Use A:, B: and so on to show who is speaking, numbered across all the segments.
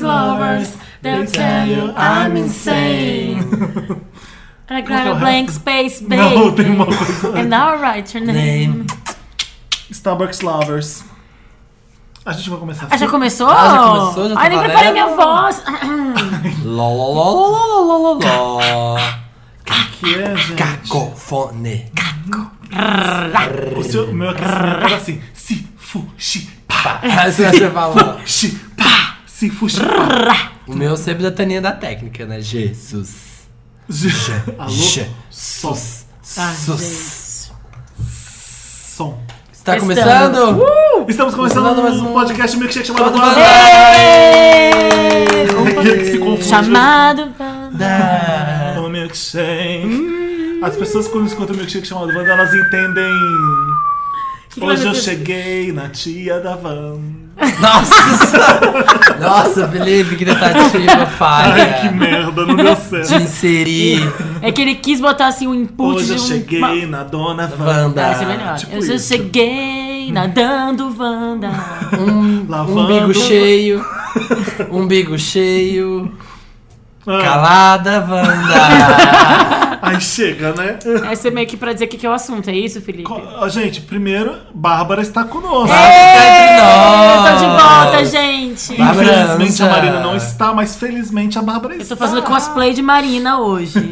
A: rumors, they'll tell you I'm insane. And I grab a blank space, babe.
B: Não, tem uma coisa.
A: And I'll write your name.
B: Name. Starbucks Lovers. A gente vai começar
A: Ah, já começou?
C: Ah, já começou, já tá
A: Ai, nem
C: valendo.
A: preparei minha voz.
C: Ló, ló, ló, ló, ló, ló, ló, ló.
B: Que é, gente?
C: Cacofone.
B: O seu, meu aquecimento era assim. Se fuxi
A: É.
B: pá,
C: Essa Ah, você falou.
B: xi pá, se fuxi pá.
C: O meu é sempre da Taninha da técnica, né? Jesus. Je-
B: Alô? Som.
A: Ai,
C: Sus.
A: gente.
B: Som.
C: Está
A: Estamos.
C: Tá
A: Uh!
C: começando?
B: Estamos começando
C: Começando mais
B: um
C: um
B: podcast milkshake chamado
C: Todo
B: Vanda. Aquele que se confundiu.
A: Chamado. um.
C: Da-
B: O milkshake. As pessoas quando escutam o milkshake chamado Wanda, elas entendem.
A: que
B: Hoje
A: vai
B: eu
A: acontecer?
B: cheguei na tia da Wanda.
C: Nossa! senhora. Nossa, Felipe, que tentativa
B: Ai, que
C: falha
B: merda, não deu
C: de
B: certo.
C: inserir
A: É que ele quis botar assim um input
B: Hoje
A: de
B: eu
A: um...
B: cheguei na dona Wanda.
C: Wanda.
A: Ah, esse é melhor.
B: Tipo
A: eu já
B: isso.
A: cheguei nadando, Wanda.
B: Lavando.
A: Tá
C: um Umbigo cheio. um Umbigo cheio.
B: Ah,
C: Calada, Wanda.
B: Aí chega, né?
A: Essa é meio que pra dizer o que que é o assunto, é isso, Felipe?
B: Co- ó, Gente, primeiro, Bárbara está conosco.
C: É, entre
A: Eu tô de
C: nós.
A: volta, gente.
C: Vai. Bárbara
B: Infelizmente a
C: Anza.
B: Marina não está, mas felizmente a Bárbara
A: Eu
B: está.
A: tô fazendo cosplay de Marina hoje.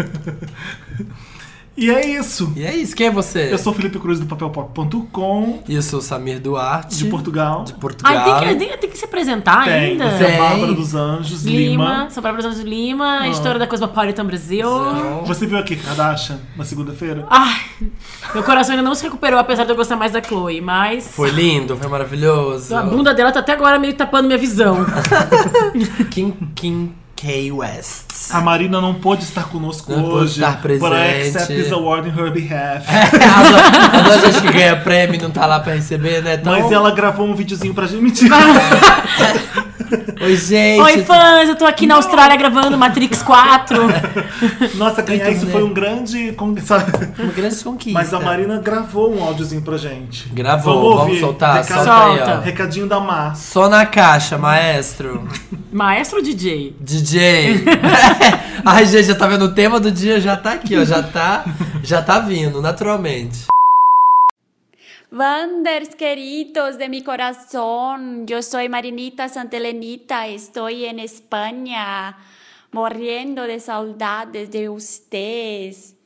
B: E é isso.
C: E é isso, quem é você?
B: Eu sou o Felipe Cruz do papelpop.com
C: E eu sou o Samir Duarte.
B: de Portugal.
C: de Portugal.
A: Ai, tem que, é? tem, tem que se apresentar
B: Tem,
A: ainda.
B: você é a
C: Tem.
B: Bárbara dos Anjos,
A: Lima,
B: Lima.
A: sou Bárbara Santos Lima,
C: Ah.
A: editora da Cosmopolitan Brasil.
C: Então,
B: Você viu aqui Kardashian na segunda-feira?
A: Ai, meu coração ainda não se recuperou, apesar de eu gostar mais da Chloe, mas.
C: Foi lindo, foi maravilhoso.
A: A bunda dela tá até agora meio tapando minha visão.
C: Kim Kim K West.
B: A Marina não pôde estar conosco
C: Não pôde
B: hoje.
C: estar
B: But I
C: presente. É,
B: accept this award in her behalf.
C: Ela a gente que ganha prêmio e não tá lá pra receber, né? Então,
B: Mas ela gravou um videozinho pra gente. Mentira. um-
C: Oi, gente.
A: Oi, fãs, eu tô aqui na Austrália gravando Matrix 4.
B: Nossa, ganhar
C: Então,
B: isso
C: né?
B: foi um grande. con- sabe?
C: Uma grande conquista.
B: Mas a Marina gravou um áudiozinho pra gente.
C: Gravou,
B: Vamos,
C: vamos,
B: ouvir.
C: soltar.
B: Recado-
C: Solta aí,
A: Solta.
C: ó.
B: Recadinho da Márcia.
C: Só na caixa, maestro.
A: Maestro DJ.
C: DJ. Ai, gente, já tá vendo o tema do dia, já tá aqui, ó. Já tá, já tá vindo, naturalmente.
D: Wanders queridos de mi corazón, yo soy Marinita Santelenita, estoy en España, morriendo de saudades de ustedes.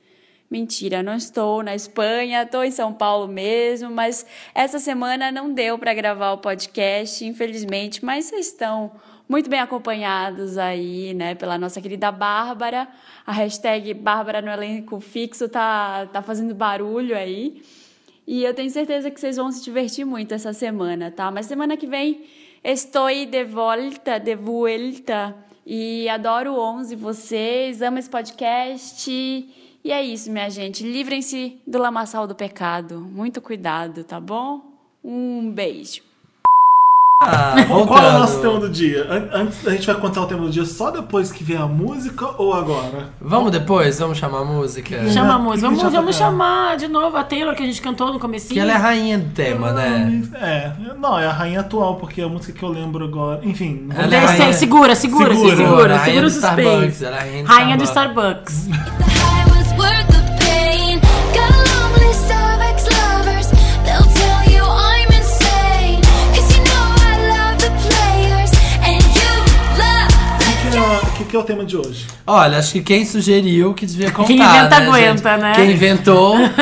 D: Mentira, não estou na Espanha, estou em São Paulo mesmo, mas essa semana não deu para gravar o podcast, infelizmente, mas vocês estão muito bem acompanhados aí, né, pela nossa querida Bárbara. A hashtag Bárbara no elenco fixo tá, tá fazendo barulho aí. E eu tenho certeza que vocês vão se divertir muito essa semana, tá? Mas semana que vem estou de volta, de vuelta. E adoro o 11 vocês, amo esse podcast. E é isso, minha gente. Livrem-se do lamaçal do pecado. Muito cuidado, tá bom? Um beijo.
C: Ah,
B: Qual é o nosso tema
C: voltando.
B: do dia? An- Antes a gente vai contar o tema do dia só depois que vier a música ou agora?
C: Vamos depois? Vamos chamar a música?
A: Chama a
B: Não,
A: música.
B: que que
A: Vamos,
B: já tá
A: vamos
B: tocando?
A: chamar de novo a Taylor que a gente cantou no comecinho.
C: Que ela é a rainha do tema, né?
B: É, não, é a rainha atual, porque é a música que eu lembro agora. Enfim, vamos-
C: Ela é a
A: Sei,
C: rainha-
A: Segura, segura, segura,
B: Segura.
A: segura,
C: Rainha
A: segura o
C: do Starbucks,
A: suspense.
C: ela é a rainha do
A: Rainha do
C: Starbucks.
A: Starbucks.
E: The high was worth the pain. Got a long list of ex-lovers. They'll tell you I'm insane. 'Cause you know I love the players and you love the
B: o que é- o que, que é o tema de hoje?
C: Olha, acho que quem sugeriu que devia contar.
A: inventa,
C: né,
A: aguenta,
C: gente?
A: né?
C: Quem inventou.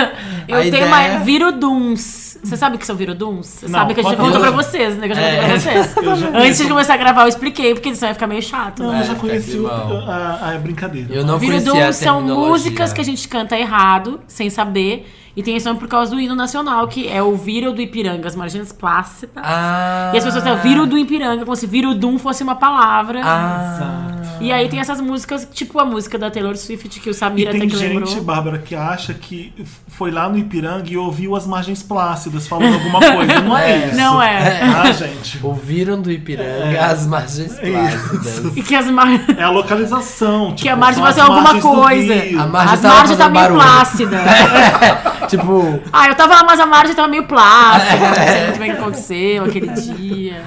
A: Eu
C: a
A: tenho
C: ideia...
A: uma Viroduns. Você sabe o que são Viroduns? Você
B: Não,
A: sabe que a gente
B: pode
A: contou pra
B: falar.
A: vocês, né? Que eu já contei
C: É.
A: pra vocês.
B: Eu já
A: Antes de
B: conheço-
A: começar a gravar, eu expliquei, porque senão ia ficar meio chato.
B: Não,
A: né?
B: eu já conheci o-
C: Ah, tá bom.
B: a, a brincadeira.
C: Eu não conhecia a
A: Viroduns são
C: terminologia.
A: músicas que a gente canta errado, sem saber. E tem esse nome por causa do hino nacional, que é o Viro do Ipiranga, as margens plácidas.
C: Ah.
A: E as pessoas falam Viro do Ipiranga, como se Virodum fosse uma palavra.
C: Ah.
B: Exato.
A: E aí tem essas músicas, tipo a música da Taylor Swift, que o
B: E
A: Samir até
B: tem
A: que
B: gente,
A: lembrou.
B: Bárbara, que acha que f- foi lá no Ipiranga e ouviu as margens plácidas falando alguma coisa. Não é,
C: É.
B: isso.
A: Não é.
B: Ah, gente.
C: Ouviram do Ipiranga
B: É.
C: as margens
B: É
C: plácidas.
A: E que as margens.
B: É a localização.
A: Que
B: tipo,
A: a margem
B: são
A: vai
B: as
A: ser alguma
B: margens do
A: coisa.
B: Rio.
C: A margem
A: As
C: tava
A: margens tá
C: fazendo
A: meio
C: barulho.
A: plácida.
C: tipo,
A: Ah, eu tava lá, mas a margem tava meio plástica. Não sei muito bem o que aconteceu aquele dia.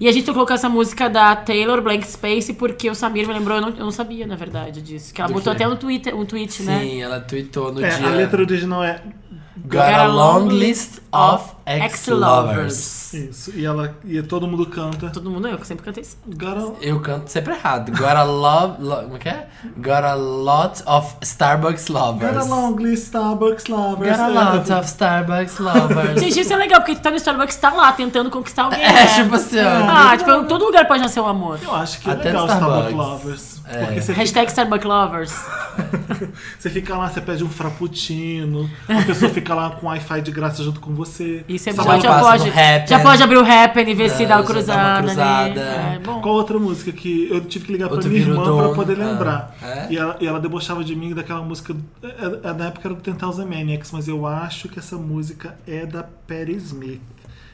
A: E a gente colocou essa música da Taylor Blank Space porque o Samir me lembrou, eu não, eu não sabia, na verdade, disso. Que ela
C: Do
A: botou
C: quê?
A: até um, Twitter, um tweet, né?
C: Sim, ela tweetou no
B: É,
C: dia.
B: a letra original é
C: Got a long list of ex-lovers.
B: isso. E, ela, e todo mundo canta.
A: Todo mundo, eu que sempre cantei isso.
B: Garoto.
C: Eu canto sempre errado. Got a love. lo- Como é que é? Got a lot of Starbucks lovers.
B: Got a long list, Starbucks lovers. É,
C: Got a lot of Starbucks lovers.
A: Gente, isso é legal, porque tu tá no Starbucks, tá lá tentando conquistar alguém.
C: é,
A: né?
C: tipo assim, ó.
A: Ah, tipo, em todo lugar pode nascer o amor.
B: Eu acho que é
C: Até
B: legal
C: no Starbucks.
B: Starbucks lovers.
C: É.
B: Porque você fica,
A: Hashtag Starbucks Lovers.
B: você fica lá, você pede um frappuccino, a pessoa fica lá com Wi-Fi de graça junto com você.
A: Isso é
B: Sabe
A: bom.
C: Só
A: Já
C: passa
A: pode,
C: no Happn.
A: já pode abrir o Happn e ver
C: É,
A: se
C: já dá
A: dá uma
C: uma
A: cruzada.
C: cruzada.
A: né? É bom.
B: Qual outra música que eu tive que ligar
C: Outro
B: pra minha
C: vira o
B: irmã
C: dono.
B: pra poder
C: Ah,
B: lembrar?
C: é?
B: E, ela, e ela debochava de mim daquela música. é- é- Na época era do Ten Maniacs, mas eu acho que essa música é da Patti Smith.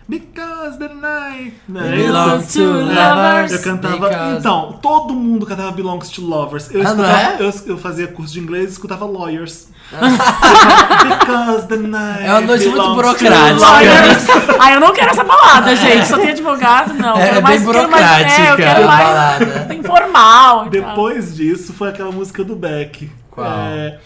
B: Because the night. Não é isso?
A: Belongs to lovers.
B: Eu cantava.
C: Because-
B: Então, todo mundo cantava Belongs to Lovers. Eu,
C: Ah, não
B: escutava,
C: é? Ah.
B: eu, eu fazia curso de inglês e escutava Lawyers. Because the night.
C: É uma noite muito
B: belongs to
C: burocrática.
B: lovers.
A: Lawyers. Ah, eu não quero essa balada, gente. Só tem advogado, não.
C: É,
A: quero
C: é bem
A: mais, quero mais- é,
C: burocrática
A: eu quero
C: a
A: mais
C: balada.
A: informal. e tal.
B: Depois disso foi aquela música do Beck.
C: Qual?
B: É,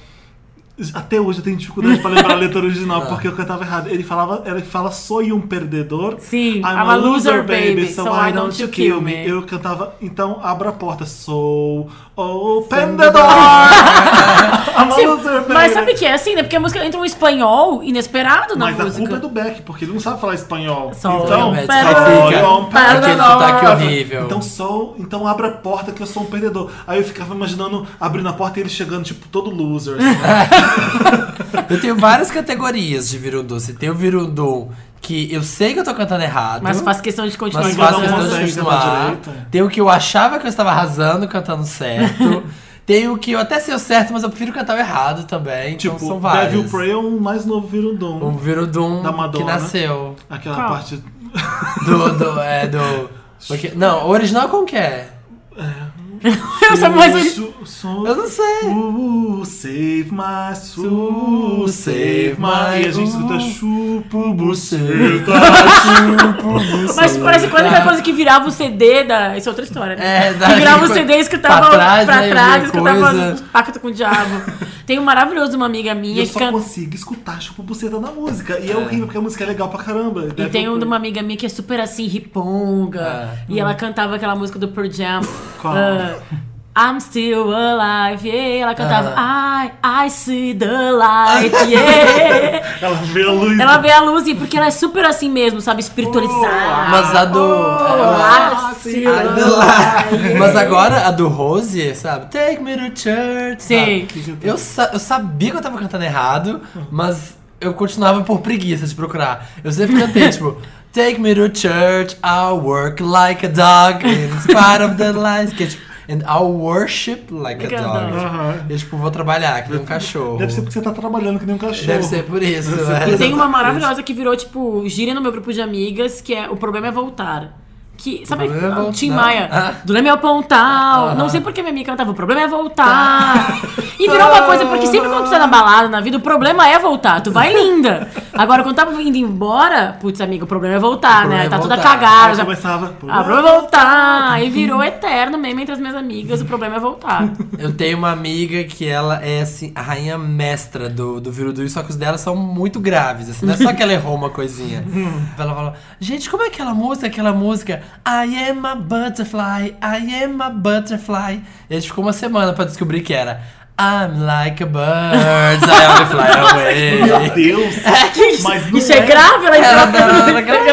B: até hoje eu tenho dificuldade pra lembrar a letra
C: Ah.
B: original, porque eu cantava errado. Ele falava, ele fala, sou um perdedor.
A: Sim, I'm, a loser, baby, so why don't you kill me?
B: Eu cantava, então abra a porta, sou open the door. I'm a
A: Sim,
B: loser, baby.
A: mas sabe que é assim, né? Porque a música entra um espanhol inesperado na
B: Mas a
A: música.
B: culpa é do Beck, porque ele não sabe falar espanhol.
A: Só
B: então,
A: eu,
C: Só fica
B: sou um
A: Perdedor.
C: Aquele
B: perdedor.
C: sotaque horrível.
B: Então sou, então abre a porta que eu sou um perdedor. Aí eu ficava imaginando abrindo a porta e ele chegando tipo todo loser. assim.
C: Eu tenho várias categorias de virundum. Você tem o virundum que eu sei que eu tô cantando errado.
A: Mas faz questão de continuar
C: Mas
B: Mas
C: faz
B: não né,
A: enganando.
C: questão de
B: consegue cantar
C: continuar.
B: direito.
C: Tem o que eu achava que eu estava arrasando cantando certo. tem o que eu até sei o certo, mas eu prefiro cantar o errado também. Então
B: tipo,
C: são vários. Um
B: Devil Pray é o mais novo
C: O
B: virundom.
C: Virudum
B: Da Madonna.
C: que nasceu.
B: Aquela
A: Qual?
B: parte.
C: Do. do é, do. porque- não, o original como que é?
A: Eu sou mais um-
B: Su- su-
C: Eu não sei.
B: Uh, save my soul, save my. E a gente escuta chupo,
C: tá,
B: buceta.
A: Mas parece quando aquela coisa que virava o CD da. Isso é outra história, né?
C: É, da-
A: que virava o CD e escutava
C: pra trás,
A: pra
C: né,
A: trás,
C: ouvia
A: escutava
C: coisa.
A: pacto com o diabo. Tem um maravilhoso de uma amiga
B: E
A: minha
B: eu
A: que
B: só
A: canta.
B: consigo escutar chupa buceta na música. E é, horrível, porque a música é legal pra caramba.
A: E tem um de uma amiga minha que é super assim, riponga. E ela cantava aquela música do Pearl Jam.
B: Qual?
A: ah, I'm still alive, yeah. Ela cantava I, I see the light, yeah.
B: Ela vê a luz.
A: ela vê a luz, e porque ela é super assim mesmo, sabe? Espiritualizada.
C: Mas a do. é,
A: Ah, sim.
C: a do lá. Mas agora a do Rose, sabe? Take me to church.
A: Sim.
C: sabe? Eu, sa- eu sabia que eu tava cantando errado, mas eu continuava por preguiça de procurar. Eu sempre cantei, tipo. Take me to church, I'll work like a dog in spite of the lies. Que é, tipo, and I'll worship like a
A: Like a
C: dog.
A: dog.
B: Aham.
C: Eu, tipo, vou trabalhar, que nem um cachorro.
B: Deve ser porque você tá trabalhando que nem um cachorro.
C: Deve ser por isso. né?
A: E tem uma maravilhosa que virou, tipo, gíria no meu grupo de amigas, que é O Problema é Voltar. Que, sabe,
C: problema é
A: o Tim
C: voltar.
A: Maia,
C: Ah.
A: do Leme ao Pontal.
C: Aham.
A: Não sei porque minha amiga cantava, o problema é voltar. E virou uma coisa, porque sempre quando tu
C: Ah.
A: tá na balada, na vida, o problema é voltar. Tu vai linda. Agora, quando tá indo embora, putz, amiga, o problema é voltar,
C: O problema
A: né?
C: é
A: tá toda
C: voltar.
B: Aí
A: cagada. já-
B: começava.
A: Ah, o problema é voltar. E virou eterno mesmo entre as minhas amigas, o problema é voltar.
C: Eu tenho uma amiga que ela é assim, a rainha mestra do, do Virudui, só que os dela são muito graves, assim, não é só que ela errou uma coisinha. ela fala, gente, como é aquela música, aquela música? I am a butterfly, I am a butterfly. E a gente ficou uma semana pra descobrir que era I'm like a bird, I am a fly away.
B: Meu Deus! Mas não
A: Isso é grave, ela entrou
C: Ela- ela- ela-
A: é grave.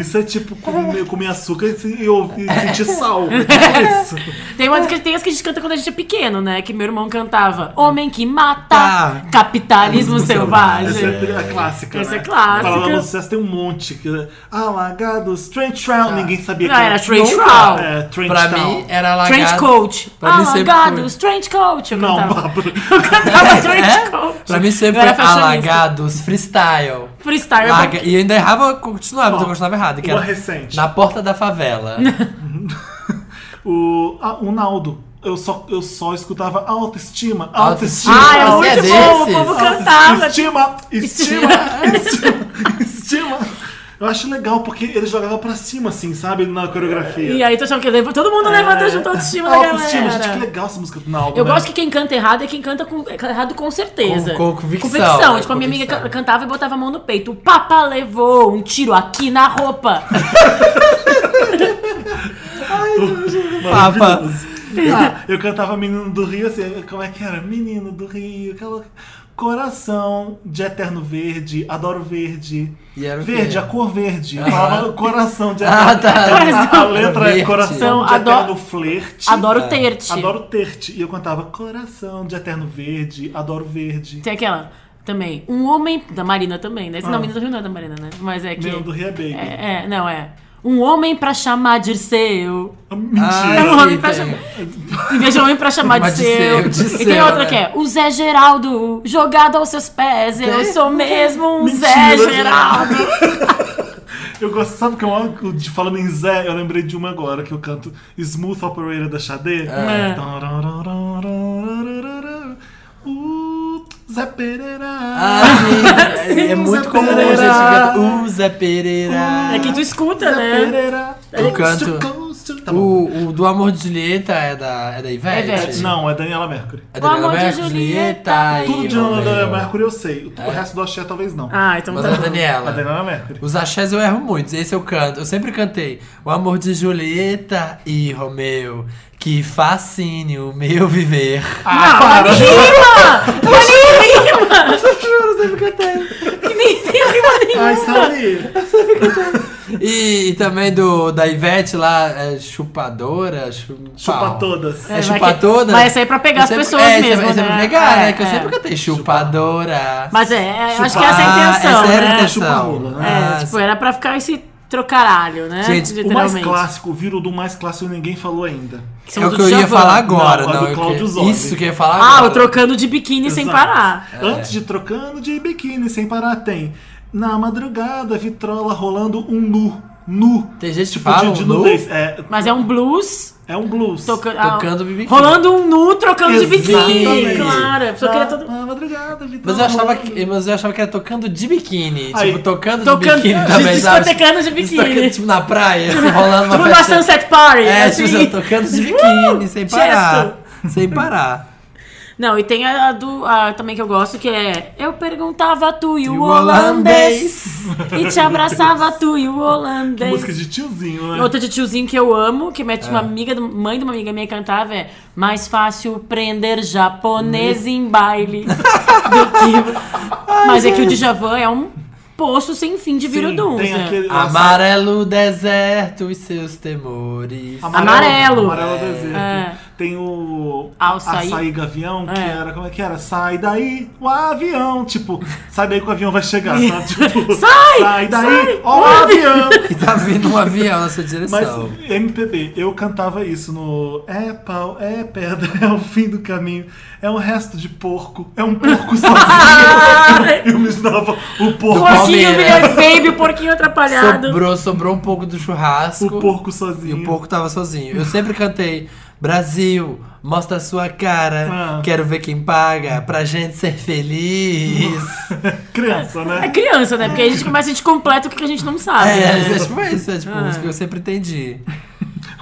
B: Isso é tipo comer, comer açúcar e se- e ouvir- e sentir sal. É isso.
A: Tem, umas que, tem as que a gente canta quando a gente é pequeno, né? Que meu irmão cantava. Homem que mata,
C: Tá.
A: capitalismo
B: Essa
A: selvagem.
B: é a clássica.
A: Essa
B: né?
A: é clássica.
B: Falando no sucesso tem um monte. Que... Alagados, Trench Trout. Ninguém sabia
A: Não,
B: que
A: Ah. era Trench
B: Nunca.
A: Trout.
B: É, Trench
C: Pra
B: Trout.
C: mim era
A: Trench
C: alagado.
A: coat.
C: Pra mim sempre
A: Alagado,
C: foi.
A: trench coat. Eu
B: Não,
A: cantava.
B: Pablo.
A: Eu cantava trench coat.
C: É? Pra mim sempre
A: Eu era
C: foi
A: fashionista.
C: alagados, freestyle.
A: Freestyle. é
C: Larga-
A: bom.
C: E eu ainda errava, continuava, mas eu continuava errado. Que
B: uma
C: era
B: recente.
C: Na porta da favela.
B: O, ah, o Naldo. Eu só, eu só escutava autoestima,
C: Autoestima.
B: autoestima.
A: Ah, era
C: Você é
A: muito bom. O
C: desses?
A: povo cantava.
B: Estima, estima, estima, estima. Eu acho legal, porque ele jogava pra cima, assim, sabe? Na coreografia.
A: E aí tu achando que leva- todo mundo levanta junto a autoestima da
B: Ah,
A: galera.
B: É. autoestima, gente, que legal essa música no álbum.
A: Eu
B: né?
A: gosto que quem canta errado é quem canta com, errado com certeza.
C: Com- com convicção, né?
A: Tipo, a minha amiga
C: Convicção.
A: ca- cantava e botava a mão no peito. O papa levou um tiro aqui na roupa. um
C: Papa.
B: Ah, eu cantava Menino do Rio, assim, como é que era? Menino do Rio, aquela... Coração de eterno verde, adoro verde.
C: E era o quê?
B: verde, a cor verde.
C: Aham.
B: Falava coração de
C: Ah,
B: eterno
C: tá.
B: A, a letra é
C: Verde.
B: coração de
A: Então, adoro-
B: eterno flerte.
A: Adoro ter-te.
B: É. Adoro ter-te. E eu cantava coração de eterno verde, adoro verde.
A: Tem aquela também. Um homem. Da Marina também, né? Esse
B: Ah.
A: Não, menino do Rio não é da Marina, né? Mas é que.
B: Menino do Rio é baby.
A: É, é, não, é. Um homem pra chamar de seu.
C: Ah,
A: É um
B: Mentira.
C: sim,
A: homem pra
C: tem.
A: chamar. Em vez de um homem pra chamar de,
C: Mas de
A: seu.
C: seu, de
A: e tem
C: seu,
A: outra
C: né?
A: que é o Zé Geraldo, jogado aos seus pés. Eu sou mesmo um
B: Mentira,
A: Zé
B: Geraldo.
A: Geraldo.
B: Eu gosto, sabe que eu amo de falando em Zé, eu lembrei de uma agora que eu canto Smooth Operator da Xadê. Tá,
A: É.
B: O tá, Uh, Zé Pereira.
C: Ah, sim. É, é muito
B: Zé
C: comum a gente
B: Pereira.
C: cantar. Uh, Zé Pereira.
A: É que tu escuta,
B: Zé
A: né?
B: Pereira.
C: Eu canto. Uh.
B: Coast to- Tá bom.
C: O, o do Amor de Julieta é da, é da Ivete?
A: É Ivete.
B: Não, é Daniela Mercury.
C: É da
A: O Amor de
C: Mercury,
A: Julieta.
C: É aí,
B: Tudo de
C: Romeu.
B: Daniela Mercury eu sei. O o resto do Axé talvez não.
A: Ah, então
C: Mas
A: tá
C: é da
A: bom.
B: É
C: Daniela.
B: Daniela Mercury.
C: Os axés eu erro muito, esse eu canto. Eu sempre cantei O amor de Julieta e Romeu, que fascine o meu viver.
B: Ah, para!
A: Rima! Não é nem rima!
C: Eu sempre cantei.
A: Que nem tem rima nenhuma.
B: Ai, sabe?
C: E, e também do, da Ivete lá, é, chupadora, chu-
B: Chupa
C: pau.
B: todas.
C: É,
A: É, vai
C: chupa
A: que-
C: toda?
A: mas essa aí é pra pegar
C: Eu
A: as pessoas
C: é, essa-
A: mesmo,
C: essa é pra
A: né?
C: pegar,
A: É,
C: né? Que eu
A: é.
C: sempre cantei chupadora. Ah,
A: Mas é, é,
B: Chupa-
A: acho que essa é a intenção,
C: essa era
A: né?
C: a
B: Chupa
C: intenção.
B: rola, né?
A: É, tipo, era pra ficar esse trocaralho, né?
C: Ah, Gente, o mais
B: O mais
A: Literalmente.
B: clássico, vira o do mais clássico ninguém falou ainda.
A: Que
C: é
A: são
C: o
A: do
C: que eu ia
A: Djavan.
C: falar agora,
B: Não, é
C: não.
B: do
C: eu que-
B: Cláudio Zorzi.
C: Isso que eu ia falar
A: Ah,
C: agora.
A: o trocando de biquíni sem
B: Exato. É.
A: parar.
B: Antes de trocando de biquíni sem parar, tem. Na madrugada, vitrola rolando um nu. Nu.
C: Tem gente que
B: Tipo
C: fala
B: de, de
C: um nu?
B: nudez. É,
A: Mas é um blues
B: é um blues.
A: toca- ah,
C: Tocando de biquíni.
A: Rolando um nu trocando de biquíni.
B: Exatamente.
A: Claro, a pessoa queria todo.
B: Na madrugada, vitrola.
C: Mas eu, achava
B: rolando. um
C: que, mas eu achava que era tocando de biquíni.
B: Aí,
C: tipo, tocando,
A: Tocando,
C: de biquíni também, sabe?
A: discotecando de
C: Tocando,
A: biquíni.
C: tipo, na praia, assim, rolando
A: Tipo
C: uma
A: uma
C: festa.
A: sunset party.
C: É,
A: assim. Uh,
C: tipo, assim, tocando de biquíni, sem parar. Sem parar.
A: Não, e tem a, a do a também que eu gosto, que é Eu perguntava tu e
C: E o
A: o holandês. e te abraçava tu e o holandês.
B: Música de tiozinho, né?
A: Outra de tiozinho que eu amo, que mete
B: É.
A: uma amiga, do- mãe de uma amiga minha cantava é mais fácil prender japonês em baile do que. Mas é que o Djavan é um poço sem fim de viruduns,
B: tem
A: né?
B: aquele.
C: Amarelo deserto e seus temores.
A: Amarelo.
B: Amarelo deserto.
A: É.
B: Tem o
A: Açaí.
B: Gavião, que
A: É.
B: era como é que era? Sai daí, o avião. Tipo, sai daí que o avião vai chegar, sabe? Tipo,
A: Sai,
B: daí,
A: sai,
B: ó o
A: o
B: avião.
C: E tá vindo um avião na sua
B: Mas
C: direção.
B: MPB, eu cantava isso no É pau, é pedra, é o fim do caminho, é um resto de porco, é um porco sozinho. eu me dava o
A: O
B: porco,
A: porquinho
C: Palmeira.
A: milhões baby, o porquinho atrapalhado.
C: Sobrou, sobrou um pouco do churrasco.
B: o porco
C: E
B: sozinho.
C: o porco tava sozinho. Eu sempre cantei Brasil, mostra a sua cara.
B: Ah.
C: Quero ver quem paga pra gente ser feliz.
B: Criança,
A: É
B: né?
A: criança, né? Porque aí a gente começa, a gente completa o que a gente não sabe.
C: é,
A: né?
C: é tipo isso, é tipo música que eu sempre entendi.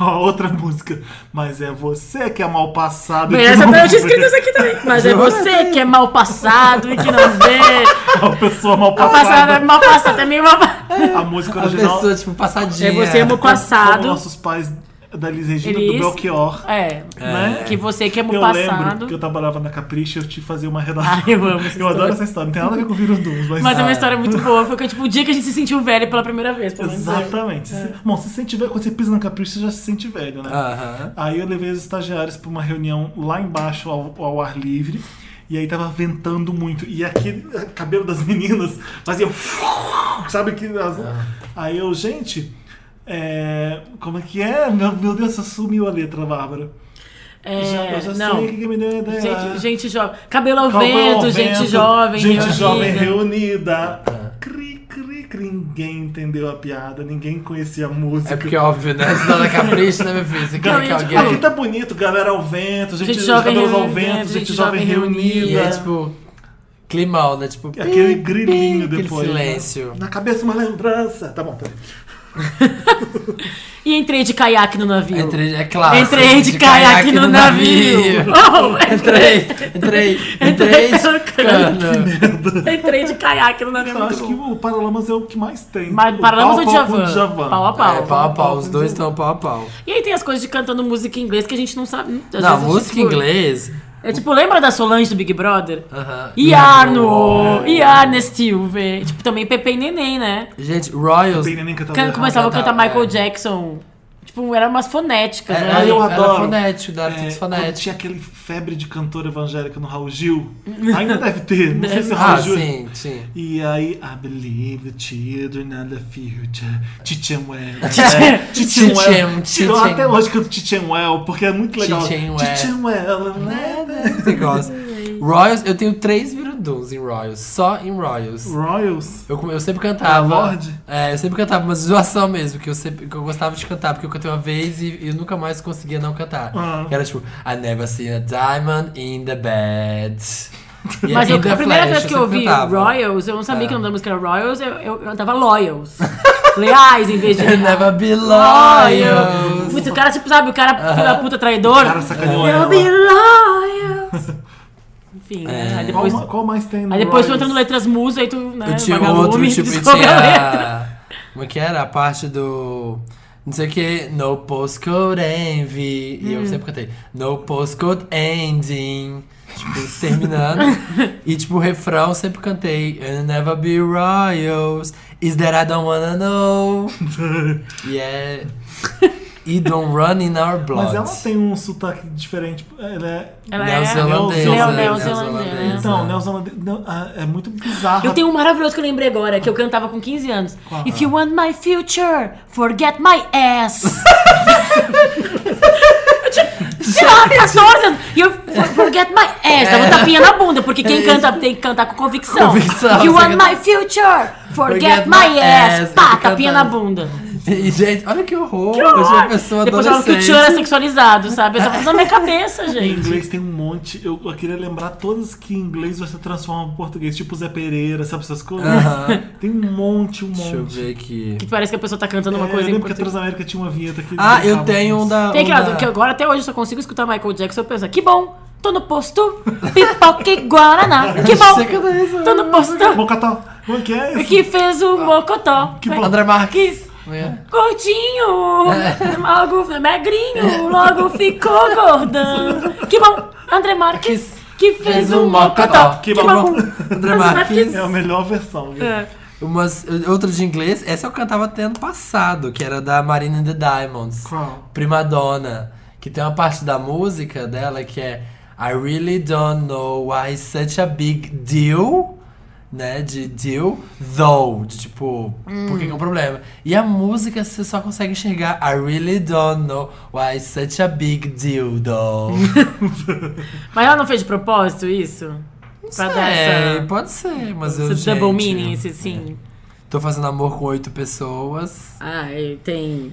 B: Ó, outra música. Mas é você que é mal passado. e
A: Bem,
B: que
A: essa
B: não
A: tá, eu tinha
B: vê.
A: escrito isso aqui também. Mas é
B: tá
A: você que é mal passado e que não vê.
B: É uma pessoa mal
A: Mal
B: passada.
A: passado é mal passado, é meio mal passado.
B: A música
C: A
B: original.
C: pessoa, tipo, passadinha.
A: É você é mal
B: Como
A: passado.
B: nossos pais da Liz Regina
A: Eles-
B: do Belchior.
A: É,
B: Né?
A: que você que é mal
B: Eu lembro
A: passado.
B: que eu trabalhava na Capricha e eu te fazia uma redação.
A: Ai, eu amo essa
B: Eu adoro
A: história.
B: essa história, não tem nada a ver com o Virundus, mas.
A: Mas é uma história muito boa. Foi que, tipo, o dia que a gente se sentiu velho pela primeira vez. Pelo menos eu.
B: Exatamente.
A: é.
B: Se- Bom, se você sente velho, quando você pisa na Capricho, você já se sente velho, né?
A: Ah.
C: Aham.
B: Aí eu levei os estagiários pra uma reunião lá embaixo, ao, ao ar livre. E aí tava ventando muito. E aquele eh, cabelo das meninas fazia. um Sabe que. as-
A: Ah.
B: Aí eu, gente. é, Como é que é? Meu, meu Deus, eu sumiu a letra, Bárbara.
A: É,
B: já, eu já
A: não.
B: sei o que, que me deu a ideia.
A: Gente, gente jovem. Cabelo ao
B: Calma,
A: vento,
B: ao
A: gente
B: vento,
A: jovem.
B: Gente
A: reunida.
B: jovem reunida. Cri, cri, cri. Ninguém entendeu a piada, ninguém conhecia a música.
C: É porque, óbvio, né? Se dá na capricha, né, meu filho? Você quer
A: Não,
C: que
A: eu ia te
C: alguém.
A: falar.
B: Aqui tá bonito, galera ao vento, gente,
A: Gente jovem
B: cabelos ao
A: reunida,
B: vento, gente, jovem reunida.
C: E é tipo. Climão, né? Tipo,
B: Aquele
C: pi,
B: grilinho
C: pi,
B: depois.
C: Aquele
B: né?
C: silêncio.
B: Na cabeça uma lembrança. Tá bom, peraí.
A: E entrei de caiaque no navio.
C: Entrei, é claro.
A: Entrei de, caiaque, no navio. Oh,
C: Entrei, entrei, tipo, entrei.
A: pelo cano.
C: cano.
A: Entrei de caiaque no navio.
B: Eu
A: muito
B: acho
A: bom.
B: que o Paralamas é o que mais tem.
A: Mas
B: O
A: Paralamas ou
B: pau a pau com o
A: Djavan? Pau a pau.
C: É, pau a pau, os dois estão pau a pau.
A: E aí tem as coisas de cantando música em inglês que a gente não sabe. às
C: Não,
A: vezes,
C: música em
A: tipo,
C: inglês.
A: É tipo, lembra da Solange do Big Brother?
C: Aham.
A: Iarno, Iarne Stilve. Tipo, também Pepe e Neném, né?
C: tipo, Gente, Royals. é,
B: Tem neném cantando
A: Can-
B: errado.
A: começava a
C: tá,
A: cantar
C: tá,
A: Michael
C: é.
A: Jackson. Tipo, eram umas fonéticas,
C: Era,
A: né?
B: eu
C: era
B: adoro.
C: fonético, da
B: É,
C: artista
B: quando
C: é, fonética.
B: tinha aquele febre de cantor evangélica no Raul Gil. Ainda deve ter, não sei se é o Raul
C: Ah,
B: Gil.
C: sim, sim.
B: E aí, I believe the children are the future. Chichenwell.
C: Chichem,
B: Tirou
C: Chichem.
B: até hoje que eu Chichenwell, porque é muito legal.
C: Chichenwell.
B: Chichenwell,
C: É,
B: né?
C: Você gosta. Royals, eu tenho três viruduns em Royals, só em Royals.
B: Royals.
C: Eu, eu sempre cantava.
B: Ah, Lorde?
C: É, eu sempre cantava, mas zoação mesmo, que eu, sempre, que eu gostava de cantar, porque eu cantei uma vez e e eu nunca mais conseguia não cantar.
B: Ah.
C: Que Era tipo, I never seen a diamond in the bed. E
A: Mas eu-
C: in the
A: a primeira
C: flesh,
A: vez que eu
C: sempre
A: ouvi
C: cantava. É.
A: Royals, eu não sabia que o nome da música era Royals, eu, eu, eu cantava Loyals. Leais em vez de.
C: You never be
A: Loyals.
C: loyal.
A: Muito, o cara, tipo, sabe, o cara filho da puta traidor.
B: O cara sacaneou
A: Eu
B: ela.
A: be Loyals.
C: É.
A: Enfim, né? Aí
B: Qual,
A: depois.
B: ma- qual mais tem no
A: Aí depois tu
B: Royals?
A: entra no Letras Musa, aí tu, né,
C: Eu tinha
A: vagalume,
C: outro, tipo,
A: descobre a letra.
C: tinha. Como é que era? A parte do. Não sei o que. No postcode envy. E eu sempre cantei. No postcode ending. Tipo, terminando. e tipo, o refrão eu sempre cantei. I'll never be royals. Is that I don't wanna know. e é. E don't run in our blood.
B: Mas ela tem um sotaque diferente. Ela é.
A: Ela
C: Neozelandesa.
B: Neo-
A: neozelandesa.
C: neozelandesa.
B: Então, neozelandesa. não, ah, É muito bizarro.
A: É. Eu tenho um maravilhoso que eu lembrei agora, que eu cantava com 15 anos. If you want my future, forget my ass. Eu tinha, sei lá, 14 anos. E eu for- forget my ass.
C: É.
A: Dava um tapinha na bunda, porque quem canta tem que cantar com convicção.
C: Convicção,
A: If you
C: você
A: want
C: canta-
A: my future, forget,
C: Forget
A: my
C: my
A: ass.
C: ass.
A: Pá,
C: Eu
A: tapinha na
C: cantando.
A: bunda.
C: E, gente, olha que horror. Eu sou uma pessoa
A: Depois falam que o
C: adolescente.
A: tio era sexualizado, sabe? Eu tava fazendo na minha cabeça,
B: Em
A: gente.
B: inglês tem um monte. Eu, eu queria lembrar todas que em inglês você transforma em português, tipo Zé Pereira, sabe essas coisas?
C: Aham.
B: Tem um monte, um monte.
C: Deixa eu ver aqui.
A: Que parece que a pessoa tá cantando uma
B: É,
A: coisa
B: eu
A: em
B: lembro que a
A: português.
B: Transamérica tinha uma vinheta que.
C: Ah, eu
B: brincava
C: tenho
B: com
C: um
B: isso.
C: da.
A: Tem
C: um
A: aquela
C: da...
A: que agora até hoje eu só consigo escutar Michael Jackson eu penso, "Ah, que bom, tô no posto, pipoca e guaraná, que
C: Você tá canta
A: bom,
C: isso?
A: tô no posto,
B: Mocató. Como é que é esse?
A: que fez o mocotó,
B: Que bom.
C: André Marques. é?
A: que gordinho, logo magrinho, logo ficou gordão, que bom, André Marques, que fez
C: um
A: o um mocotó,
B: Que bom.
C: André Marques.
B: É a melhor versão. viu?
A: É.
C: Umas, outra de inglês, essa eu cantava até ano passado, que era da Marina and the Diamonds.
B: Qual?
C: Primadonna. Que tem uma parte da música dela que é I really don't know why it's such a big deal. Né, de deal, though, de tipo,
A: Hum.
C: por que que é um problema? E a música você só consegue enxergar I really don't know why it's such a big deal, though.
A: Mas ela não fez de propósito isso? Pra dar
C: É,
A: essa,
C: pode ser, mas eu.
A: esse double
C: gente,
A: meaning, esse sim.
C: Tô fazendo amor com oito pessoas.
A: Ah, e tem... Hum.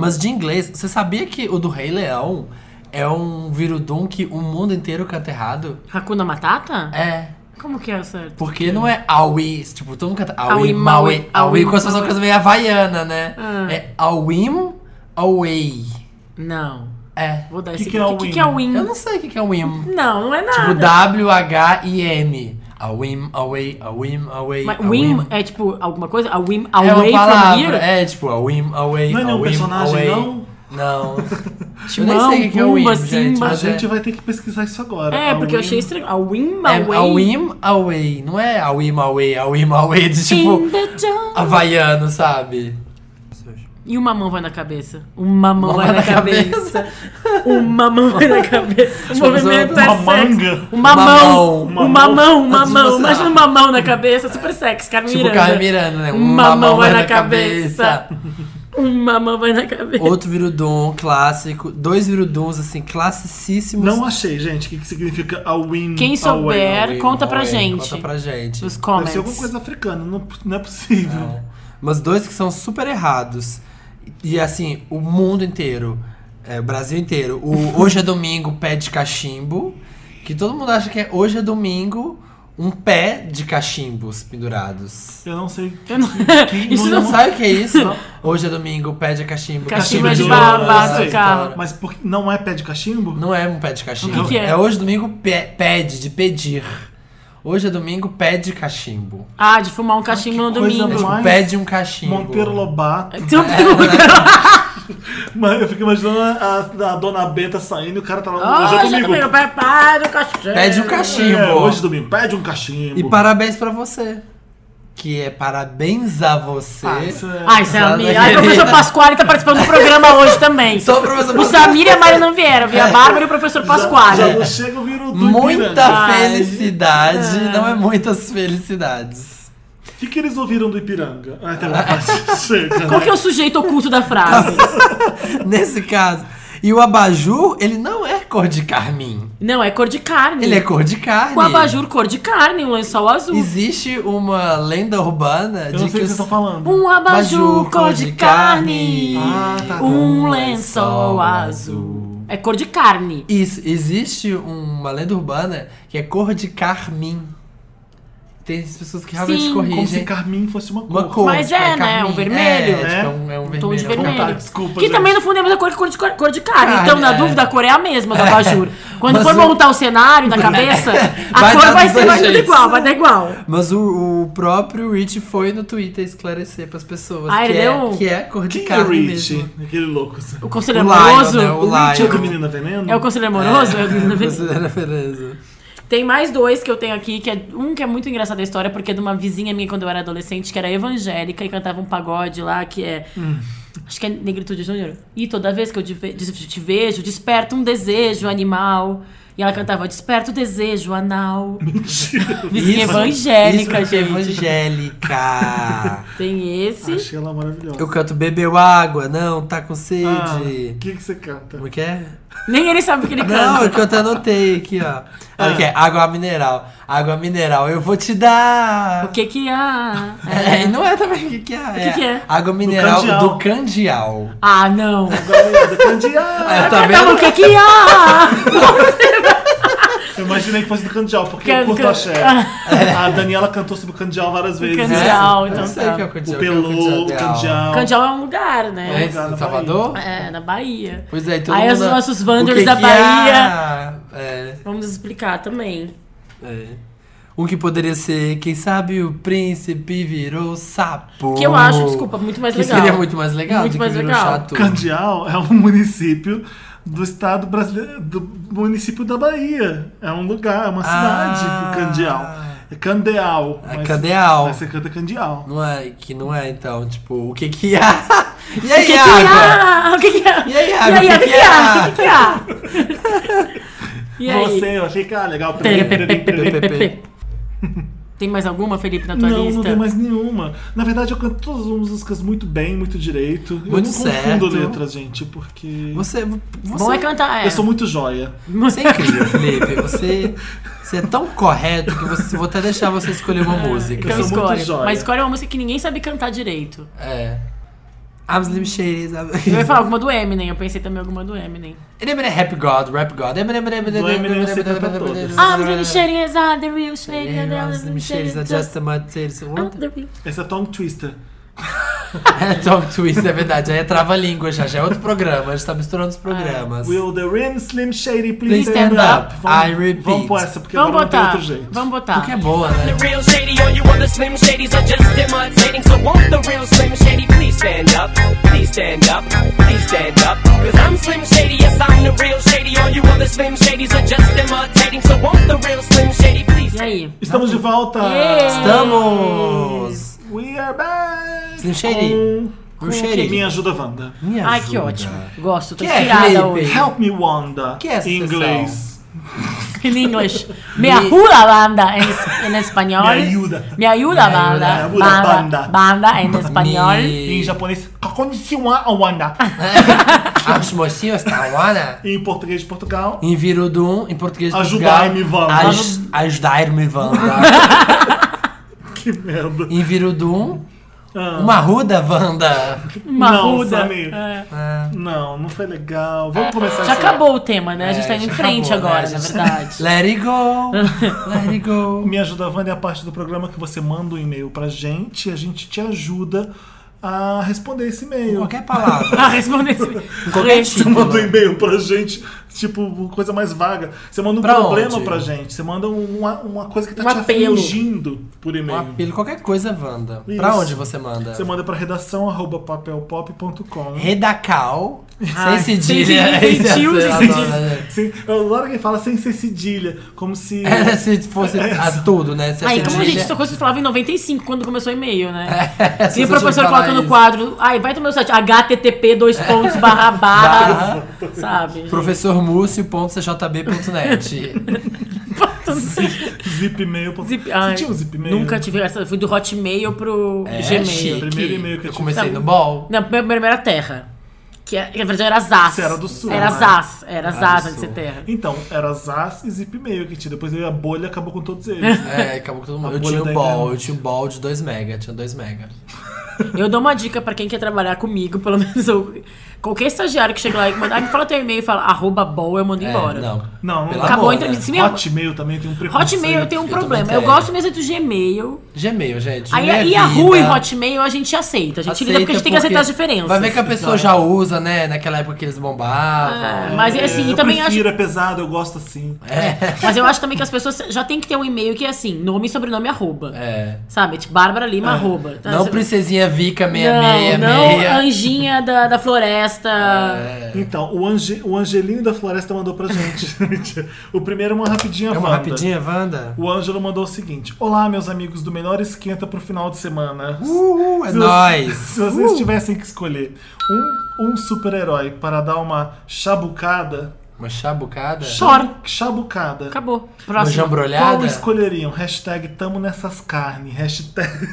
C: Mas de inglês, você sabia que o do Rei Leão é um virudum que o mundo inteiro canta errado?
A: Hakuna Matata?
C: É.
A: Como que é o certo?
C: Porque não é Aui, tipo, todo mundo canta
A: Aui,
C: Aui, Maui,
A: Maui, Aui,
C: Aui, como se fosse
A: Maui.
C: uma coisa meio havaiana, né?
A: Ah.
C: É Awim, Away.
A: Não.
C: É.
A: Vou dar
B: Que
A: esse.
B: que é o
A: que,
B: Wim?
A: que é o Win?
C: Eu não sei o que que é Wim.
A: Não, não é nada.
C: Tipo, W-H-I-M. Awim, Away, Awim, Away.
A: Mas
C: awim.
A: Wim é tipo alguma coisa? A Wim
C: É
A: away
C: uma
A: from
C: palavra,
A: here?
C: é tipo a Wim Away.
B: Não é nenhum
C: a whim
B: personagem,
C: away.
B: não?
C: Não.
A: Timão,
C: eu nem sei o que é o
A: Pumba,
C: Wim, gente,
A: Simba.
B: A
C: mas
B: gente
C: é,
B: vai ter que pesquisar isso agora.
A: É,
B: A
A: porque eu
B: Win-
A: achei estranho. A Wim
C: é
A: away.
C: a Wim Away, não é a Wim Away, a Wim Away de
A: In
C: tipo
A: the jungle.
C: havaiano, sabe?
A: E uma mão vai na cabeça. Uma mão
C: Uma
A: vai na cabeça. Uma mão vai na cabeça. O
C: Tipo,
A: movimento
C: uma
A: é
B: manga.
A: sexy. Uma
C: Uma
A: mão.
C: mão.
A: Uma
B: Uma
A: mão. Uma
C: Tipo
A: mão.
C: assim,
A: Imagina
C: ah.
A: uma mão na cabeça. Super sexy. Carmen
C: Tipo
A: Miranda.
C: Carmen Miranda, né?
A: Uma mão vai na cabeça. Uma mão vai na cabeça.
C: Outro virudum clássico, dois viruduns assim classicíssimos.
A: é?
B: Não achei, gente, o que, que significa a win.
A: Quem souber,
C: Away,
A: conta pra
C: away,
A: gente.
C: Conta pra gente.
A: Os
B: Deve ser alguma
A: comments.
B: coisa africana, não, não é possível.
C: Mas dois que são super errados. E assim, o mundo inteiro, é, o Brasil inteiro. um O Hoje é Domingo pede cachimbo. Que todo mundo acha que é Hoje é Domingo, um pé de cachimbos pendurados.
B: Eu não sei.
A: Eu não-
B: quem-
A: Isso
C: Não
A: não-
C: sabe o que é isso? Hoje é domingo, pé de né? cachimbo.
A: Cachimbo
B: é de
C: ouro,
B: baba,
C: essa
B: do
A: carro.
C: história.
B: Mas por... não é pé de cachimbo?
C: Não é um pé de cachimbo.
A: O que que é?
C: É hoje domingo, pe- pede, de pedir. Hoje é domingo, pé de cachimbo.
A: Ah, de fumar um cachimbo no
B: que coisa
A: domingo.
B: mais- Mas-
C: Pede um cachimbo.
B: Monteiro Lobato.
A: Então,
C: É,
B: Mas eu fico imaginando a, a dona Benta saindo e o cara tá lá. hoje
A: Hoje
B: é
A: eu
B: domingo.
A: domingo, prepara o cachimbo.
C: Pede um cachimbo.
B: É, hoje é domingo. Pede um cachimbo.
C: E parabéns pra você. Que é parabéns a você.
B: Ah, isso é-
A: Ai, Samir.
C: Exato.
A: Ai, o professor Pasquale tá participando do programa hoje
B: é-
A: também.
C: Só pra você
A: O Samir e a Mari não vieram, vi a Bárbara e o professor Pasquale.
B: Já, já chega, eu viro o Duque, né?
C: Muita
A: Ai.
C: felicidade. Não é muitas felicidades.
B: O que, que eles ouviram do Ipiranga? Ah, tá bom, chega. né?
A: Qual que é o sujeito oculto da frase?
C: Nesse caso. E o abajur, ele não é cor de carmim.
A: Não, é cor de carne.
C: Ele é cor de carne.
A: Com abajur cor de carne, um lençol azul.
C: Existe uma lenda urbana de
B: Eu não sei
C: que
B: o que vocês
C: os-
B: estão falando.
A: Um abajur cor de carne.
B: Ah, tá.
A: Um lençol azul. É cor de carne.
C: Isso, existe uma lenda urbana que é cor de carmim. Tem as pessoas que realmente
A: Sim,
C: corrigem.
B: Como se carmim fosse uma cor.
C: Uma cor,
A: Mas
C: tipo,
A: é, né?
C: carmim.
A: Um vermelho.
C: É,
B: É.
C: tipo, é um, é um
A: Um tom
C: vermelho.
A: de vermelho.
B: Tá, desculpa,
A: que
B: gente.
A: também, no fundo, é a mesma cor que cor de, cor, cor de carne.
C: Carne,
A: então, na
C: é.
A: dúvida, a cor é a mesma do abajur. Quando
C: Mas
A: for
C: o-
A: montar o cenário na cabeça, a
C: Vai
A: cor
C: dar
A: vai
C: dos
A: ser
C: dois
A: vai tudo
C: jeitos.
A: igual, vai dar igual.
C: Mas o, o próprio Rich foi no Twitter esclarecer pras pessoas
A: Ah,
C: que,
A: ele
C: é,
A: deu um-
C: que é cor de
B: Quem é
C: carne
B: Rich?
C: mesmo.
B: Aquele louco. assim.
A: O conselheiro
C: O Lion,
A: amoroso.
C: né? O
B: Rich é o
C: Lion.
B: do Menina Veneno? Ah,
A: É o conselheiro amoroso? É o menino veneno.
C: Considera beleza.
A: Tem mais dois que eu tenho aqui, que é um que é muito engraçado a história, porque é de uma vizinha minha quando eu era adolescente, que era evangélica e cantava um pagode lá, que é.
C: Hum.
A: Acho que é Negritude Júnior. E toda vez que eu te ve- te te vejo, desperta um desejo animal. E ela cantava, desperta o desejo anal.
B: Mentira.
C: Isso-
A: Vizinha
C: isso
A: evangélica,
C: porque é
A: gente.
C: evangélica.
A: Tem esse.
B: Achei ela maravilhosa.
C: Eu canto bebeu água, não, tá com
B: Ah,
C: sede.
B: o que, que você canta?
C: Como que é?
A: Nem ele sabe o que ele
C: Não,
A: canta.
C: é que eu até anotei aqui, ó. Olha
B: Ah.
C: que é água mineral. Água mineral, eu vou te dar.
A: O que que há?
C: É, e não é também o que, que é. O
A: que que é?
C: Água mineral
B: candial.
C: do candial.
A: Ah, não.
B: Depende. Ah,
C: Ah, tá
A: Então, o
C: vendo?
A: que que há?
B: Eu imaginei que fosse do Candial, porque
A: Can-
B: eu curto
A: can-
B: axé. A Daniela cantou sobre o Candial várias vezes.
A: Candial.
C: eu
A: então
C: não sei
A: tá.
C: o que é o candial. o
B: O
C: que é
B: Pelô, o Candial.
A: Candial é um lugar,
C: É
A: né?
C: isso,
B: Lugar
C: em
B: da
C: Salvador?
A: É, na Bahia.
C: Pois é, então.
A: Aí os nossos Wanders da Bahia.
C: É,
A: Vamos explicar também.
C: é. Um que poderia ser, quem sabe o príncipe virou sapo.
A: Que eu acho, desculpa, muito mais
C: que
A: legal.
C: seria muito mais legal do
A: Muito
C: que
A: mais
C: virou
A: legal.
C: chato.
B: Candial é um município do estado brasileiro, do município da Bahia. É um lugar, é uma
C: Ah.
B: cidade, o Candial. É Candeal.
C: É
B: mas-
C: Candeal.
B: Mas você canta Candial.
C: Não é, que não é então, tipo, o que que há? E aí,
A: O que que
C: água?
A: há? O que que há?
C: E aí, água?
A: E aí, o que que há?
C: há?
A: O que que há?
C: é?
A: E aí?
B: Você, eu achei que ah, legal.
A: Tem mais alguma, Felipe, na tua
B: Não, não
A: lista?
B: tem mais nenhuma. Na verdade, eu canto todas as músicas muito bem, muito direito. eu
C: Muito
B: não
C: certo.
B: confundo letras, gente, porque.
C: Você,
A: Bom é
C: você,
A: cantar. É.
B: Eu sou muito joia.
C: você é incrível, Felipe. Você, você é tão correto que você, vou até deixar você escolher uma música.
A: Então
B: eu sou muito
A: escolhe.
B: joia.
A: Mas escolhe uma música que ninguém sabe cantar direito.
C: É. I'm Slim Shady.
A: Eu ia falar alguma do Eminem, eu pensei também alguma do Eminem.
C: Eminem é Rap God, Rap God. Eminem
B: eu sei cantar todas.
A: Ah, mas the shady is not the real shady.
C: I'm Slim Shady,
A: is
C: I just a mud tales. What?
A: the real-
B: Essa é Tom Twister.
C: É Tom Twist, é verdade. Aí é trava-língua já, já é outro programa. A gente tá misturando os programas.
B: Will the rim slim shady
C: Please
B: please,
C: stand up.
B: Vamos,
C: I repeat.
B: Vamos pôr essa, porque
A: Vamos
B: agora não
A: botar.
B: tem outro jeito.
A: Vamos botar.
C: Porque é boa, né?
F: real shady or you other slim shadies are just imitating so won't the real slim shady please stand up please stand up please stand up cause i'm slim shady yes i'm the real shady or you other slim shadies are just imitating so won't the real slim shady please
A: E aí?
B: Estamos de volta.
A: Yeah.
C: Estamos!
B: We are back.
C: Slim Shady.
B: Com...
C: Shady.
B: Me ajuda, Wanda.
C: Me
A: Ai, que
C: ajuda.
A: ótimo. Gosto, tô
C: Que é,
A: inspirada
C: Felipe?
A: hoje.
B: Help me, Wanda.
C: Que é essa
B: em inglês.
A: In English. Me ajuda, banda, em, em espanhol.
B: Me ajuda.
A: Me ajuda,
C: Me
A: banda.
B: ajuda, banda.
A: Banda, banda em espanhol.
C: Me-
B: Em japonês, konnichiwa, Wanda.
C: Os mocinhos da Wana.
B: em português de Portugal,
C: Em Virudum, em português de
B: Ajudai-me,
C: Portugal,
B: Wanda.
C: aj- Ajudai-me, Wanda.
B: que merda.
C: em Virudum,
A: Ah.
C: Uma ruda, Wanda?
A: Marruda.
B: Não, Samir.
A: É.
C: Ah.
B: Não, não foi legal. Vamos começar
A: Já
B: essa-
A: acabou o tema, né? A gente
C: É,
A: tá indo em
C: já
A: frente
C: acabou,
A: agora,
C: né?
A: na
C: Já-
A: verdade.
C: Let it go! Let it go!
B: Me Ajuda Wanda é a parte do programa que você manda um e-mail pra gente e a gente te ajuda a responder esse e-mail.
C: Qualquer palavra.
A: Ah, responde esse.
C: Qualquer
A: Re-
B: Você
C: tipo.
B: manda um e-mail pra gente, tipo, coisa mais vaga. Você manda um
C: Pra
B: problema
C: onde?
B: pra gente. Você manda um- uma, uma coisa que tá
A: Um
B: te
A: apelo.
B: afligindo por
C: Um
B: e-mail.
C: apelo, qualquer coisa, Wanda.
B: Isso.
C: Pra onde você manda?
B: Você manda pra redação arroba papelpop.com.
C: Redacal.
A: Ai,
C: sem
A: sem
C: cedilha.
A: cedilha, sem
C: Esse é-
A: cedilha.
C: adoro, né?
B: Sim, eu adoro quem fala sem ser cedilha, como se.
C: Era é,
A: É.
C: se fosse a tudo, né? Se
A: Aí, como a gente
C: cedilha-
A: só coisa que falava em 95, quando começou o e-mail, né?
C: Essa
A: E o
C: você tinha
A: professor
C: que falar
A: coloca no
C: isso.
A: quadro, ai, vai tomar o site, http, dois pontos, barra, barra, sabe? gente?
C: professormúcio.cjb.net
B: Zipmail.com.
A: Zip-
B: Você
A: ai,
B: tinha um zipmail?
A: Nunca tive essa, fui do Hotmail pro
C: É,
A: Gmail.
C: chique.
B: Primeiro e-mail que eu
C: eu
B: tive.
C: comecei no
A: Não.
C: ball.
A: Não, primeiro, primeiro era Terra, que, é- que na verdade era Zaz.
B: Você era do Sul,
A: Era
B: né?
A: Zaz, era
C: Ah, do
A: Zaz antes de
C: Sul.
A: ser Terra.
B: Então, era Zaz e Zipmail que tinha. Depois veio a bolha acabou com todos eles.
C: É, acabou que todo mundo.
B: A
C: Eu
B: bolha
C: tinha o
B: da
C: ball,
B: internet.
C: eu tinha o ball de 2 mega, tinha 2 mega.
A: Eu dou uma dica pra quem quer trabalhar comigo, pelo menos eu- qualquer estagiário que chega lá e manda, ah, me fala teu e-mail e fala arroba boa, eu mando
C: É,
A: embora.
C: não.
B: Não,
C: Pelo
B: não
A: Acabou então, a
C: amor,
A: entrevista. Se
C: né?
A: minha-
B: Hotmail também tem um preconceito.
A: Hotmail eu tenho um
C: Eu
A: problema.
C: também
A: Eu
C: tenho.
A: gosto mesmo do Gmail.
C: Gmail, gente.
A: Aí,
C: não é
A: e a Yahoo e
C: vida.
A: Hotmail a gente aceita. A gente lida porque a gente tem que
C: porque
A: aceitar as diferenças.
C: Vai ver que a pessoa já usa, né? Naquela época que eles bombavam.
A: É, mas assim,
B: eu
A: e também acho,
B: prefiro, é pesado, eu gosto assim.
A: mas eu acho também que as pessoas já tem que ter um e-mail que é assim, nome e sobrenome arroba.
C: É.
A: Sabe? Tipo, Bárbara Lima arroba. Tá?
C: Não
A: Você-
C: princesinha Vica
A: Não,
C: 666.
A: não anjinha da, da floresta.
C: É.
B: Então, o, Ange- o Angelinho da Floresta mandou pra gente. o primeiro é uma rapidinha
C: É uma
B: Wanda.
C: rapidinha, Wanda?
B: O Ângelo mandou o seguinte: Olá, meus amigos do Melhor Esquenta pro final de semana.
C: Uhul, é
B: Se vocês-
C: nóis! Uh.
B: Se vocês tivessem que escolher um, um super-herói para dar uma chabucada.
C: Uma chabucada?
A: Thor.
B: Chabucada.
A: Acabou.
C: Uma
A: Próximo.
B: Qual
C: jambrolhada?
B: escolheriam? Hashtag tamo nessas carnes. Hashtag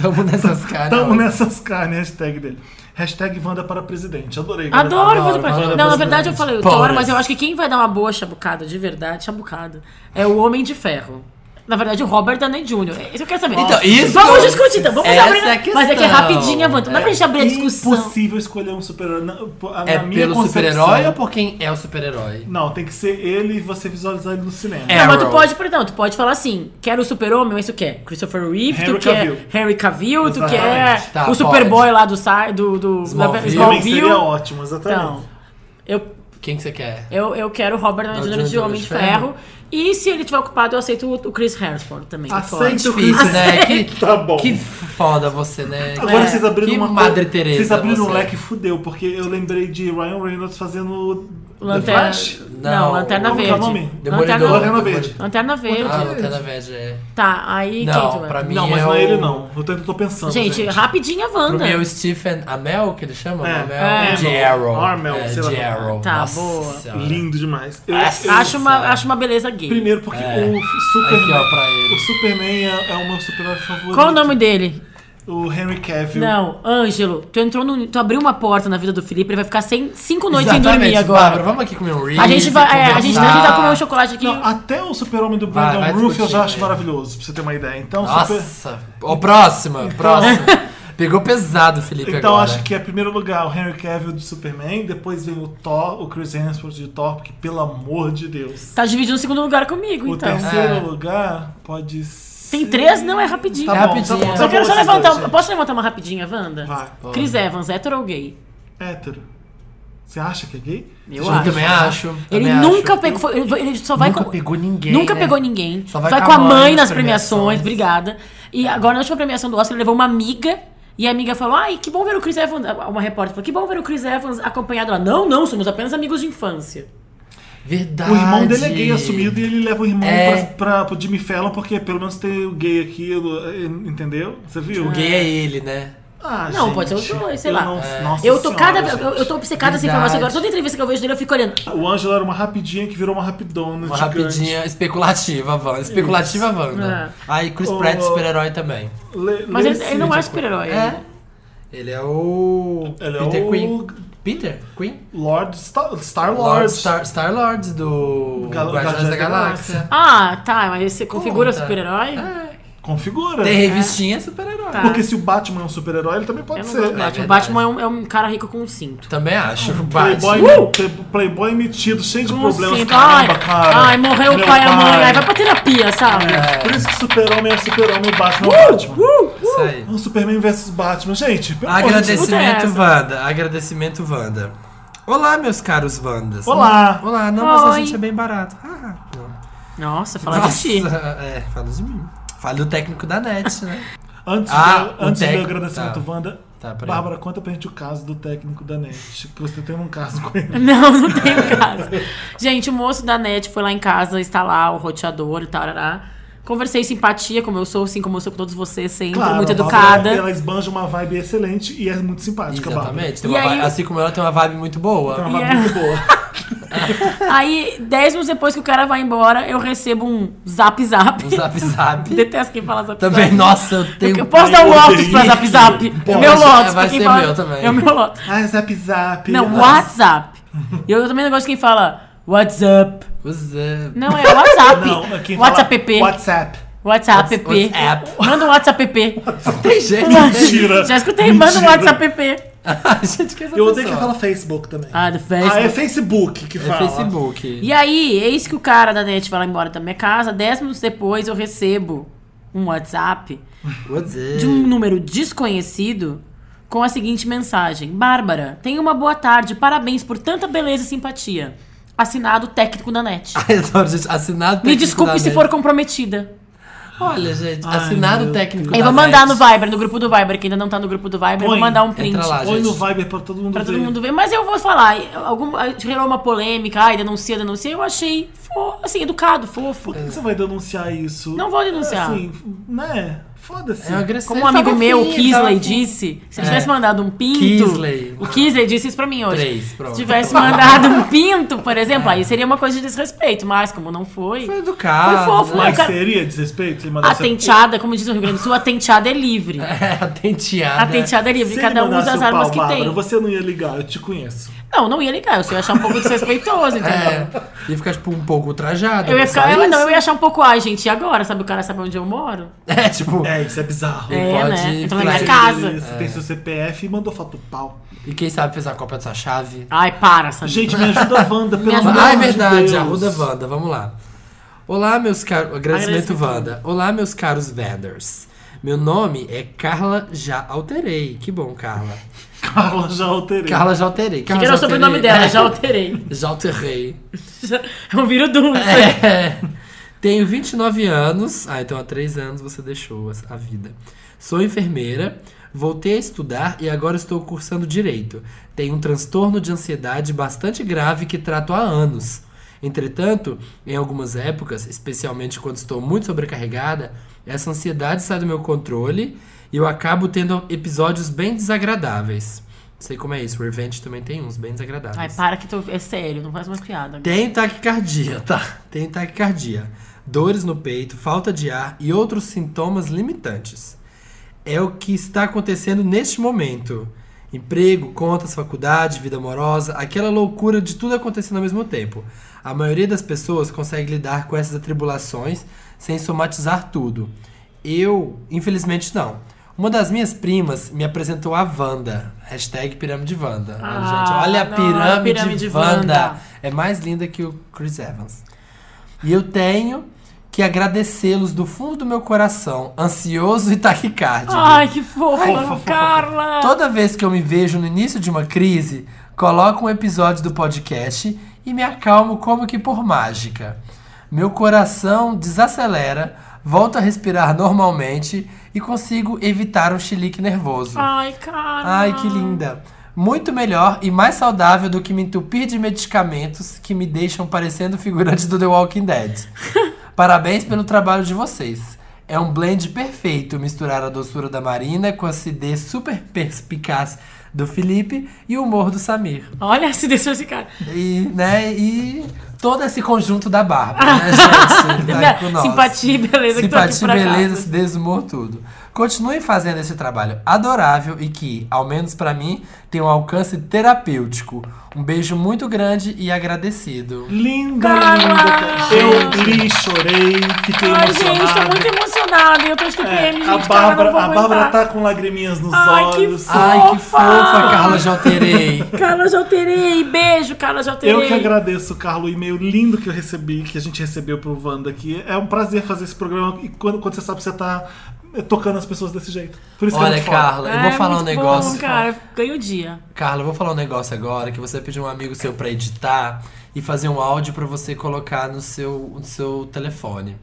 C: Tamo nessas caras.
B: tamo nessas carnes. Hashtag dele. Hashtag Wanda para presidente. Adorei. galera.
A: Adoro,
C: Adoro,
A: fazer parte.
C: adoro
A: Não, na
C: fazer
A: verdade eu
C: parte.
A: falei o Thor,
C: Powers.
A: mas eu acho que quem vai dar uma boa chabucada, de verdade, chabucada, é o Homem de Ferro. Na verdade, o Robert Downey Jr. É Isso eu quero saber.
C: Então, isso-
A: Vamos discutir, então. Vamos
C: essa
A: abrir.
C: é a questão.
A: mas é que é rapidinho, Vanto. Não dá pra gente abrir a discussão.
B: Impossível escolher um super-herói. Na, na
C: É
B: minha
C: pelo
B: concepção-
C: super-herói ou por quem é o super-herói?
B: Não, tem que ser ele e você visualizar ele no cinema.
C: É.
A: Não, mas tu
C: Arrow.
A: pode, perdão, tu pode falar assim, quero o super-homem, mas tu quer Christopher Reeve,
B: Henry
A: tu quer
B: Cavill.
A: Henry Cavill, tu
B: Exatamente.
A: quer
C: Tá,
A: o
C: pode.
A: Superboy lá do, sa- do, do
C: Smallville.
B: Também seria ótimo, exatamente.
A: Então, eu,
C: Quem que você quer?
A: Eu, eu quero o Robert Downey Jr. de Homem de Ferro. E se ele tiver ocupado, eu aceito o, o Chris Hemsworth também. que
B: Aceito.
A: pode.
C: Difícil, né? Que,
B: Tá bom. Tá
C: que foda você, né?
B: Agora
A: É,
B: vocês abriram
C: que
B: uma
C: Madre
B: coisa-
C: Teresa
B: Vocês abriram um
C: você.
B: leque fudeu, porque eu lembrei de Ryan Reynolds fazendo The
A: Lanterna,
B: Flash.
A: não,
C: Não,
A: Lanterna
B: como que é
A: Verde.
B: o nome?
C: Demolidor.
A: Lanterna,
B: Lanterna Verde.
A: Lanterna Verde.
C: Ah, Lanterna Verde, é.
A: Tá, aí quem tu
C: Não,
A: vai?
C: pra mim
B: Não, mas
C: é
B: não
C: o...
B: é ele não. Eu tô, eu tô pensando.
A: Gente, rapidinha a Wanda.
C: Pro meu Stephen Amel, que ele chama?
B: É.
C: Amel?
B: É.
C: De Arrow.
B: Armel,
C: é,
B: sei lá.
C: de Arrow.
A: Tá,
C: Nossa
A: boa.
C: Senhora.
B: Lindo demais. Eu,
C: Nossa.
B: eu-
A: acho, uma,
C: Nossa.
A: acho uma beleza gay.
B: primeiro porque
C: É.
B: o
C: Aqui,
B: Superman,
C: ó, pra
B: o
C: ele.
B: Superman é, é o meu super-herói favorito.
A: Qual o nome dele?
B: O Henry Cavill.
A: Não, Ângelo, tu entrou no. Tu abriu uma porta na vida do Felipe, ele vai ficar sem, cinco noites sem
C: Exatamente,
A: dormir agora.
C: Bárbara, vamos aqui comer um Reese,
A: A gente vai. é, a, gente, a gente vai
C: conversar.
A: comer um chocolate aqui.
B: Não, até o super-homem do
C: Vai,
B: Brandon
C: vai
B: Roof eu
C: discutir,
B: já acho
C: né?
B: maravilhoso, pra você ter uma ideia. Então, super-
C: Nossa. Ô, próxima, próxima. Pegou pesado, Felipe,
B: Então
C: agora.
B: acho que é em primeiro lugar o Henry Cavill de Superman, depois vem o Thor, o Chris Hemsworth de Thor, porque pelo amor de Deus.
A: Tá dividindo o segundo lugar comigo,
B: O
A: então.
B: terceiro
C: É.
B: lugar pode ser.
A: Tem três? Não, é rapidinho.
B: Tá
C: É
B: bom,
C: rapidinho.
B: tá bom,
A: Só
B: tá
A: quero
B: bom
A: só
B: esses
A: levantar.
C: um-
B: dois,
A: uma-
B: gente.
A: posso levantar uma rapidinha, Wanda?
B: Vai.
A: Chris Evans, hétero ou gay?
B: Hétero. Você acha que é gay?
A: Eu
C: Eu
A: acho.
C: também acho.
A: Ele
C: também
A: nunca
C: acho.
A: pegou. foi- ele- ele só vai
C: Nunca
A: com.
C: pegou ninguém,
A: Nunca
C: né?
A: pegou ninguém.
C: Só
A: vai,
C: vai
A: com a mãe
C: nas
A: nas
C: premiações.
A: premiações, obrigada. E agora na última premiação do Oscar, ele levou uma amiga. E a amiga falou: Ai, que bom ver o Chris Evans. Uma repórter falou: Que bom ver o Chris Evans acompanhado. Ela: Não, não, somos apenas amigos de infância.
C: Verdade.
B: O irmão dele é gay assumido e ele leva o irmão
C: É.
B: pra, pra, pro Jimmy Fallon, porque pelo menos tem o gay aqui, entendeu? Você viu?
C: O gay é ele, né?
B: Ah,
A: Não,
B: gente,
A: pode ser os dois, sei
B: eu
A: lá.
B: não- Nossa
A: eu tô
B: Senhora,
A: cada
B: gente.
A: eu, eu tô obcecada essa
C: Verdade.
A: informação agora. Toda entrevista que eu vejo dele, eu fico olhando.
B: O Ângelo era uma rapidinha que virou uma rapidona.
C: Uma
B: gigante.
C: rapidinha especulativa, Wanda. Especulativa,
A: É.
C: Wanda. Aí, Chris
B: O-
C: Pratt, super-herói também.
B: Le- tipo,
A: Mas
B: lê
A: ele,
B: esse-
A: ele não é super-herói. ele-
C: É. Ele é o...
B: Ele é
C: Peter
B: o-
C: Queen. Peter Queen?
B: Lord Star, Star
C: Lord
B: Lord.
C: Star, Star Lord do
B: Gal-
C: Guardiões da Galáxia.
A: Ah, tá, mas você configura
C: Conta. É,
A: super-herói?
B: Configura.
C: Tem revistinha é super-herói.
A: Tá.
B: Porque se o Batman é um super-herói, ele também pode
A: Eu não
B: ser.
A: gosto do Batman.
C: verdade.
A: O Batman é um, é um cara rico com um cinto.
C: Também acho.
B: Playboy,
C: Batman.
B: play- Playboy metido, cheio de
A: Com um
B: problemas.
A: cinto.
B: Caramba,
A: Uh! ai,
B: cara.
A: ai, morreu
B: Meu
A: o pai e a mãe. Ai, vai pra terapia, sabe?
B: Por isso que super-homem é super-homem, o Batman
A: Uh!
B: é o Batman.
C: Isso aí.
B: É um Superman versus Batman. Gente, pelo amor de Deus.
A: escuta
C: Agradecimento,
A: essa.
C: Wanda. Agradecimento, Wanda. Olá, meus caros Wandas.
B: Olá.
C: Olá, não, mas a
A: Oi.
C: gente é bem barato. Ah, não.
A: Nossa, falar
C: Nossa,
A: de ti.
C: É, fala de mim. Fala do técnico da net, né?
B: Antes,
C: Ah,
B: de,
C: o
B: antes do
C: técnico,
B: agradecimento,
C: tá.
B: Wanda,
C: Tá, peraí.
B: Bárbara, conta pra gente o caso do técnico da NET. Que você tem um caso com ele.
A: Não, não tenho casa. Gente, o moço da net foi lá em casa instalar o roteador e tal. arará. Conversei simpatia, como eu sou, assim como eu sou com todos vocês, sempre muito
B: a Bárbara,
A: educada.
B: Ela esbanja uma vibe excelente e é muito simpática, Bárbara.
C: Exatamente. Tem
A: E
C: uma
A: aí-
C: vibe- assim como ela tem uma vibe muito boa.
B: Tem uma vibe
A: E é-
B: muito boa.
A: Aí, 10 minutos depois que o cara vai embora, eu recebo um zap zap.
C: Um zap zap.
A: Detesto quem fala zap
C: Também,
A: zap.
C: nossa, eu tenho.
A: Eu posso dar um
B: Eu
A: Lotus
B: odeio
A: pra Zap
B: isso.
A: Zap. É meu
C: Pode, vai
A: Lotus. pra quem
C: ser
A: fala-
C: meu também.
A: É o meu Lotus.
B: Ah, zap zap.
A: Não,
B: Ah,
A: WhatsApp. E eu também não gosto de quem fala WhatsApp.
C: Usa-
A: Não, é WhatsApp.
B: Não, quem fala
A: WhatsApp. app.
B: WhatsApp.
A: WhatsApp. app.
C: WhatsApp.
A: Manda um WhatsApp. app.
C: Tem gente.
B: Mentira.
A: Já escutei, manda um
B: Mentira.
A: WhatsApp. app.
C: A gente quer essa
B: Eu odeio
C: pessoa.
B: quem fala Facebook também.
A: Ah, do
B: Ah, é
A: Facebook.
B: Facebook que
C: É
B: fala.
C: Facebook.
A: E aí, eis que o cara da net vai lá embora da minha casa. Dez minutos depois eu recebo um WhatsApp
C: Usa-
A: de um número desconhecido com a seguinte mensagem: Bárbara, tenha uma boa tarde, parabéns por tanta beleza e simpatia. Assinado técnico da net.
B: Ah,
C: Ai, adoro, gente. Assinado
A: Me
C: técnico
A: desculpe
C: da
A: se
C: net.
A: for comprometida.
C: Olha, gente.
B: Ai,
C: assinado
B: meu
C: técnico.
A: Eu
C: da
A: vou mandar no
C: net.
A: Viber, no grupo do Viber, que ainda não tá no grupo do Viber, eu vou
B: Põe,
A: mandar um print.
C: Entra lá,
B: Põe no
C: tá, gente.
B: Viber pra todo mundo
A: Pra todo
B: ver.
A: mundo ver, mas eu vou falar, algum, ah, gerou uma polêmica, ai, denuncia, denuncia, eu achei, fo- assim, educado, fofo.
B: Por
C: É.
B: que você vai denunciar isso?
A: Não vou denunciar.
B: Assim, né? Foda-se.
C: É um agressivo.
A: Como um amigo
C: Tava
A: meu, o
C: afim, tava
A: Kisley,
C: afim.
A: disse, se ele
C: É.
A: tivesse mandado um pinto.
C: Kisley.
A: O Kisley disse isso pra mim hoje.
C: Três, pronto.
A: se tivesse mandado um pinto, por exemplo, aí seria uma coisa de desrespeito, mas como não foi.
C: Foi educado.
A: Foi fofo,
C: né?
A: mas-
B: Mas
A: cara-
B: seria desrespeito? se ele
A: A
B: mandasse-
A: tenteada, como diz o Rio Grande do Sul, a tenteada é livre.
C: É, a tenteada.
A: A tenteada é livre,
B: Se ele
A: cada um
B: mandasse
A: usa as
B: o pau,
A: armas que
B: Bárbara,
A: tem.
B: Você não ia ligar, eu te conheço.
A: Não, não ia ligar, eu só ia achar um pouco desrespeitoso, entendeu?
C: É. Ia ficar, tipo, um pouco ultrajado.
A: Eu ia ficar,
C: Só
A: eu,
C: isso.
A: não, eu ia achar um pouco, ai, gente, e agora? Sabe, o cara sabe onde eu moro?
C: É, tipo...
B: É, isso é bizarro.
A: É,
C: pode
A: né? Entrou na
C: falar
A: minha
C: que
A: casa.
B: Você tem seu CPF e mandou foto do pau.
C: E quem sabe fez a cópia dessa chave.
A: Ai, para, sabe?
B: Gente, me ajuda a Wanda, pelo amor
A: ajuda.
B: de
C: Ah, é
B: Deus.
C: verdade, Arruda Wanda, vamos lá. Olá, meus caros. Agradecimento,
A: Agradecimento.
C: Wanda. Olá, meus caros Vanders. Meu nome é Carla Já Alterei. Que bom, Carla.
B: Carla, já alterei.
C: Carla Já Alterei. Carla
A: que era o
C: Já
A: sobrenome
C: Alterei.
A: dela, já alterei.
C: Já Alterei.
A: É um viro duro. isso aí.
C: É. Tenho 29 anos. Ah, então há 3 anos você deixou as- a vida. Sou enfermeira, voltei a estudar e agora estou cursando direito. Tenho um transtorno de ansiedade bastante grave que trato há anos. Entretanto, em algumas épocas, especialmente quando estou muito sobrecarregada, essa ansiedade sai do meu controle e eu acabo tendo episódios bem desagradáveis. Sei como é isso, Revenge também tem uns bem desagradáveis.
A: Ai, para que tô. É sério, não faz mais piada.
C: Tem taquicardia, tá? Tem taquicardia. Dores no peito, falta de ar e outros sintomas limitantes. É o que está acontecendo neste momento. Emprego, contas, faculdade, vida amorosa, aquela loucura de tudo acontecendo ao mesmo tempo. A maioria das pessoas consegue lidar com essas atribulações sem somatizar tudo. Eu, infelizmente, não. Uma das minhas primas me apresentou a Wanda. Hashtag pirâmide Wanda. Olha,
A: Ah,
C: gente, olha a
A: não,
C: pirâmide,
A: pirâmide
C: Wanda.
A: Wanda.
C: É mais linda que o Chris Evans. E eu tenho que agradecê-los do fundo do meu coração, ansioso e taquicárdio.
A: Ai, que fofa,
B: Fofa, fofa,
A: Carla!
C: Toda vez que eu me vejo no início de uma crise, coloco um episódio do podcast e me acalmo como que por mágica. Meu coração desacelera, volto a respirar normalmente e consigo evitar um chilique nervoso.
A: Ai, Carla!
C: Ai, que linda. Muito melhor e mais saudável do que me entupir de medicamentos que me deixam parecendo figurante do The Walking Dead. Parabéns pelo trabalho de vocês. É um blend perfeito misturar a doçura da Marina com a acidez super perspicaz do Felipe e o humor do Samir.
A: Olha, se deixou esse cara.
C: E, né, e todo esse conjunto da Bárbara, né, gente? Tá aí com nós.
A: Simpatia e beleza que tô
C: Simpatia,
A: aqui pra
C: beleza,
A: casa.
C: se desumor, tudo. Continuem fazendo esse trabalho adorável e que, ao menos pra mim, tem um alcance terapêutico. Um beijo muito grande e agradecido.
B: Linda,
A: Carla!
B: linda. Eu li, chorei, fiquei
A: Ai, gente,
B: emocionado.
C: um
A: tô muito emocionada. nada. E eu tô escrevendo,
B: É, A
A: gente, cara,
B: Bárbara,
A: não vou
B: a Bárbara tá
A: aguentar.
B: com lagriminhas nos
A: Ai, que
B: olhos.
A: fofo.
C: Ai, que
A: Fofa!
C: fofa, Carla, já alterei.
A: Carla, já alterei. Beijo, Carla, já alterei.
B: tá- Eu que agradeço, Carlos, o e-mail lindo que eu recebi, que a gente recebeu pro Wanda aqui. É um prazer fazer esse programa e quando, quando você sabe, você tá eh, tocando as pessoas desse jeito. Por isso que é
C: Olha,
B: muito foda.
C: Carla, eu
A: Ah,
C: vou
A: é
C: falar um
A: muito
C: negócio.
A: Bom, cara, ganho o dia.
C: Carla, eu vou falar um negócio agora que você pediu um amigo seu pra editar e fazer um áudio pra você colocar no seu, no seu telefone.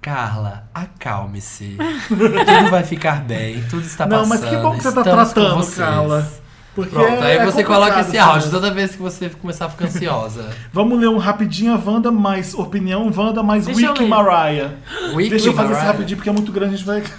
C: Carla, acalme-se. tudo vai ficar bem, tudo está
B: Não,
C: passando.
B: mas que bom que você tá
C: estamos com
B: tratando,
C: vocês.
B: Carla. Porque
C: Pronto,
B: é-
C: aí
B: é
C: você
B: complicado,
C: coloca esse
B: sabe?
C: áudio toda vez que você começar a ficar ansiosa.
B: Vamos ler um rapidinho a Wanda mais opinião, Wanda mais
A: Deixa eu
B: Wiki
A: ler.
B: Mariah.
C: Wiki
B: Deixa eu fazer esse
C: Mariah.
B: rapidinho porque é muito grande, a gente vai.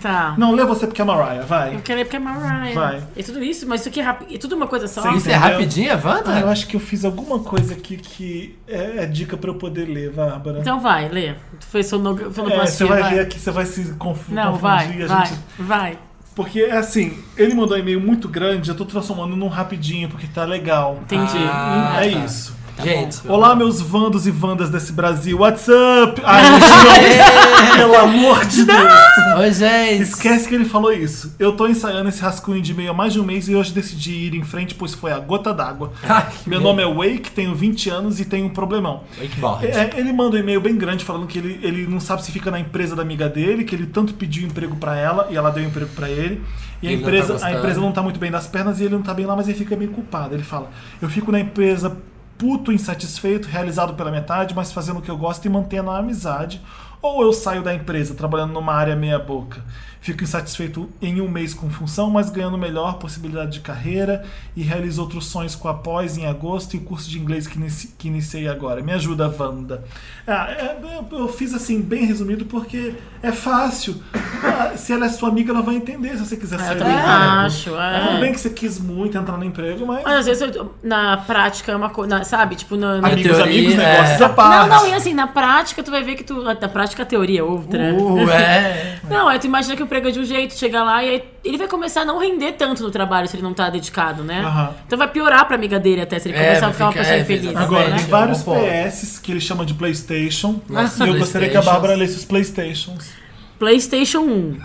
A: Tá.
B: Não, lê você porque é Mariah, vai.
A: Eu quero ir porque é Mariah.
B: Vai.
A: E tudo isso, mas isso aqui é rápido. É tudo uma coisa só.
B: Sim.
C: Isso é
B: Entendeu?
C: rapidinha, Wanda?
B: Ah, eu acho que eu fiz alguma coisa aqui que é, é dica pra eu poder ler, Bárbara.
A: Então vai, lê. Tu fez sonog-
B: É, você
A: sonoplastia,
B: vai,
A: vai.
B: ver aqui, você vai se conf-
A: Não,
B: confundir.
A: vai,
B: a
A: vai,
B: gente-
A: vai.
B: Porque é assim, ele mandou um e-mail muito grande, eu tô transformando num rapidinho, porque tá legal.
A: Entendi.
C: Ah,
B: é
C: tá.
B: isso.
C: Gente,
B: Olá, meus vandos e vandas desse Brasil. What's up? Ai, gente,
A: É.
B: não. Pelo amor de Deus.
C: Oi, gente.
B: Esquece que ele falou isso. Eu tô ensaiando esse rascunho de e-mail há mais de um mês e hoje decidi ir em frente, pois foi a gota d'água.
C: Ai, que
B: Meu
C: medo.
B: nome é Wake, tenho 20 anos e tenho um problemão.
C: Oi, que bode.
B: É, ele manda um e-mail bem grande falando que ele, ele não sabe se fica na empresa da amiga dele, que ele tanto pediu emprego pra ela e ela deu emprego pra ele. E a
C: Ele não tá
B: empresa, a
C: gostando.
B: empresa não tá muito bem das pernas e ele não tá bem lá, mas ele fica meio culpado. Ele fala: Eu fico na empresa puto, insatisfeito, realizado pela metade, mas fazendo o que eu gosto e mantendo a amizade. Ou eu saio da empresa trabalhando numa área meia-boca. Fico insatisfeito em um mês com função, mas ganhando melhor possibilidade de carreira e realizo outros sonhos com a pós em agosto e o curso de inglês que, inici- que iniciei agora. Me ajuda, Wanda. Ah, é- é- eu fiz assim, bem resumido, porque é fácil. Ah, se ela é sua amiga, ela vai entender se você quiser sair do
A: também
B: emprego.
A: acho, é.
B: Tudo bem que você quis muito entrar no emprego, mas.
A: Mas às vezes eu- na prática é uma coisa, sabe? Tipo, na, na-
B: amigos,
C: teoria,
B: amigos,
C: é.
B: negócios à
A: Não,
B: parte.
A: não, e assim, na prática tu vai ver que tu. Na prática a teoria é outra.
C: Uh, é.
A: Não, aí tu imagina que o prego é de um jeito, chega lá e aí ele vai começar a não render tanto no trabalho se ele não tá dedicado, né?
B: Aham.
A: Então vai piorar pra amiga dele até, se ele
C: É,
A: começar a
C: vai
A: ficar uma
C: ficar-
A: pessoa
C: é,
A: infeliz.
C: exatamente.
B: Agora,
A: né? Ah,
B: tem vários
C: Bom ponto.
B: PS que ele chama de PlayStation.
C: Nossa,
B: e eu gostaria que a
C: PlayStations.
B: Bárbara lesse os PlayStations.
A: PlayStation 1.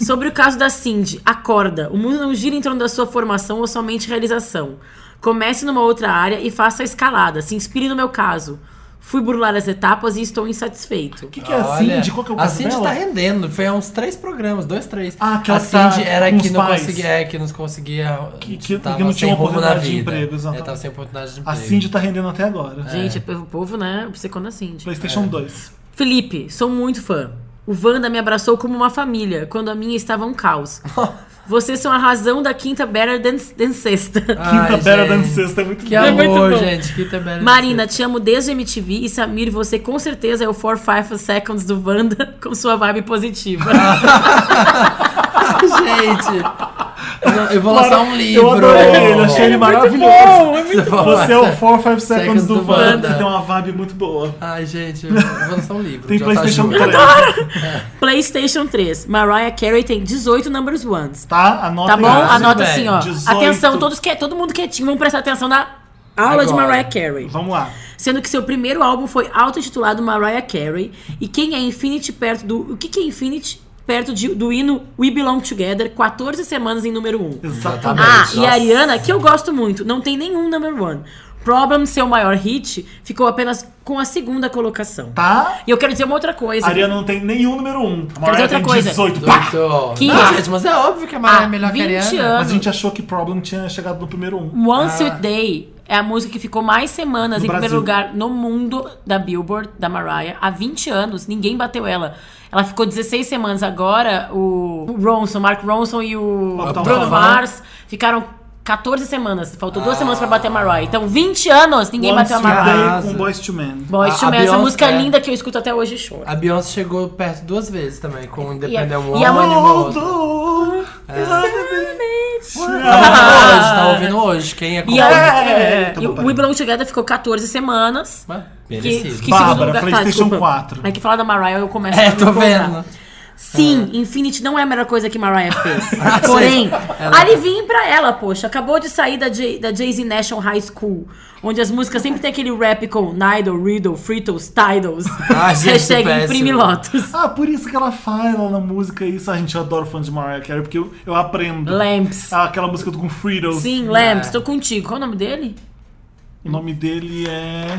A: Sobre o caso da Cindy, acorda. O mundo não gira em torno da sua formação ou somente realização. Comece numa outra área e faça a escalada. Se inspire no meu caso. Fui burlar as etapas e estou insatisfeito.
B: O que, que é a Cindy? Qual que é o
C: A
B: caso
C: Cindy
B: dela?
C: tá rendendo. Foi há uns três programas, dois, três.
B: Ah, que
C: a
B: ela tá
C: Cindy era
B: com
C: que
B: os
C: não,
B: pais.
C: conseguia, é, que não conseguia.
B: Que- que-
C: tava
B: que não tinha
C: sem rumo na
B: oportunidade de
C: vida.
B: emprego, exatamente.
C: É, tava sem oportunidade de
B: A
C: emprego.
B: Cindy tá rendendo até agora.
A: Gente, o povo, né? Obcecou na
C: É.
A: Cindy.
B: PlayStation 2.
A: Felipe, sou muito fã. O Wanda me abraçou como uma família, quando a minha estava um caos. Vocês são a razão da quinta Better Than, than Sexta.
C: Ai,
B: Quinta Bera
C: gente,
B: dando sexta é muito
C: Que
B: bom.
A: É muito
C: amor,
A: bom.
C: gente. Quinta Bera dando
A: Marina,
C: sexta.
A: te amo desde a MTV e Samir, você com certeza é o 4 5 Seconds do Wanda com sua vibe positiva.
C: gente. Eu, não- eu vou lançar um livro.
B: Eu adorei ele, achei ele maravilhoso.
C: Você vai
B: Você é o
C: lançar-
B: 4 5 Seconds
C: Seconds
B: do
C: do
B: Wanda,
C: Wanda.
B: que tem uma vibe muito boa.
C: Ai, gente, eu vou lançar um livro.
B: Tem
C: de
B: PlayStation
C: autoajuda.
B: 3.
A: PlayStation 3. Mariah Carey tem 18 numbers ones.
B: Tá? Anota
A: Tá bom?
B: aí.
C: Nossa,
A: Anota
C: velho,
A: assim, ó.
B: 18.
A: Atenção, todos que, é, todo mundo quietinho, vamos prestar atenção na aula de
C: Agora.
A: Mariah Carey.
B: Vamos lá.
A: Sendo que seu primeiro álbum foi auto-intitulado Mariah Carey. E quem é Infinity perto do. O que, que é Infinity? Perto de- do hino We Belong Together, 14 semanas em número 1.
B: Exatamente.
C: Exatamente.
A: Ah,
C: Nossa.
A: e a Ariana, que eu gosto muito, não tem nenhum number one. Problem, seu maior hit, ficou apenas com a segunda colocação.
B: Tá?
A: E eu quero dizer uma outra coisa.
B: Ariana não tem nenhum número 1. A
A: dizer
B: Mariah
A: outra
B: tem
A: coisa.
B: 18. Pá!
C: Doido.
A: Que-
C: Não, gente, mas é óbvio que a Maria
A: Há
C: é melhor que a
A: 20
C: Ariana. Ah.
A: anos.
B: Mas a gente achou que Problem tinha chegado no primeiro 1.
A: One Sweet Day é a música que ficou mais semanas
B: No
A: em
B: Brasil.
A: primeiro lugar no mundo da Billboard, da Mariah. Há 20 anos, ninguém bateu ela. Ela ficou 16 semanas agora. O o Ronson, Mark Ronson e o
C: um
B: Uptown
A: Bruno
B: Funk.
A: Mars ficaram 14 semanas. Faltou duas
C: Ah.
A: semanas pra bater a Mariah. Então, 20 anos, ninguém bateu a
B: Once You
A: Mariah.
B: Day
C: Arrasa.
B: com Boyz II Men.
A: Boy,
C: A-
A: isso
C: a
A: mesmo, essa
C: Beyoncé- é.
A: música linda que eu escuto até hoje e choro.
C: A Beyoncé chegou perto duas vezes também, com Independent
A: e a
C: Woman
A: mãe-
C: e uma outra.
B: Tudo.
A: é
C: Tá ouvindo hoje, tá ouvindo hoje. Quem é
A: E
B: É,
A: aí, é,
B: tá
A: e
B: bom,
A: o We Belong Together ficou 14 semanas.
C: Mas,
A: Que,
C: merecido.
A: que
B: Bárbara,
A: segundo lugar,
B: PlayStation
A: desculpa.
B: 4.
A: É que falar da Mariah eu começo a
C: É,
A: me
C: tô
A: empolgar.
C: vendo.
A: Sim, Infinity não é a melhor coisa que Mariah fez.
C: Ah,
A: Porém,
C: tá-
A: aliviem pra ela, poxa. Acabou de sair da, J- da Jay-Z National High School, onde as músicas sempre tem aquele rap com Nidal, Riddle, Fritos, Tidals.
C: Ah, gente,
A: hashtag
C: péssimo.
A: imprime Lotus.
B: Ah, por isso que ela fala na música isso. A gente adora fã de Mariah Carey, porque eu, eu aprendo.
A: Lamps.
B: Ah, aquela música do com Fritos.
C: é.
A: Sim, Lamps, tô contigo. Qual é o nome dele?
B: O nome dele é.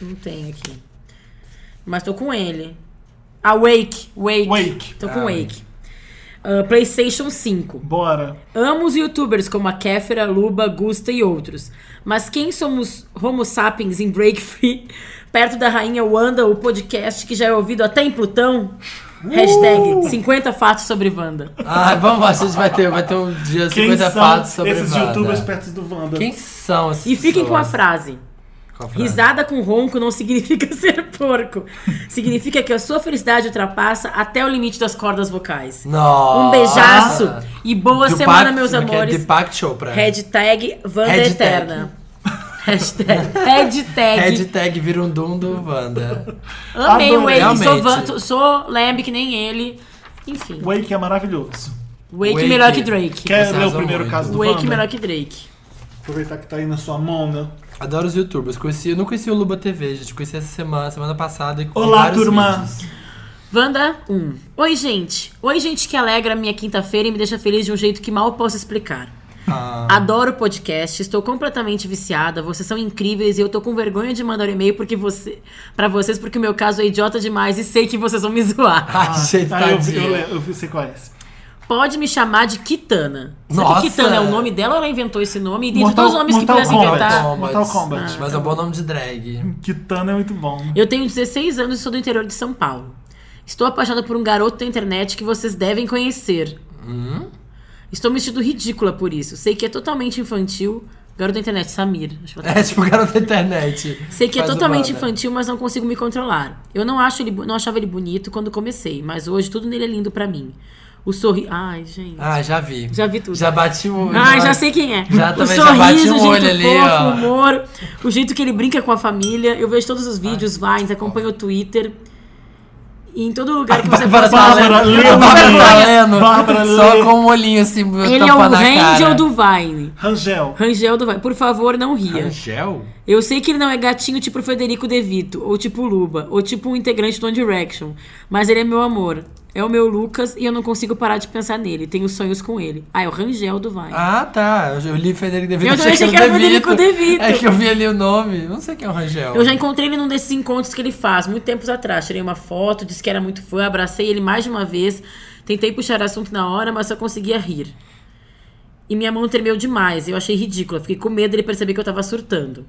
A: Não tem aqui. Mas tô com ele. Ah, Wake. Wake.
B: Wake.
A: Tô
C: Ah,
A: com Wake. Ah, PlayStation 5.
B: Bora.
A: Amo os youtubers como a Kéfera, Luba, Gusta e outros. Mas quem somos Homo sapiens em Break Free? Perto da rainha Wanda, o podcast que já é ouvido até em Plutão? Hashtag 50 fatos sobre Wanda.
C: Ah, vamos, a gente vai ter, vai ter um dia
B: Quem
C: 50
B: são
C: fatos sobre
B: esses
C: Wanda.
B: youtubers perto do Wanda?
C: Quem são esses
A: E fiquem com a
C: pessoas?
A: frase.
C: Qual a frase?
A: Risada com ronco não significa ser porco. Significa que a sua felicidade ultrapassa até o limite das cordas vocais.
C: Nossa.
A: Um beijaço e boa
C: Tupac-
A: semana, meus
C: Ah. como é que é?
A: amores.
C: Tupac Chopra.
A: Hashtag Wanda
C: Hashtag.
A: Eterna. Hashtag. Hashtag.
C: Hashtag virundum do Wanda.
A: Amei o
B: Adorei.
A: Wake. Sou,
C: Realmente.
A: van- sou lamb que nem ele. Enfim.
B: Wake é maravilhoso.
A: Wake,
C: Wake.
A: melhor que Drake.
B: Quer
C: Você
B: ler o
C: arrasou
B: primeiro
C: muito.
B: caso do
A: Wake é
B: Wanda?
A: melhor que Drake.
B: Aproveitar que tá aí na sua mão, né?
C: Adoro os youtubers. Conheci, eu não conheci o Luba TV, gente. Conheci essa semana, semana passada. e com
B: Olá,
C: vários
B: turma.
C: vídeos.
A: Wanda 1. Oi, gente. Oi, gente que alegra a minha quinta-feira e me deixa feliz de um jeito que mal posso explicar.
C: Ah,
A: Adoro o podcast, estou completamente viciada, vocês são incríveis e eu tô com vergonha de mandar um e-mail porque você, para vocês porque o meu caso é idiota demais e sei que vocês vão me zoar.
C: ah, gente,
B: Ah, eu, vi-
C: tadinha.
B: eu, le- eu vi- sei qual é esse.
A: Pode me chamar de Kitana. Será
C: Nossa!
A: que Kitana é o nome dela ou ela inventou esse nome? E dentre
B: Mortal-
A: todos os nomes que
B: Mortal
A: pudesse
B: Kombat.
A: inventar,
B: Mortal Kombat.
A: Ah,
C: Mas
A: tá
C: é um bom nome de drag.
B: Kitana é muito bom.
A: Eu tenho 16 anos e sou do interior de São Paulo. Estou apaixonada por um garoto da internet que vocês devem conhecer.
B: Hum?
A: Estou me sentindo ridícula por isso. Sei que é totalmente infantil. Garoto da internet, Samir. Acho que ela tá
C: É tipo o garoto da internet.
A: Sei que é
C: Faz o
A: totalmente
C: Wanda.
A: infantil, mas não consigo me controlar. Eu não acho ele, bo- não achava ele bonito quando comecei, mas hoje tudo nele é lindo pra mim. O sorriso, ai, gente.
C: Ah, já vi.
A: Já vi tudo.
C: Já bati o olho.
A: Ai, já sei quem é.
C: Já
A: o
C: também
A: sorriso,
C: já bati um
A: o jeito
C: olho ali,
A: fofo,
C: ó.
A: o humor, o jeito que ele brinca com a família. Eu vejo todos os vídeos, Vines, acompanho o Twitter. E em todo lugar que você
C: Bárbara
A: passa.
B: Bárbara
C: Leno.
B: Leno.
C: Bárbara Leno.
B: Bárbara
C: Só
B: Leno.
C: com um olhinho assim,
A: Ele é o
C: tampando a cara.
A: Rangel do Vine.
B: Rangel.
A: Rangel do Vine. Por favor, não ria.
C: Rangel?
A: Eu sei que ele não é gatinho tipo Federico De Vito, ou tipo Luba, ou tipo um integrante do One Direction, mas ele é meu amor. É o meu Lucas e eu não consigo parar de pensar nele. Tenho sonhos com ele. Ah, é o Rangel do Vine.
C: Ah, tá. Eu li Federico De Vito.
A: Eu também achei que era Federico De Vito.
C: É que eu vi ali o nome. Não sei quem é o Rangel.
A: Eu já encontrei ele num desses encontros que ele faz, muito tempos atrás. Tirei uma foto, disse que era muito fã, abracei ele mais de uma vez. Tentei puxar assunto na hora, mas só conseguia rir. E minha mão tremeu demais, eu achei ridícula. Fiquei com medo dele perceber que eu tava surtando.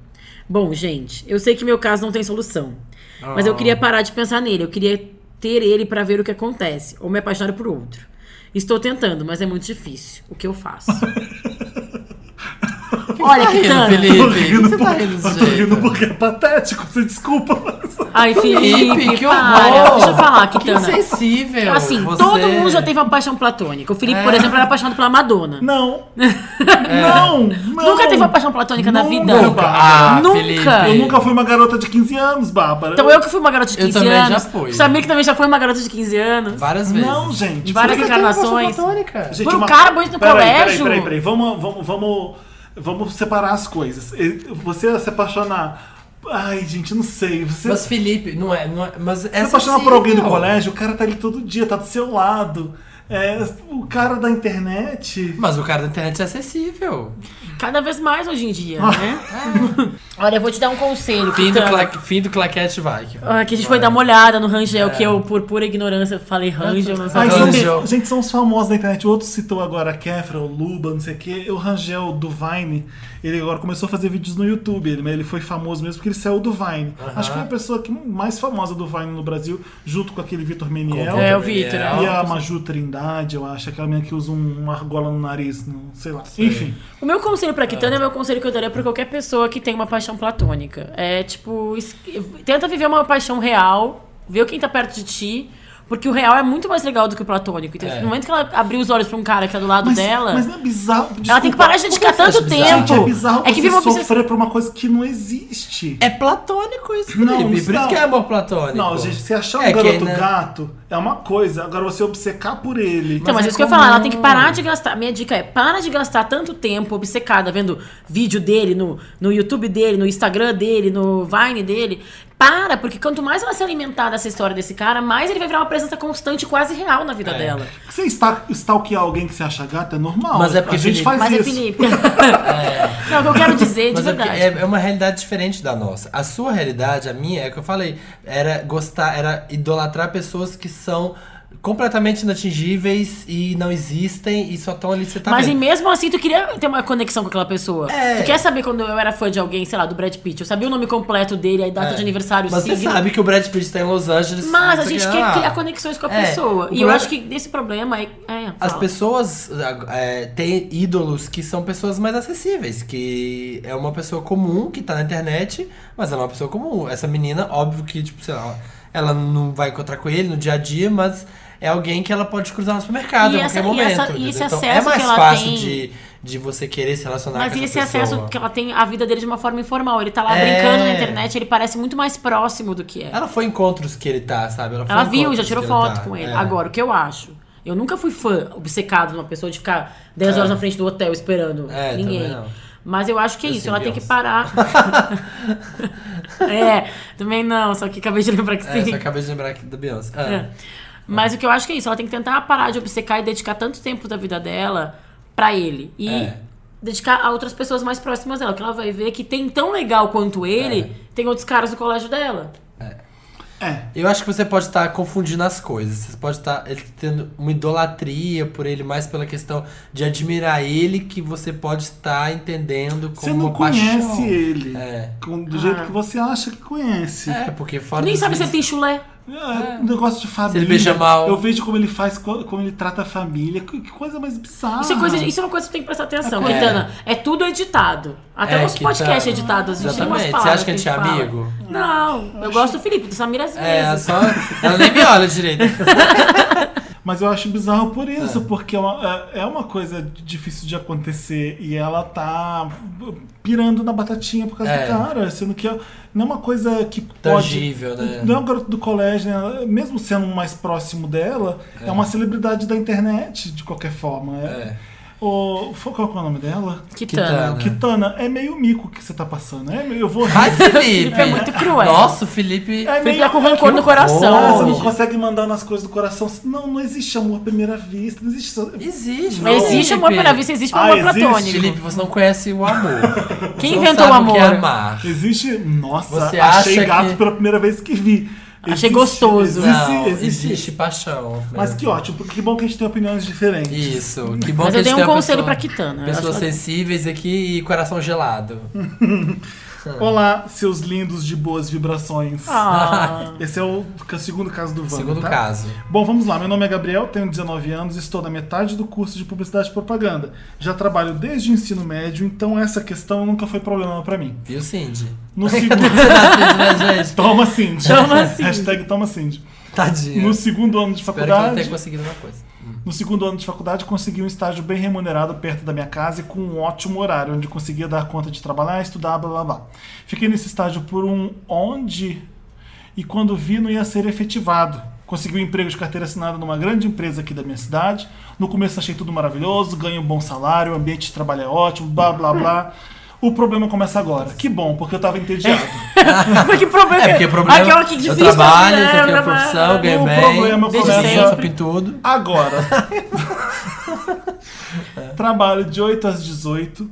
A: Bom, gente, eu sei que meu caso não tem solução. Mas eu
C: Ah.
A: queria parar de pensar nele, eu queria ter ele pra ver o que acontece, ou me apaixonar por outro. Estou tentando, mas é muito difícil. O que eu faço? Olha,
C: tá rindo,
A: Kitana.
C: Felipe?
B: Tô
C: Por que
B: rindo,
C: você
B: por-
C: tá rindo desse
B: eu tô
C: jeito?
B: rindo porque é patético, você desculpa. Mas...
A: Ai, Felipe,
C: que
A: para.
C: horror!
A: Deixa eu falar,
C: Que
A: Kitana.
C: insensível.
A: Assim,
C: você.
A: todo mundo já teve uma paixão platônica. O Felipe,
C: É.
A: por exemplo, era apaixonado pela Madonna.
B: Não. não. Não.
A: É. Nunca teve uma paixão platônica na vida?
B: Nunca.
C: Ah,
A: Nunca.
C: Felipe.
A: Eu
B: Eu nunca fui uma garota de 15 anos, Bárbara.
A: Então eu que fui uma garota de
C: Eu
A: 15
C: também já
A: anos.
C: fui.
A: Sabia que também já foi uma garota de 15 anos.
C: Várias vezes.
B: Não, gente.
A: Várias
B: Você-
A: encarnações.
B: Gente,
A: Por um cara bonito no
B: Peraí,
A: colégio?
B: Peraí, peraí, peraí. Vamos, vamos, vamos, vamos separar as coisas. E- Você se apaixonar. Ai, gente, não sei. Você
C: Mas Felipe, não é. Não é mas
B: se
C: é
B: apaixonar tá por alguém do
C: sensível.
B: colégio, o cara tá ali todo dia, tá do seu lado. É, o cara da internet.
C: Mas o cara da internet é acessível.
A: Cada vez mais hoje em dia, né?
C: É.
A: Olha, eu vou te dar um conselho,
C: Fim do,
A: Kitana.
C: cla... Fim do claquete vai. que-
A: Ah, que a gente foi dar uma olhada no Rangel, que eu, por pura ignorância, falei Rangel, não
B: Ai,
A: sei.
C: Rangel.
B: são, gente, são os famosos da internet. O outro citou agora a Kefra, o Luba, não sei o quê. O Rangel do Vine, ele agora começou a fazer vídeos no YouTube. Ele, ele foi famoso mesmo porque ele saiu do Vine. Acho que foi a pessoa que, mais famosa do Vine no Brasil, junto com aquele Vitor Meniel.
A: É, o Vitor.
C: Gabriel.
B: E a Maju Trindade, eu acho, aquela menina que usa um- uma argola no nariz, não sei lá. Enfim,
A: O meu conselho pra Kitana é o meu conselho que eu daria pra qualquer pessoa que tem uma paixão platônica. É tipo, es- tenta viver uma paixão real, vê quem tá perto de ti, Porque o real é muito mais legal do que o platônico. Então,
C: É.
A: No momento que ela abrir os olhos pra um cara que tá do lado
B: Mas,
A: dela,
B: mas não é bizarro.
A: ela tem que parar
C: por
A: de
C: que
A: dedicar
C: você acha
A: tanto
C: bizarro?
A: tempo.
B: Gente, é bizarro
A: é que vive uma
B: você
A: obsessão.
B: sofrer por uma coisa que não existe.
C: É platônico isso, Felipe.
B: Não,
C: Por isso
B: não.
C: que é amor platônico.
B: Não, gente, você achar um
C: É que,
B: garoto
C: né?
B: gato é uma coisa. Agora você obcecar por ele.
A: Então, mas,
C: é
A: isso que eu ia
C: comum.
A: falar, ela tem que parar de gastar. Minha dica é: para de gastar tanto tempo obcecada vendo vídeo dele no, no YouTube dele, no Instagram dele, no Vine dele. Para, porque quanto mais ela se alimentar dessa história desse cara, mais ele vai virar uma presença constante, quase real na
C: É.
A: vida dela.
B: Você está stalkear alguém que você acha gato é normal.
C: Mas é porque
B: a gente
C: Felipe-
B: faz
A: Mas é
B: isso.
A: Felipe. Não, o que eu quero dizer, de
C: Mas é, porque
A: verdade.
C: é- é uma realidade diferente da nossa. A sua realidade, a minha, é o que eu falei. Era gostar, era idolatrar pessoas que são completamente inatingíveis e não existem e só estão ali você tá
A: Mas e
C: vendo.
A: mesmo assim, tu queria ter uma conexão com aquela pessoa.
C: É.
A: Tu quer saber quando eu era fã de alguém, sei lá, do Brad Pitt. Eu sabia o nome completo dele, a data
C: É.
A: de aniversário, o
C: Mas você
A: signo.
C: sabe que o Brad Pitt está em Los Angeles.
A: Mas
C: não
A: a
C: sei o
A: gente
C: que
A: quer
C: lá.
A: criar conexões com a
C: É, o
A: pessoa. E eu
C: problema-
A: acho que desse problema é. é,
C: As
A: fala.
C: pessoas é, têm ídolos que são pessoas mais acessíveis, que é uma pessoa comum que tá na internet, mas ela é uma pessoa comum. Essa menina, óbvio que, tipo, sei lá, ela não vai encontrar com ele no dia a dia, mas é alguém que ela pode cruzar no supermercado
A: E
C: a
A: essa-
C: qualquer
A: e essa-
C: momento.
A: e esse
C: entendeu? então, é
A: acesso
C: mais
A: que ela
C: fácil
A: tem.
C: de, de você querer se relacionar
A: Mas
C: com
A: e esse
C: essa pessoa.
A: acesso que ela tem à vida dele de uma forma informal? Ele tá lá
C: É.
A: brincando na internet, ele parece muito mais próximo do que é.
C: Ela foi em encontros que ele tá, sabe? Ela, foi
A: Ela
C: em
A: viu, já
C: encontros
A: tirou
C: que ele
A: foto
C: tá,
A: com ele.
C: é.
A: Agora, o que eu acho? Eu nunca fui fã obcecado de uma pessoa de ficar 10 horas na frente do hotel esperando
C: É,
A: ninguém.
C: também não.
A: Mas eu acho que é
C: Eu
A: isso,
C: sei,
A: ela tem que
C: Beyoncé.
A: parar. é, também não, só que acabei de lembrar que
C: É,
A: sim.
C: só acabei de lembrar aqui da Beyoncé. Ah.
A: É. Mas o que eu acho que é isso, ela tem que tentar parar de obcecar e dedicar tanto tempo da vida dela pra ele. E
C: É.
A: dedicar a outras pessoas mais próximas dela, que ela vai ver que tem tão legal quanto ele,
C: É.
A: tem outros caras do colégio dela.
B: É.
C: Eu acho que você pode estar confundindo as coisas. Você pode estar ele tendo uma idolatria por ele, mais pela questão de admirar ele, que você pode estar entendendo como
B: Você não
C: uma paixão.
B: conhece ele
C: É.
B: com- do
A: Ah.
B: jeito que você acha que conhece.
C: É, porque fora
A: Nem
C: dos
A: sabe se ele
C: vídeos-
A: tem chulé.
B: É, um negócio de família.
C: ele beija mal.
B: Eu vejo como ele faz, co- como ele trata a família. Que que coisa mais bizarra.
A: Isso é,
C: Ah.
A: coisa, isso é uma coisa que você tem que prestar atenção,
C: coisa-
A: Quintana. É tudo editado. Até
C: É,
A: nosso podcast é
C: Quintana.
A: editado. A gente tem umas
C: Exatamente. Você
A: palavras
C: acha que a gente é
A: fala.
C: amigo?
A: Não, eu gosto do Felipe, do Samir às
C: É,
A: vezes.
C: só. Ela nem me olha direito.
B: Mas eu acho bizarro por isso, porque é uma, é é uma coisa difícil de acontecer e ela tá pirando na batatinha por causa
C: É.
B: do cara, sendo que não é uma coisa que pode...
C: Tangível, né?
B: Não é um garoto do colégio, né? mesmo sendo o mais próximo dela, é. uma celebridade da internet, de qualquer forma. É.
C: É.
B: O, fo- qual que é o nome dela?
A: Quintana.
C: Quintana.
B: Kitana, é meio mico que você tá passando. É meio, eu vou rir.
C: Ai, Felipe!
A: Felipe é muito cruel.
C: Nossa, o Felipe.
B: É
A: Felipe
B: meio-
A: tá com rancor no coração.
B: Ah, você não
A: hoje.
B: consegue mandar nas coisas do coração. Não, não existe amor à primeira vista. Não existe.
C: Existe.
A: Mas Existe amor
C: Felipe.
A: pela vista, existe
B: Ah,
A: amor
B: existe?
A: platônico.
C: Felipe, você não conhece o amor.
A: Quem
C: Você não
A: inventou o
C: sabe que é
A: amor?
C: amar.
B: Existe. Nossa,
C: Você
B: achei
C: acha
B: gato
C: que-
B: pela primeira vez que vi.
A: Achei gostoso.
B: Existe,
C: não,
B: existe.
C: existe paixão.
B: Mas que ótimo, porque que bom que a gente tem opiniões diferentes.
C: Isso, que bom
A: Mas
C: que
A: eu
C: a gente
A: dei um
C: tem uma
A: conselho
C: pessoa-
A: pra Kitana. Eu
C: Pessoas
A: acho que-
C: sensíveis aqui e coração gelado.
B: Olá, seus lindos de boas vibrações.
A: Ah,
B: Esse é o ca- segundo caso do Wanda,
C: Segundo
B: tá?
C: caso.
B: Bom, vamos lá. Meu nome é Gabriel, tenho 19 anos, estou na metade do curso de publicidade e propaganda. Já trabalho desde o ensino médio, então essa questão nunca foi problema pra mim.
C: Viu, Cindy?
B: No segundo...
C: né,
B: Toma Cindy.
A: Toma, Cindy.
B: Hashtag Toma Cindy.
C: Tadinha.
B: No segundo ano de
C: Espero que ela
B: faculdade,
C: tenha conseguido uma coisa.
B: no segundo ano de faculdade consegui um estágio bem remunerado perto da minha casa e com um ótimo horário, onde conseguia dar conta de trabalhar, estudar, blá blá blá. Fiquei nesse estágio por um onde e quando vi não ia ser efetivado. Consegui um emprego de carteira assinada numa grande empresa aqui da minha cidade. No começo achei tudo maravilhoso, ganho um bom salário, o ambiente de trabalho é ótimo, blá blá blá. O problema começa agora. Que bom, porque eu tava entediado.
A: mas que problema
C: É, porque o problema
A: Aquela que difícil.
C: eu trabalho,
A: né?
C: eu tenho a
A: Blá, blá, blá.
C: profissão, ganho
B: O
C: bem,
B: problema
A: Desde começa- sempre.
C: em tudo.
B: Agora. trabalho de 8 às 18.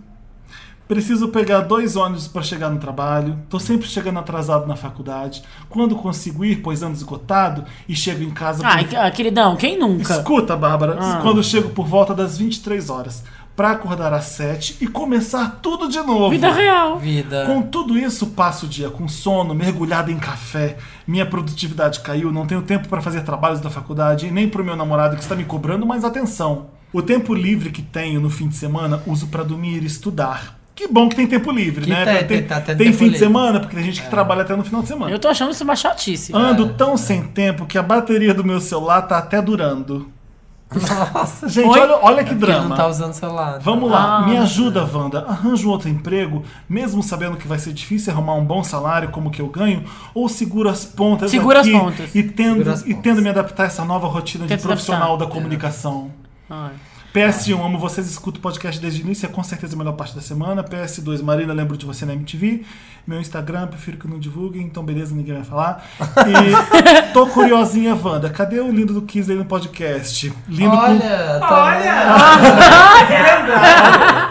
B: Preciso pegar dois ônibus para chegar no trabalho. Tô sempre chegando atrasado na faculdade. Quando consigo ir, pois ando esgotado e chego em casa por
A: Ai, ah, queridão, quem nunca?
B: Escuta, Bárbara, quando eu chego por volta das 23 horas, pra acordar às 7 e começar tudo de novo.
A: Vida real.
C: Vida.
B: Com tudo isso, passo o dia com sono, mergulhado em café. Minha produtividade caiu, não tenho tempo para fazer trabalhos da faculdade e nem pro meu namorado que está me cobrando mais atenção. O tempo livre que tenho no fim de semana uso para dormir e estudar. Que bom que tem tempo livre,
C: Que
B: né?
C: tá-
B: tem
C: tá tendo
B: tem
C: tempo
B: fim de
C: livre. É.
B: semana, porque tem gente que trabalha até no final de semana.
A: Eu tô achando isso uma chatice.
B: Ando tão sem tempo que a bateria do meu celular tá até durando.
C: Nossa,
B: Gente,
A: Oi?
B: olha, olha que
C: porque ele não
B: drama.
C: tá usando celular.
B: Vamos lá,
A: Ah,
B: me ajuda, Wanda. Arranjo outro emprego, mesmo sabendo que vai ser difícil arrumar um bom salário como que eu ganho, ou seguro as pontas
A: Segura as
B: aqui
A: pontas.
B: e tendo,
C: Segura as
B: e
C: pontas.
B: tendo me adaptar a essa nova rotina
A: Tenta
B: de
A: se
B: profissional
A: adaptar. é.
B: da comunicação.
A: Ai.
B: PS1, amo vocês, escuto o podcast desde o início, é com certeza a melhor parte da semana. PS2, Marina, lembro de você na MTV. Meu Instagram, prefiro que não divulguem, então beleza, ninguém vai falar. E tô curiosinha, Wanda, cadê o lindo do Kiss aí no podcast? Lindo
C: Olha, tá
B: com...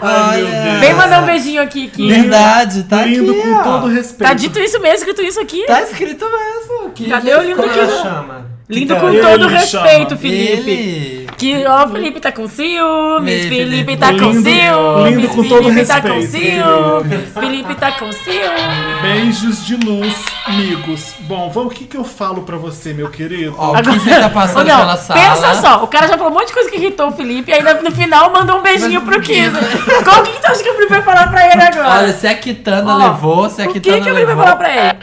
B: Ai, meu Deus.
A: Vem mandar um beijinho aqui, Ki.
C: Verdade, tá
B: lindo
C: aqui,
B: com
C: ó.
B: todo respeito.
A: Tá dito isso mesmo, escrito isso aqui. é
C: Tá escrito mesmo. Que
A: Cadê o lindo
C: como
A: que
C: ela
A: não-
C: chama?
A: Lindo
C: Que
A: com
B: ele
A: todo
B: chama.
A: respeito, Felipe.
C: Ele.
A: Que, ó, Felipe tá com ciúmes,
C: Meu
A: Felipe
C: Felipe.
A: tá com
B: Lindo,
A: ciúmes,
B: lindo com todo
A: Felipe tá com
B: respeito.
A: ciúmes, Felipe tá com ciúmes.
B: Beijos de luz, amigos. Bom, vamos, o que, que eu falo pra você, meu querido?
C: Ó, o que você tá
A: Ou
C: passando
A: não,
C: pela sala.
A: pensa só, o cara já falou um monte de coisa que irritou o Felipe e ainda no final mandou um beijinho pro Kiz. Qual que, que tu acha que o Felipe vai falar pra ele agora?
C: Olha, tá se a Kitana
A: Ó,
C: levou, se a
A: o que,
C: Kitana
A: que o Felipe vai
C: levou.
A: falar pra ele?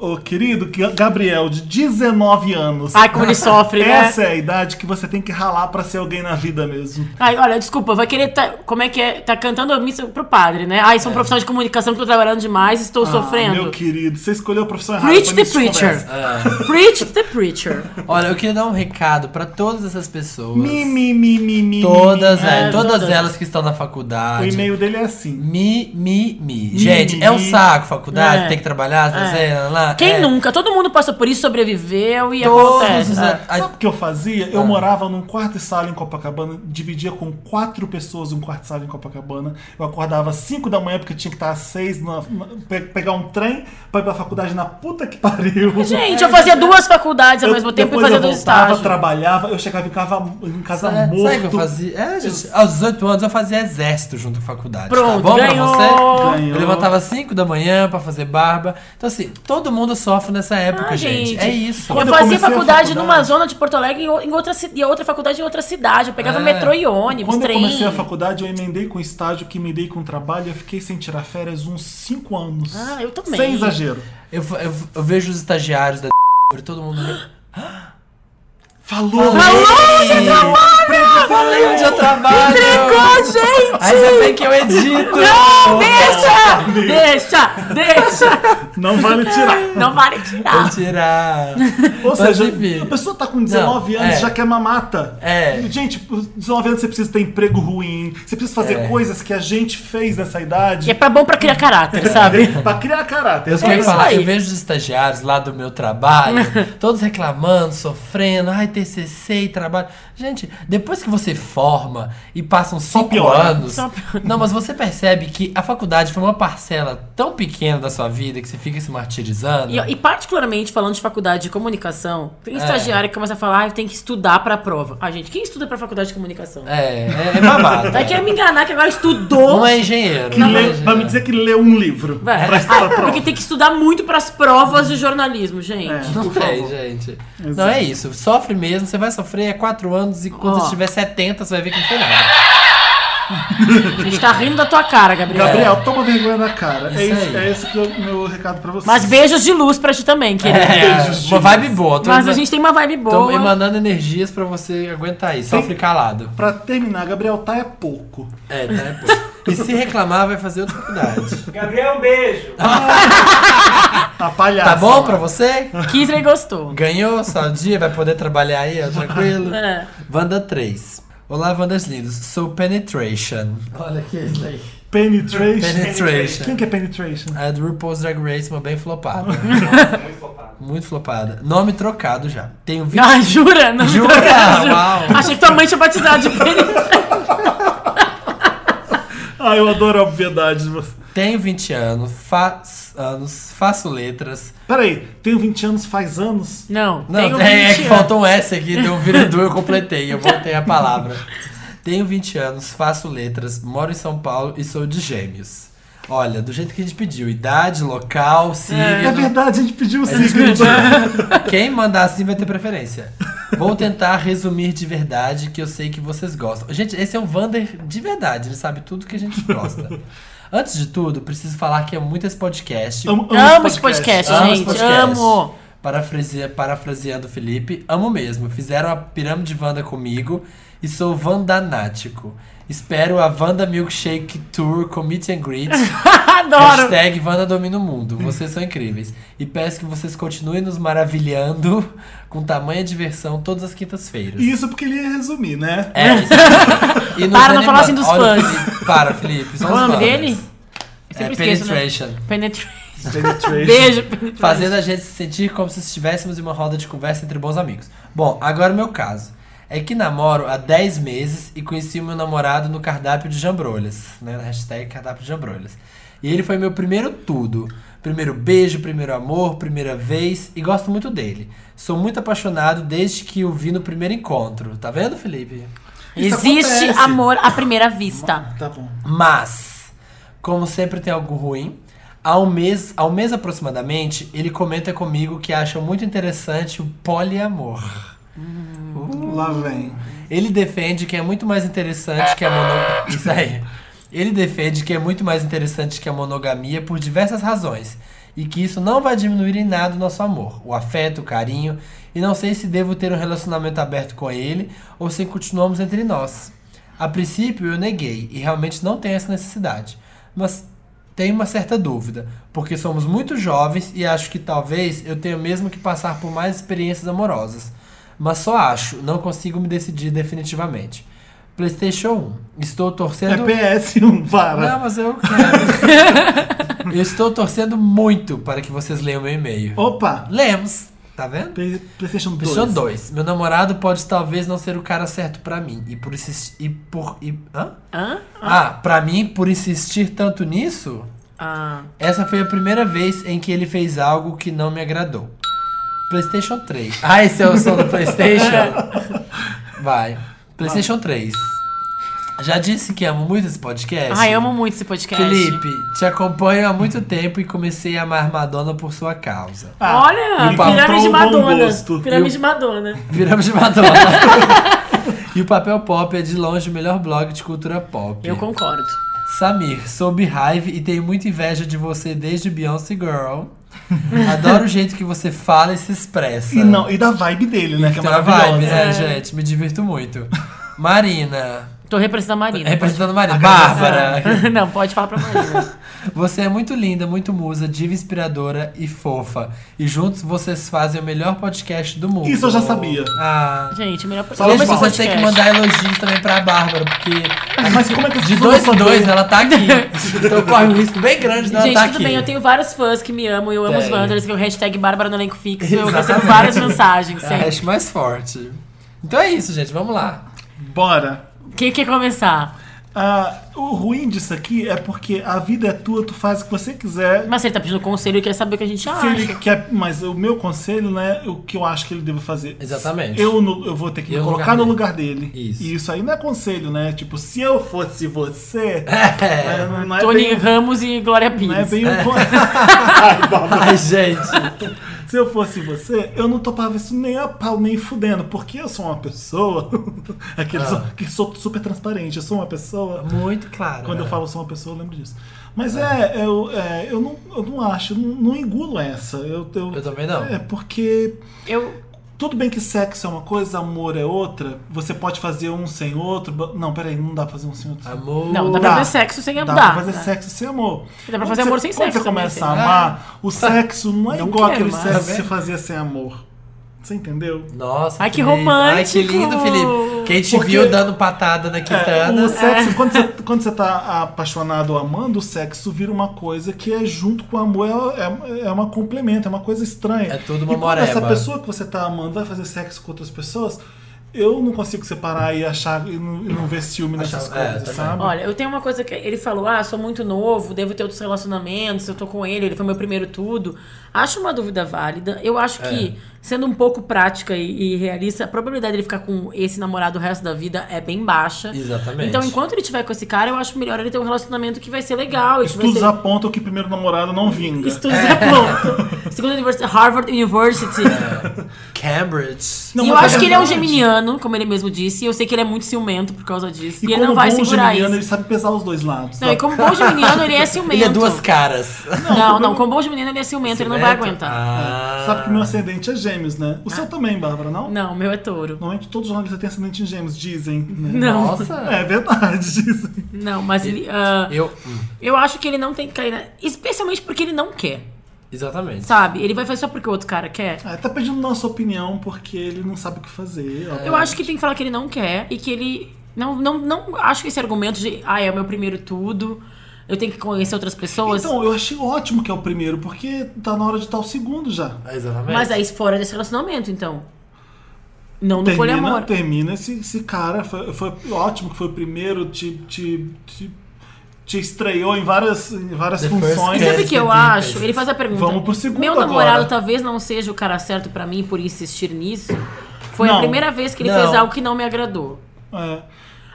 B: O, o querido que- Gabriel, de 19 anos.
A: Ai, como ele sofre, né?
B: Essa é a idade que você tem que ralar pra ser alguém na vida mesmo.
A: Ai, olha, desculpa, vai querer. Tá, como é que é? Tá cantando a missa pro padre, né? Ai,
C: É.
A: sou um profissional de comunicação que tô trabalhando demais, estou
C: Ah,
B: Meu
A: sofrendo.
B: querido, você escolheu a profissão errada.
A: Preach
B: pra
A: the
B: mim se
A: preacher.
B: conversa.
C: É.
A: Preach the preacher.
C: Olha, eu queria dar um recado pra todas essas pessoas.
B: Mi, mi, mi, mi, mi,
C: Todas,
B: mi, mi.
A: É,
C: é, todas
A: todas.
C: elas que estão na
B: O
C: faculdade.
B: e-mail dele é assim.
C: Mi, mi, mi. Gente,
B: mi,
C: é um
B: mi.
C: saco faculdade,
A: É.
C: tem que trabalhar, fazer, lá, lá.
A: Quem
C: é.
A: nunca? Todo mundo passou por isso, sobreviveu e
C: Todos
A: acontece.
C: os...
A: É.
C: a-
B: Sabe o que eu fazia? Eu morava num quarto e sala em Copacabana, dividia com quatro pessoas um quarto e sala em Copacabana. Eu acordava às 5 da manhã porque tinha que estar às 6, na, na- pe- pegar um trem pra ir pra faculdade na puta que pariu. É,
A: Gente, eu fazia duas faculdades ao
B: Eu-
A: mesmo tempo e
B: depois
A: fazia
B: eu
A: dois
B: voltava,
A: estágios.
B: trabalhava, eu chegava em casa, em
A: tá
B: casa
C: Sabe
B: morto.
C: o que eu fazia? É, gente, aos 18 anos eu fazia exército junto com a faculdade.
A: Pronto,
C: tá bom pra
A: ganhou.
C: você?
B: Ganhou.
C: Eu levantava às 5 da manhã pra fazer barba. Então, assim, todo mundo sofre nessa época,
A: Ah,
C: gente.
A: gente.
C: É isso.
B: Quando
A: eu
B: eu
A: fazia
B: comecei a
A: faculdade
B: faculdade-
A: numa zona de Porto Alegre em o- em outra, ci- e outra faculdade em outra cidade. Eu pegava
C: É.
A: metrô e ônibus,
B: Quando eu
A: trem.
B: comecei a faculdade, eu emendei com estágio, que emendei com trabalho, e eu fiquei sem tirar férias uns 5 anos.
A: Ah, eu também.
B: Sem exagero.
C: Eu, eu, eu vejo os estagiários da todo mundo.
B: Falou!
C: onde eu trabalho! Falei onde eu trabalho!
A: Entregou, gente!
C: Ainda bem que eu edito!
A: Não, deixa! Deixa! Deixa!
B: Não vale tirar.
A: Não vale
C: Vou
A: tirar.
C: tirar.
B: Ou
C: Mas
B: seja,
C: enfim.
B: a pessoa tá com 19
C: Não,
B: anos
C: é.
B: já quer mamata.
C: É.
B: Gente, por 19 anos você precisa ter emprego ruim, você precisa fazer
C: É.
B: coisas que a gente fez nessa
A: Que é
B: idade
A: pra bom pra criar caráter, sabe?
B: pra criar caráter.
C: Eu quero
A: isso
C: falar,
A: aí.
C: eu vejo os estagiários lá do meu trabalho, todos reclamando, sofrendo, ai, TCC e trabalho. Gente, depois que você forma e passam cinco
B: piora.
C: anos.
A: Só piora.
C: Não, mas você percebe que a faculdade foi uma parcela tão pequena da sua vida que você fica se martirizando.
A: E, e particularmente falando de faculdade de comunicação, tem
B: É.
A: estagiário que começa a falar, ah, tem que estudar pra prova. Ah, gente, quem estuda pra faculdade de comunicação?
C: É, é, é babado.
A: Vai querer me enganar que agora estudou.
C: Não é engenheiro.
B: Que
C: não é
B: lê-
C: engenheiro.
B: vai me dizer que leu um livro
A: Vai.
B: pra estudar a
A: Ah,
B: prova.
A: Porque tem que estudar muito pras provas de jornalismo, gente.
B: É.
C: Não
B: Por favor.
C: tem, gente. Não é isso. Sofre mesmo, você vai sofrer há 4 anos e quando
A: Ó.
C: você tiver 70, você vai ver que não foi nada.
A: A gente tá rindo da tua cara, Gabriel.
B: É. Gabriel, toma vergonha na cara. é,
C: É. Isso aí.
B: isso, é esse que é o meu recado pra você.
A: Mas beijos de luz pra ti também,
C: É.
A: querido.
B: Beijos,
C: uma
B: gente.
C: vibe boa. tô
A: Mas a
C: dizendo-
A: gente tem uma vibe
C: Estão
A: boa.
C: emanando energias pra você aguentar isso. Sofre calado.
B: Pra terminar, Gabriel tá é pouco.
C: É, tá? é pouco. E se reclamar, vai fazer outra faculdade.
G: Gabriel, um beijo.
B: Tá palhaço.
C: Tá bom pra você?
A: Kisley gostou.
C: Ganhou seu dia, vai poder trabalhar aí, ó, tranquilo?
A: É.
C: Wanda 3. Olá, Wandas lindos. Sou Penetration. Olha que isso aí.
B: Penetration. Quem
C: Penetration.
B: que é Penetration?
C: A do RuPaul's Drag Race, uma bem flopada.
G: Muito fofado.
C: Muito flopada. Nome trocado já. Tenho 20
A: Ah, jura? Não me
C: Jura? Ah,
A: toca, jura.
C: Uau.
A: Achei que tua mãe tinha batizado de Penny.
B: Ah, eu adoro a obviedade de você.
C: Tenho 20 anos, faz anos, faço letras.
B: Peraí, tenho 20 anos, faz anos?
A: Não,
C: Não,
A: tenho
C: é, é
A: 20
C: que
A: anos.
C: faltou um S aqui, deu um virador, eu completei, eu voltei a palavra. Tenho 20 anos, faço letras, moro em São Paulo e sou de gêmeos. Olha, do jeito que a gente pediu, idade, local, signo.
B: É verdade, a gente pediu o signo.
C: né? Quem mandar assim vai ter preferência. Vou tentar resumir de verdade que eu sei que vocês gostam. Gente, esse é um Vander de verdade, ele sabe tudo que a gente gosta. Antes de tudo, preciso falar que é muito esse podcast.
A: Amo esse podcast,
C: Amo esse
A: gente.
C: podcast.
A: Amo.
C: Parafraseia- parafraseando o Felipe, amo mesmo. Fizeram a pirâmide Wanda comigo e sou vandanático. Espero a Wanda Milkshake Tour com Meet and Greet.
A: Adoro.
C: Hashtag Wanda Domina o Mundo. Vocês são incríveis. E peço que vocês continuem nos maravilhando com tamanha diversão todas as quintas-feiras.
B: Isso porque ele ia resumir, né?
C: É isso. E nos
A: Para, não fala
C: animando.
A: assim dos
C: Olha,
A: fãs.
C: Felipe, para, Felipe. Só
A: Qual é o
C: os
A: nome
C: fãs.
A: dele? Eu
C: É
A: sempre esqueço, né?
C: Penetration.
A: Penetration.
B: Penetration.
A: Beijo, Penetration.
C: Fazendo a gente se sentir como se estivéssemos em uma roda de conversa entre bons amigos. Bom, agora o meu caso. É que namoro há 10 meses e conheci o meu namorado no cardápio de jambrolhas. Né? Hashtag cardápio de jambrolhas. E ele foi meu primeiro tudo. Primeiro beijo, primeiro amor, primeira vez. E gosto muito dele. Sou muito apaixonado desde que o vi no primeiro encontro. Tá vendo, Felipe?
B: Isso
A: Existe
B: acontece.
A: amor à primeira vista.
B: Tá bom.
C: Mas, como sempre tem algo ruim, ao mês, ao mês aproximadamente, ele comenta comigo que acha muito interessante o poliamor.
B: Lá vem.
C: Ele defende que é muito mais interessante que a monogamia. Isso aí. Ele defende que é muito mais interessante que a monogamia por diversas razões. E que isso não vai diminuir em nada o nosso amor, o afeto, o carinho. E não sei se devo ter um relacionamento aberto com ele ou se continuamos entre nós. A princípio eu neguei e realmente não tenho essa necessidade. Mas tenho uma certa dúvida, porque somos muito jovens e acho que talvez eu tenha mesmo que passar por mais experiências amorosas. Mas só acho, não consigo me decidir definitivamente. PlayStation 1. Estou
B: É
C: torcendo.
B: PS1,
C: não,
B: para.
C: mas eu quero. eu estou torcendo muito para que vocês leiam meu e-mail.
B: Oh. Opa!
C: Lemos, tá vendo?
B: Play- PlayStation 2.
C: PlayStation 2. Meu namorado pode talvez não ser o cara certo pra mim. E por insistir. E por. E, hã?
A: Hã?
C: Ah, pra mim, por insistir tanto nisso,
A: Ah.
C: essa foi a primeira vez em que ele fez algo que não me agradou. PlayStation 3. Ah, esse é o som do PlayStation? Vai. PlayStation 3. Já disse que amo muito esse podcast.
A: Ai, amo muito esse podcast.
C: Felipe, te acompanho há muito tempo e comecei a amar Madonna por sua causa.
A: Olha,
B: encontrou
A: pirâmide
C: tá um
A: de
B: o bom
A: Madonna.
B: gosto.
A: Pirâmide de Madonna.
C: Viramos de Madonna. e o Papel Pop é de longe o melhor blog de cultura pop.
A: Eu concordo.
C: Samir, sou Beehive e tenho muita inveja de você desde Beyoncé Girl. Adoro o jeito que você fala e se expressa.
B: E, não, e da vibe dele, né? Que é
C: Então, a vibe,
B: maravilhosa.
C: né, gente? Me divirto muito. Marina,
A: Tô representando a Marina.
C: representando Marina. Bárbara,
A: Não, pode falar pra Marina.
C: você é muito linda, muito musa, diva inspiradora e fofa. E juntos vocês fazem o melhor podcast do mundo.
B: Isso eu já sabia.
C: Ah.
A: Gente, melhor pessoa.
C: Só
B: Fala
C: que
B: mal.
C: vocês têm que mandar elogios também pra Bárbara, porque
B: Mas como é que as
C: de
B: pessoas
C: dois em
B: vão saber?
C: dois ela tá aqui. Então corre um risco bem grande dela
A: Gente,
C: tá
A: tudo
C: aqui.
A: bem, eu tenho vários fãs que me amam, eu amo os
C: Tem.
A: Wanderers, que é o hashtag Bárbara no elenco fixo, eu recebo
C: Exatamente.
A: várias mensagens,
C: É a
A: sempre.
C: hash mais forte. Então é isso, gente. Vamos lá.
B: Bora.
A: Quem quer começar?
B: Ah, o ruim disso aqui é porque a vida é tua, tu faz o que você quiser.
A: Mas se ele tá pedindo conselho e quer saber o Ah, que a gente
B: Se
A: acha.
B: ele quer, mas o meu conselho, né, o que eu acho que ele deve fazer.
C: Exatamente.
B: Eu, no- eu vou ter que
C: Eu
B: me
C: no
B: colocar
C: lugar
B: no
C: dele.
B: lugar dele.
C: Isso.
B: E isso aí não é conselho, né? Tipo, se eu fosse
C: É.
B: você, né, não, é
A: Tony
B: bem,
A: Ramos e Glória Pires.
B: não é bem um con-
C: Ai, gente.
B: Se eu fosse você, eu não topava isso nem a pau, nem fudendo, porque eu sou uma pessoa.
C: Ah.
B: Aquele sou- que sou super transparente, eu sou uma pessoa.
C: Muito claro.
B: Quando eu
C: né?
B: falo sou uma pessoa, eu lembro disso. Mas é, eu, é, eu, não, eu não acho, eu não, não engulo essa. Eu,
C: Eu também não.
B: É porque
A: Eu,
B: Tudo bem que sexo é uma coisa, amor é outra. Você pode fazer um sem outro. ba- Não, peraí, não dá pra fazer um sem outro.
C: Amor.
A: não, dá pra
B: Dá.
A: fazer sexo sem
B: Dá
A: amor.
B: pra fazer sexo sem amor.
A: Dá pra
B: Quando
A: fazer
B: você-
A: amor sem
B: quando
A: sexo
B: você
A: também,
B: começa
A: sei
B: a
A: lá.
B: amar, o sexo não é
A: Não
B: igual
A: quero
B: aquele
A: mais.
B: sexo
C: Tá
B: que você
C: vendo?
B: fazia sem amor. Você entendeu?
C: Nossa.
A: Ai, que
C: lindo. Ai, que
A: romântico.
C: lindo, Felipe. Quem te
B: Porque-
C: viu dando patada na
B: É,
C: quitanda.
B: o sexo, quando, você, quando você tá apaixonado ou amando, o sexo vira uma coisa que é junto com o amor, é, é, é uma complemento, é uma coisa estranha.
C: É tudo uma
B: e quando essa
C: moreba.
B: pessoa que você tá amando vai fazer sexo com outras pessoas, eu não consigo separar e achar e não, e não ver ciúme nessas
C: Achar- é,
B: coisas,
C: também.
B: sabe?
A: Olha, eu tenho uma coisa que ele falou: ah, sou muito novo, devo ter outros relacionamentos, eu tô com ele, ele foi meu primeiro tudo. Acho uma dúvida válida. Eu acho
C: É.
A: que, sendo um pouco prática e, e realista, a probabilidade dele ficar com esse namorado o resto da vida é bem baixa.
C: Exatamente.
A: Então, enquanto ele estiver com esse cara, eu acho melhor ele ter um relacionamento que vai ser legal. e que vai
B: Estudos
A: ser-
B: apontam que primeiro namorado não vinga. É.
A: Estudos apontam. Segundo aniversário, Harvard University.
C: É. Cambridge.
B: Não,
A: e eu
B: mas é
A: acho que ele é um
B: verdade.
A: geminiano, como ele mesmo disse, e eu sei que ele é muito ciumento por causa disso. E,
B: E
A: ele
B: como
A: não vai
B: bom
A: segurar
B: geminiano,
A: isso.
B: ele sabe pesar os dois lados.
A: Não, e como bom geminiano, ele é ciumento.
C: Ele é duas caras.
A: Não, não, como bom geminiano, ele é ciumento, ele não vai aguentar.
C: Ah.
B: Sabe que meu ascendente é gêmeos, né? O seu também, Bárbara, não?
A: Ah. Não, o meu é touro.
B: Normalmente todos os jornalistas têm ascendente em gêmeos, dizem. né?
A: Não,
B: É
C: Nossa.
B: verdade, dizem.
A: não, mas ele, ah,
C: Eu. hum,
A: eu acho que ele não tem que cair, na- especialmente porque ele não quer,
C: Exatamente.
A: sabe? Ele vai fazer só porque o outro cara quer.
B: Ah, tá pedindo nossa opinião porque ele não sabe o que
C: É.
B: fazer. ó.
A: Eu acho que tem que falar que ele não quer e que ele. Não, não, não acho que esse argumento de, ah, é o meu primeiro tudo, eu tenho que conhecer outras pessoas.
B: Então, eu achei ótimo que é o primeiro, porque tá na hora de estar o segundo já.
C: Ah, Exatamente.
A: mas aí fora desse relacionamento, então. Não no poliamor.
B: Termina, termina esse, esse cara. Foi, foi ótimo que foi o primeiro, te, te, te, te estreou em várias, em várias
C: The
B: funções.
C: first
A: E sabe o
C: Yes,
A: que eu
C: yes,
A: acho?
C: yes.
A: Ele faz a pergunta.
B: Vamos pro segundo
A: Meu
B: agora."
A: namorado talvez não seja o cara certo pra mim por insistir nisso. Foi a
B: Não.
A: primeira vez que ele
C: Não.
A: fez algo que não me agradou.
B: É.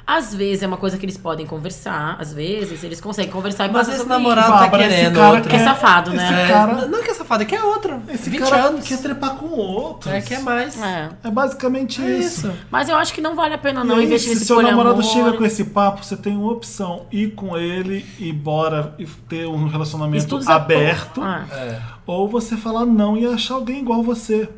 A: Às vezes é uma coisa que eles podem conversar, às vezes eles conseguem conversar e
C: Mas
A: passar
C: esse
A: sobre
C: namorado
A: isso.
C: tá
B: Bárbara, esse
C: querendo
B: cara
C: outro.
B: quer-
A: É safado, né?
B: esse
C: É,
B: cara-
C: não que é safado, que é outro.
B: Esse
C: 20
B: cara é
C: anos.
B: quer trepar com outros.
C: É que é mais.
A: É.
B: É basicamente
C: É
B: isso.
C: isso.
A: Mas eu acho que não vale a pena
B: E
A: não
B: aí,
A: investir
B: se
A: nesse
B: seu
A: poliamor.
B: namorado chega com esse papo, você tem uma opção: ir com ele e bora e ter um relacionamento
A: Estudos
B: aberto.
A: Ah.
C: É.
B: Ou você falar não e achar alguém igual você.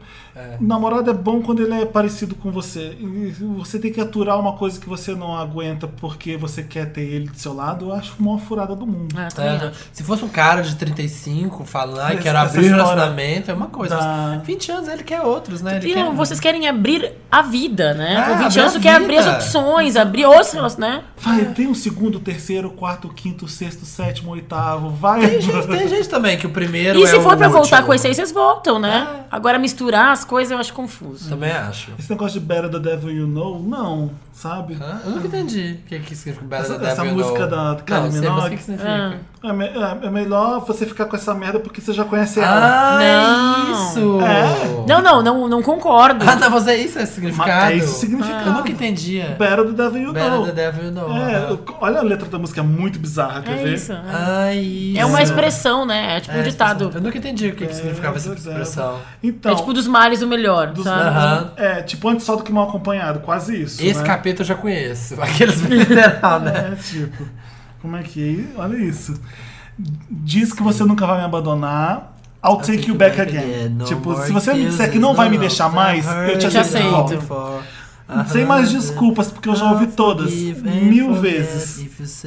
B: O Namorado é bom quando ele é parecido com você. E você tem que aturar uma coisa que você não aguenta porque você quer ter ele do seu lado, eu acho uma furada do mundo.
A: Ah, também
C: É,
A: acho.
C: não. se fosse um cara de 35 falando, ai,
B: Essa-
C: quero
B: essa
C: abrir um
B: história
C: relacionamento, é uma coisa.
B: da-
C: Mas 20 anos ele quer outros, né? Ele
A: E
C: quer...
A: não, vocês querem abrir a vida, né?
C: Ah,
A: Com 20
C: abrir
A: anos
C: a
A: tu quer abrir as
C: vida.
A: opções, abrir outros relacionamentos, né?
B: Vai, tem um segundo, terceiro, quarto, quinto, sexto, sétimo, oitavo. Vai.
C: Tem gente, tem gente também que o primeiro.
A: E se
C: é
A: for
C: o
A: pra voltar
C: último.
A: com esse aí, vocês voltam, né? Agora misturar as coisas eu acho confuso.
C: Também acho.
B: Esse negócio de Better the Devil You Know, não, sabe?
C: Hã? Eu nunca entendi o que, que significa Better
B: Essa-
C: Devil
B: essa
C: You
B: música
C: Know.
B: da- do Kylie
C: Não, sei, mas o
B: Minogue.
C: que, que significa?
B: É, me- é- é melhor você ficar com essa merda porque você já conhece ela.
C: Ah,
A: Não.
C: isso!
B: É.
A: Não, não, não, não concordo.
C: Ah, não, mas é isso, é
B: Mas
C: significado.
B: é isso o significado.
C: Eu nunca entendia.
B: Better the Devil You
C: Better
B: Know.
C: the Devil You Know.
B: É, eu- olha a letra da música, é muito bizarra, quer
A: É
B: ver?
A: isso. é.
C: Ai, isso.
B: um
A: É uma expressão, né? É tipo um
C: Ah, É,
A: ditado.
C: Eu nunca entendi o que, que significava essa
B: Better the
C: expressão.
B: Devil. Então,
A: é tipo dos males o melhor,
B: dos-
A: sabe?
C: Aham.
B: é, tipo antes só do que mal acompanhado, quase isso.
C: Esse
B: né?
C: capeta eu já conheço. Aqueles literal, né?
B: É, tipo, como é que é? Olha isso. Diz que você nunca vai me abandonar. I'll take, you back, again.
C: No
B: tipo,
C: more
B: se você me disser que não
C: kisses,
B: vai me
C: no
B: deixar
C: love
B: mais, eu te
A: Já
B: aceito de
A: sei.
B: volta. Sem mais desculpas, porque eu já ouvi todas. Mil vezes.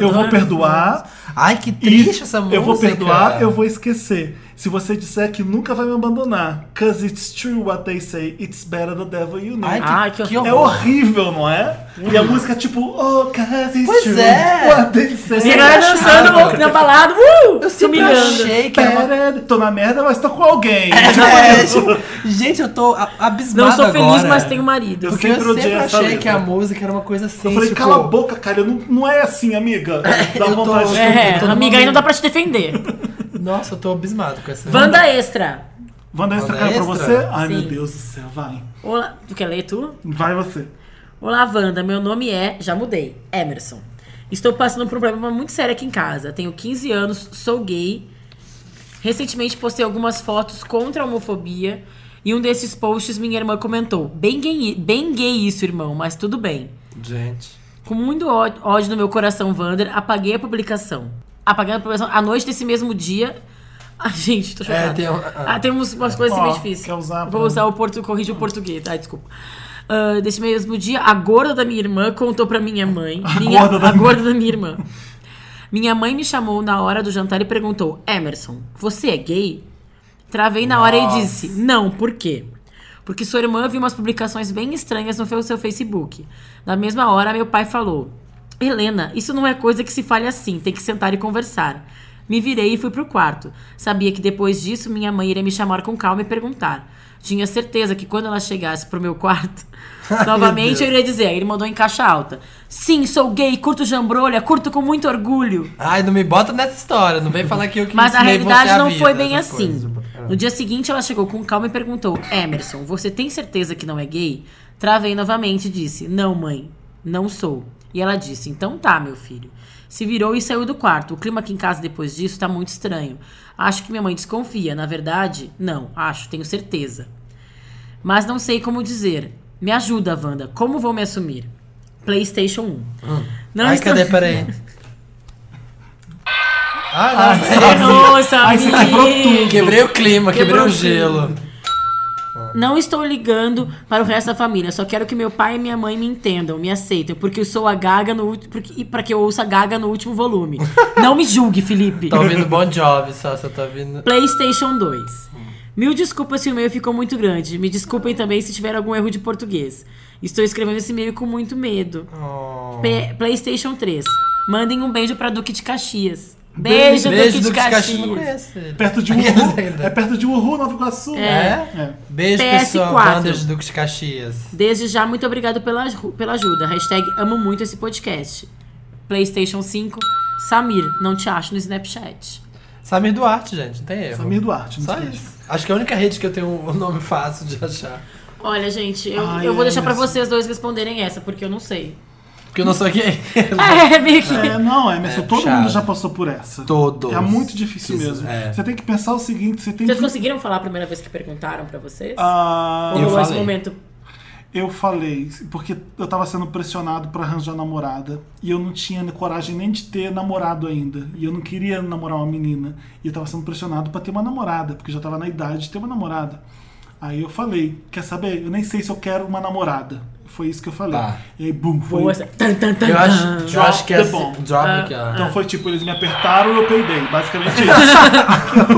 B: Eu vou perdoar.
C: Ai, que
B: e
C: triste essa música.
B: Eu vou perdoar, eu vou esquecer. Se você disser que nunca vai me abandonar, cause it's true what they say, it's better the devil you know.
C: Ai, que,
A: Ai, que
C: que
A: horror.
B: É
C: horror.
B: horrível, não é? E a música é tipo, oh, cause it's
C: Pois
B: true
C: é.
B: what they say.
A: E a galera
C: Eu
A: dançando
C: achava.
A: louco na balada, uh!
C: Eu
A: Se
C: sempre
A: humilhando.
C: achei que era um é uma...
B: Better, tô na merda, mas tô com alguém. Tipo,
C: É, tipo, Gente, eu tô a- abismado
A: Não sou feliz,
C: agora.
A: mas tenho marido.
B: Eu
C: um- Porque eu
B: sempre
C: sempre,
B: odiei essa
C: achei
B: letra.
C: que a música era uma coisa assim,
B: Eu falei,
C: tipo,
B: cala a boca, cara, não, não é assim, amiga. Dá
C: eu tô-
B: vontade de
C: É.
A: É,
C: Todo
A: amiga, aí não
C: mundo-
A: dá pra te defender.
C: Nossa, eu tô abismado com essa
A: Wanda Extra.
B: Wanda extra,
C: Wanda
B: cara, é pra
C: extra?
B: você? Ai,
A: Sim.
B: meu Deus do céu, vai.
A: Olá, tu quer ler tu?
B: Vai você.
A: Olá, Wanda. Meu nome é, já mudei, Emerson. Estou passando por um problema muito sério aqui em casa. Tenho 15 anos, sou gay. Recentemente postei algumas fotos contra a homofobia e um desses posts minha irmã comentou: "Bem gay, bem gay isso, irmão, mas tudo bem".
C: Gente.
A: Com muito ó- ódio no meu coração, Wander, apaguei a publicação. Apaguei a publicação à noite desse mesmo dia. Ah, gente, tô chocada.
C: É, tem um- ah.
A: Ah, tem umas, umas coisas assim
B: Ó,
A: meio difíceis.
B: quer usar
A: Vou
B: pra-
A: usar o portu... corrigir o português. Ai, desculpa. Ah, desse mesmo dia, a gorda da minha irmã contou pra minha mãe. Minha,
B: gorda da
A: a gorda da minha irmã. Minha mãe me chamou na hora do jantar e perguntou: Emerson, você é gay? Travei na hora e disse: Não, por quê? Porque sua irmã viu umas publicações bem estranhas no fe- seu Facebook. Na mesma hora, meu pai falou: Helena, isso não é coisa que se fale assim, tem que sentar e conversar. Me virei e fui pro quarto. Sabia que depois disso minha mãe iria me chamar com calma e perguntar. Tinha certeza que quando ela chegasse pro meu quarto, novamente eu iria dizer. Aí ele mandou em caixa alta: Sim, sou gay, curto jambrolha, curto com muito orgulho.
C: Ai, não me bota nessa história, não vem falar que eu que
A: Mas a
C: ensinei você
A: realidade não
C: vida,
A: foi bem
C: essas
A: assim.
C: coisas. tipo, é.
A: No dia seguinte, ela chegou com calma e perguntou: Emerson, você tem certeza que não é gay? Travei novamente e disse: Não, mãe. Não sou. E ela disse: Então tá, meu filho. Se virou e saiu do quarto. O clima aqui em casa depois disso tá muito estranho. Acho que minha mãe desconfia. Na verdade, não, acho, tenho certeza. Mas não sei como dizer. Me ajuda, Wanda. Como vou me assumir? PlayStation 1. Não
C: Hum. Ai,
A: estou-
C: cadê? Peraí. Ah,
A: Ah,
C: não.
A: nossa,
B: Ai, você
C: tá
B: quebrou
A: amigo.
B: tudo.
C: Quebrei o clima, quebrei
A: Quebrou
C: o
A: o
C: gelo.
A: Não estou ligando para o resto da família. Só quero que meu pai e minha mãe me entendam, me aceitem, porque eu sou a Gaga no ulti- porque- e para que eu ouça a Gaga no último volume. Não me julgue, Felipe.
C: Tá ouvindo Bon Jovi só, você tá ouvindo...
A: PlayStation 2. Mil desculpas se o e-mail ficou muito grande. Me desculpem também se tiver algum erro de português. Estou escrevendo esse e-mail com muito medo. P- PlayStation 3. Mandem um beijo para Duque de Caxias. Beijo,
C: Beijo
A: Duque,
C: do
A: de Caxias.
C: Não conheço ele.
B: É Perto de
C: Yes,
B: Uhu.
C: ainda.
B: É perto de Uhu, Nova Iguaçu.
C: É?
B: É.
C: Beijo,
A: PS4.
C: pessoal, bandas de Duque de Caxias.
A: Desde já, muito obrigado pela, aju- pela ajuda. Hashtag amo muito esse podcast. PlayStation 5. Samir, não te acho no Snapchat.
C: Samir Duarte, gente, não tem erro.
B: Samir Duarte. não
C: Só
B: sei.
C: isso. Acho que é a única rede que eu tenho um nome fácil de achar.
A: Olha, gente, eu,
B: Ai,
A: eu vou
B: é,
A: deixar pra
B: mas-
A: vocês dois responderem essa, porque eu não sei.
C: Porque eu não sou gay.
A: É, meio que...
B: É, não, Emerson,
C: É,
B: todo
C: puxado.
B: mundo já passou por essa.
C: Todos.
B: É muito difícil
C: Isso,
B: mesmo.
C: é.
B: Você tem que pensar o seguinte, você tem
A: Vocês
B: que...
A: conseguiram falar a primeira vez que perguntaram pra vocês?
B: Ah,
A: Ou
C: Eu
A: rolou esse
C: falei.
A: momento?
B: eu falei, porque eu tava sendo pressionado pra arranjar namorada. E eu não tinha coragem nem de ter namorado ainda. E eu não queria namorar uma menina. E eu tava sendo pressionado pra ter uma namorada, porque eu já tava na idade de ter uma namorada. Aí eu falei, quer saber? Eu nem sei se eu quero uma namorada. Foi isso que eu falei.
C: Tá.
B: E aí, bum, foi.
A: Boa, essa- tan, tan, tan,
C: Eu
A: tan.
C: acho, eu acho que é
B: Drop the
C: assim.
B: bomb.
A: Ah,
C: Drop aqui, ó.
B: Então foi tipo, eles me apertaram e eu peidei. Basicamente isso.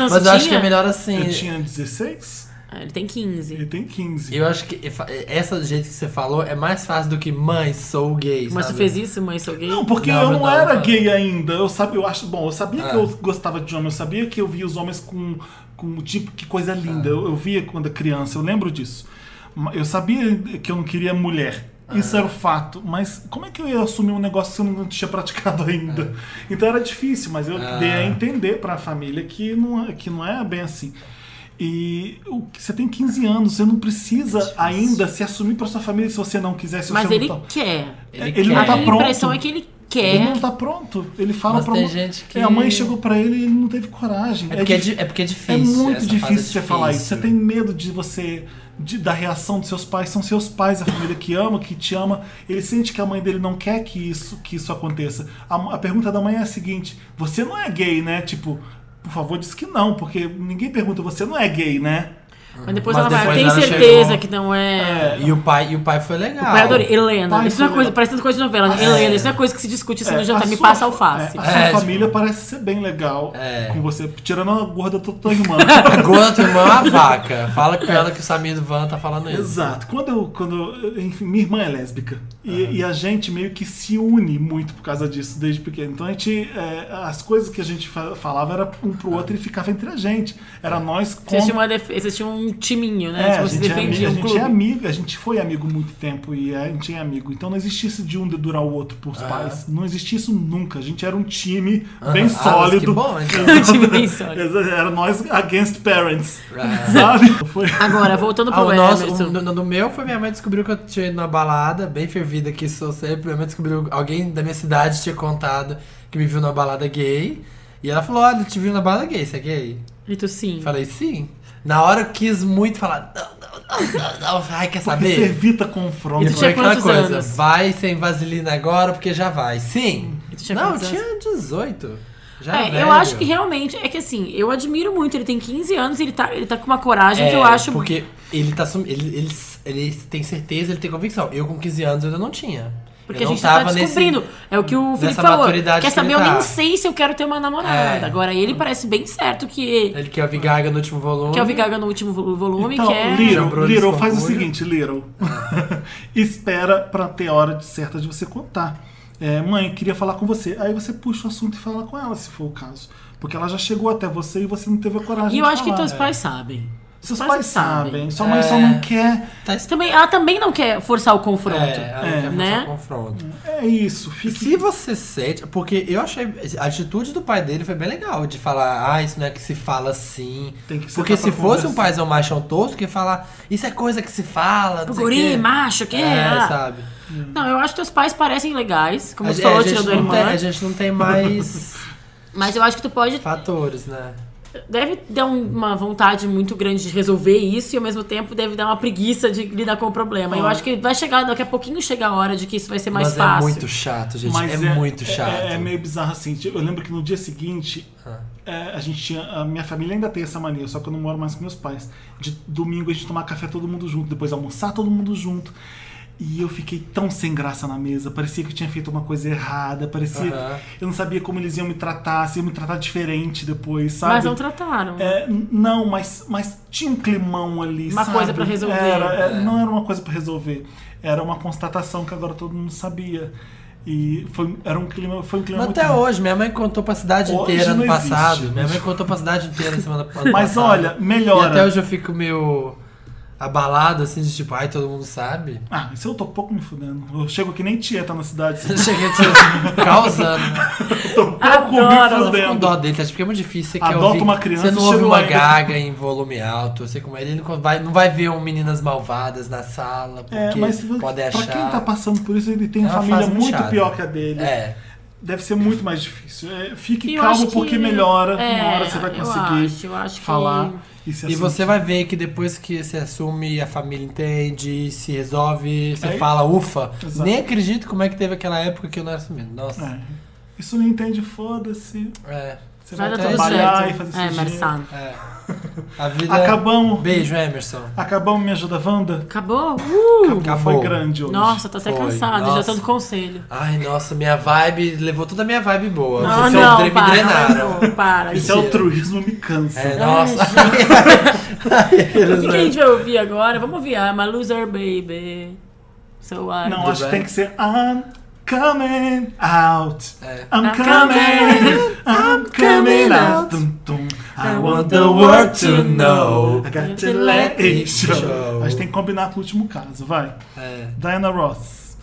C: Mas
A: anos
C: eu
A: você
C: acho que
A: tinha?
C: é melhor assim.
B: eu tinha 16,
A: Ah, ele tem
B: ele
A: 15.
B: tem 15.
C: Eu acho que essa do jeito que você falou é mais fácil do que mãe, sou gay.
A: Mas
C: sabe?
A: tu fez isso, mãe? Sou gay?
B: Não, porque
C: Não,
B: eu
C: não,
B: não,
C: não,
B: era
C: não.
B: gay ainda. Eu sabia, eu acho, bom, eu sabia que
C: Ah.
B: eu gostava de homem, eu sabia que eu via os homens com com tipo que coisa
C: Ah.
B: linda. Eu, eu via quando criança, eu lembro disso. Ma- Eu sabia que eu não queria mulher.
C: Ah.
B: Isso era o fato, mas como é que eu ia assumir um negócio que eu não tinha praticado ainda? Então era difícil, mas eu
C: Ah.
B: dei a entender pra família que não, é- que não é bem assim. E o que- você tem 15 anos, você não
C: É
B: precisa ainda se assumir pra sua família se você não quiser, se
A: Mas
B: você
A: ele
B: não tá-
A: quer.
C: Ele
B: Ele
C: quer.
B: não tá
A: a
B: pronto.
A: impressão é que ele quer.
B: Ele não tá pronto. Ele fala
C: Mas
B: pra
C: tem
B: mo-
C: gente que-
B: É, a mãe chegou pra ele e ele não teve coragem.
C: É porque é,
B: dif-
C: di- é porque é difícil.
B: é muito
C: essa fase
B: difícil você
C: é
B: falar isso. Você
C: difícil.
B: tem medo de você. de- da reação dos seus pais. São seus pais, a família que ama, que te ama. Ele sente que a mãe dele não quer que isso, que isso aconteça. A, a pergunta da mãe é a seguinte: Você não é gay, né? Tipo, por favor, diz que não, porque ninguém pergunta, você não é gay, né?
A: Mas depois
C: tá- Mas
A: ela vai.
C: depois
A: Tem
C: ela
A: certeza
C: chegou.
A: que não é.
C: E o pai, e Ah, o pai foi legal.
A: Mas eu adorei. Helena.
B: Pai,
A: isso não
B: foi
A: é coisa.
B: legal.
A: Parece tanta coisa de novela.
C: É.
A: Helena, isso não é coisa que se discute assim
B: É,
A: no
B: a
C: tá
A: jantar. Me
B: sua-
A: passa alface.
B: é, a
C: É,
B: sua
C: tipo-
B: família parece ser bem legal
C: É.
B: com você, tirando a gorda da tua irmã.
C: Agora tua irmã é uma vaca. Fala com ela que o Samir do Van tá falando isso.
B: Exato. Quando eu, quando eu- enfim, minha irmã é lésbica e,
C: Ah.
B: e a gente meio que se une muito por causa disso desde pequeno. Então a gente, é, as coisas que a gente fa- falava era um pro outro e ficava entre a gente. Era nós
A: Vocês
B: contra.
A: tinham, uma def- vocês tinham um timinho, né?
B: É,
A: Tipo,
B: a
A: vocês
B: gente, é amigo,
A: defendiam
B: a
A: o
B: gente
A: clube.
B: é amigo, a gente foi amigo muito tempo e a gente é amigo. Então não existia isso de um dedurar o outro pros pais. Não existia isso nunca. A gente era um time bem
C: Ah, mas
B: sólido.
C: que bom, então.
A: Um time bem sólido.
B: Era nós against parents.
C: Ah.
B: Sabe? Foi.
A: Agora, voltando
C: Ah,
A: pro
C: o nosso, o,
A: Emerson.
C: no, no meu foi minha mãe descobriu que eu tinha ido na balada, bem fervida que sou sempre. Minha mãe descobriu, alguém da minha cidade tinha contado que me viu na balada gay. E ela falou: Olha, eu te viu na balada gay, você é gay?
A: E tu sim.
C: Falei, sim. Na hora eu quis muito falar, não, não, não, não, não. Ai, quer
B: Porque você
C: saber?
B: evita confronto.
C: E
A: tu
C: foi
A: tinha
C: aquela
A: quantos
C: coisa,
A: anos? Hum.
C: vai sem vaselina agora, porque já vai. Sim.
A: E tu tinha
C: não, eu
A: quantos
C: tinha 18. Já
A: É,
C: velho.
A: eu acho que realmente. É que assim, eu admiro muito. Ele tem 15 anos e ele tá, ele tá com uma coragem que
C: É,
A: eu acho.
C: Porque ele tá sum... ele, ele, ele tem certeza, ele tem convicção. Eu com 15 anos ainda não tinha.
A: Porque
C: eu
A: a
C: não
A: gente tá
C: tava nesse-
A: descobrindo. É o que o Felipe
C: nessa
A: falou.
C: maturidade
A: Quer
C: que
A: saber?
C: ele
A: Eu
C: tá.
A: nem sei se eu quero ter uma namorada.
C: É.
A: Agora, ele parece bem certo que.
C: Ele quer o Vigaga no último volume.
A: Que é o Vigaga no último vo- volume,
B: Então,
A: que é.
B: Little,
C: Jambrolho
B: Little, faz o É.
C: Escorpião.
B: seguinte, Little. Espera pra ter a hora de- certa de você contar. É, mãe, queria falar com você. Aí você puxa o assunto e fala com ela, se for o caso. Porque ela já chegou até você e você não teve a coragem
A: E eu
B: de
A: acho que
B: falar.
A: teus pais sabem.
B: Seus
A: pais
B: pais
A: sabem.
B: sabem, sua mãe só
C: É.
B: não quer.
C: Tá es-
A: Também, ela também não quer forçar o confronto.
C: É, ela
B: É.
C: quer
A: Né?
C: forçar o confronto.
B: É isso,
C: E
B: fique.
C: se você sente. Porque eu achei. A atitude do pai dele foi bem legal. De falar, ah, isso não é que se fala assim.
B: Tem que sentar
C: porque se
B: pra
C: fosse um
B: conversar.
C: paizão machão tosco, que ia falar, isso é coisa que se fala. Não sei o
A: Guri,
C: quê."
A: macho, que
C: É,
A: ah.
C: sabe?
A: Não, eu acho que teus pais parecem legais, como
C: A
A: tu
C: gente-
A: falou,
C: é, a gente
A: tirando a
C: não tem-
A: irmã.
C: a gente não tem mais
A: Mas eu acho que tu pode.
C: fatores, né?
A: Deve dar um- uma vontade muito grande de resolver isso e ao mesmo tempo deve dar uma preguiça de lidar com o problema. Eu acho que vai chegar, daqui a pouquinho chega a hora de que isso vai ser mais
C: Mas
A: fácil.
C: é muito chato, gente.
B: Mas
C: é, muito chato. Ah.
B: É, é meio bizarro assim. Eu lembro que no dia seguinte, é, a gente tinha. A minha família ainda tem essa mania, só que eu não moro mais com meus pais. De domingo a gente tomar café todo mundo junto, depois almoçar todo mundo junto. E eu fiquei tão sem graça na mesa. Parecia que eu tinha feito uma coisa errada. Parecia.
C: Aham.
B: Eu não sabia como eles iam me tratar, se iam me tratar diferente depois, sabe?
A: Mas não trataram.
B: É, n- não, mas, mas tinha um climão ali.
A: Uma
B: sabe?
A: coisa pra resolver.
B: Era, é, Não era uma coisa pra resolver. Era uma constatação que agora todo mundo sabia. E foi, era um clima, foi um clima
C: Mas
B: muito
C: até hoje, minha mãe contou pra cidade
B: Hoje
C: inteira ano
B: não
C: passado.
B: existe.
C: Minha mãe contou pra cidade inteira semana ano passada.
B: Mas olha, melhora.
C: E até hoje eu fico meio abalado, assim, de tipo, ai, todo mundo sabe.
B: Ah, isso eu tô pouco me fudendo. Eu chego que nem tia tá na cidade. assim,
C: Cheguei te causando. né?
B: tô pouco
A: Adoro,
B: me
A: ela
C: Com
B: fudendo.
C: dó dele, tá? Porque é muito difícil. Você quer
B: Adota
C: ouvir-
B: uma criança
C: Você não
B: e
C: ouve
B: chega
C: uma
B: lá e-
C: gaga em volume alto. Eu sei como é. Ele não vai, não vai ver um meninas malvadas na sala, porque
B: É, mas
C: pode
B: pra
C: achar.
B: quem tá né? passando por isso, ele tem uma
C: É uma
B: família
C: fase muito
B: muito
C: chata.
B: pior que a dele.
C: É.
B: Deve ser muito mais difícil. É,
A: E
B: fique
A: eu
B: calmo
C: um
A: acho que-
B: porque melhora.
A: É,
B: uma hora você vai
A: eu
B: conseguir
A: acho, eu acho que-
B: falar. E,
C: E
B: assim, tipo, se assumir.
C: você vai ver que depois que você assume, a família entende, se resolve, você
B: É.
C: fala, ufa.
B: Exato.
C: Nem acredito como é que teve aquela época que eu não era assumido. Nossa.
B: É. Isso não entende, foda-se.
C: É.
B: Você
A: Vai
B: vai
A: dar tudo
B: trabalhar
A: certo.
B: e fazer
A: é,
B: seu dinheiro.
A: Marçano.
C: é. A vida.
B: Acabamos.
C: Beijo, Emerson.
B: Acabamos Me Ajuda Wanda?
A: Acabou? Uh!
C: Acabou.
B: Foi grande hoje.
A: Nossa, tô até
C: Foi.
A: cansada, já
C: Nossa.
A: tô do conselho.
C: Ai, nossa, minha vibe. Levou toda a minha vibe boa. é um
A: Não,
C: Vocês
A: Ah, não,
C: dre- me
A: para,
C: drenaram.
A: não, para.
B: Esse
A: gente.
B: altruísmo me cansa.
C: É, nossa.
A: O que, que a
C: né?
A: gente vai ouvir agora? Vamos ouvir ah, I'm a Loser Baby. So I...
B: Não, acho
C: bem.
B: que tem que ser I'm coming out.
C: É.
B: I'm
A: I'm
B: coming, I'm coming out. Tum, tum. I want the world to know. I got to let it show. A gente tem que combinar com o último caso, vai.
C: É.
B: Diana Ross.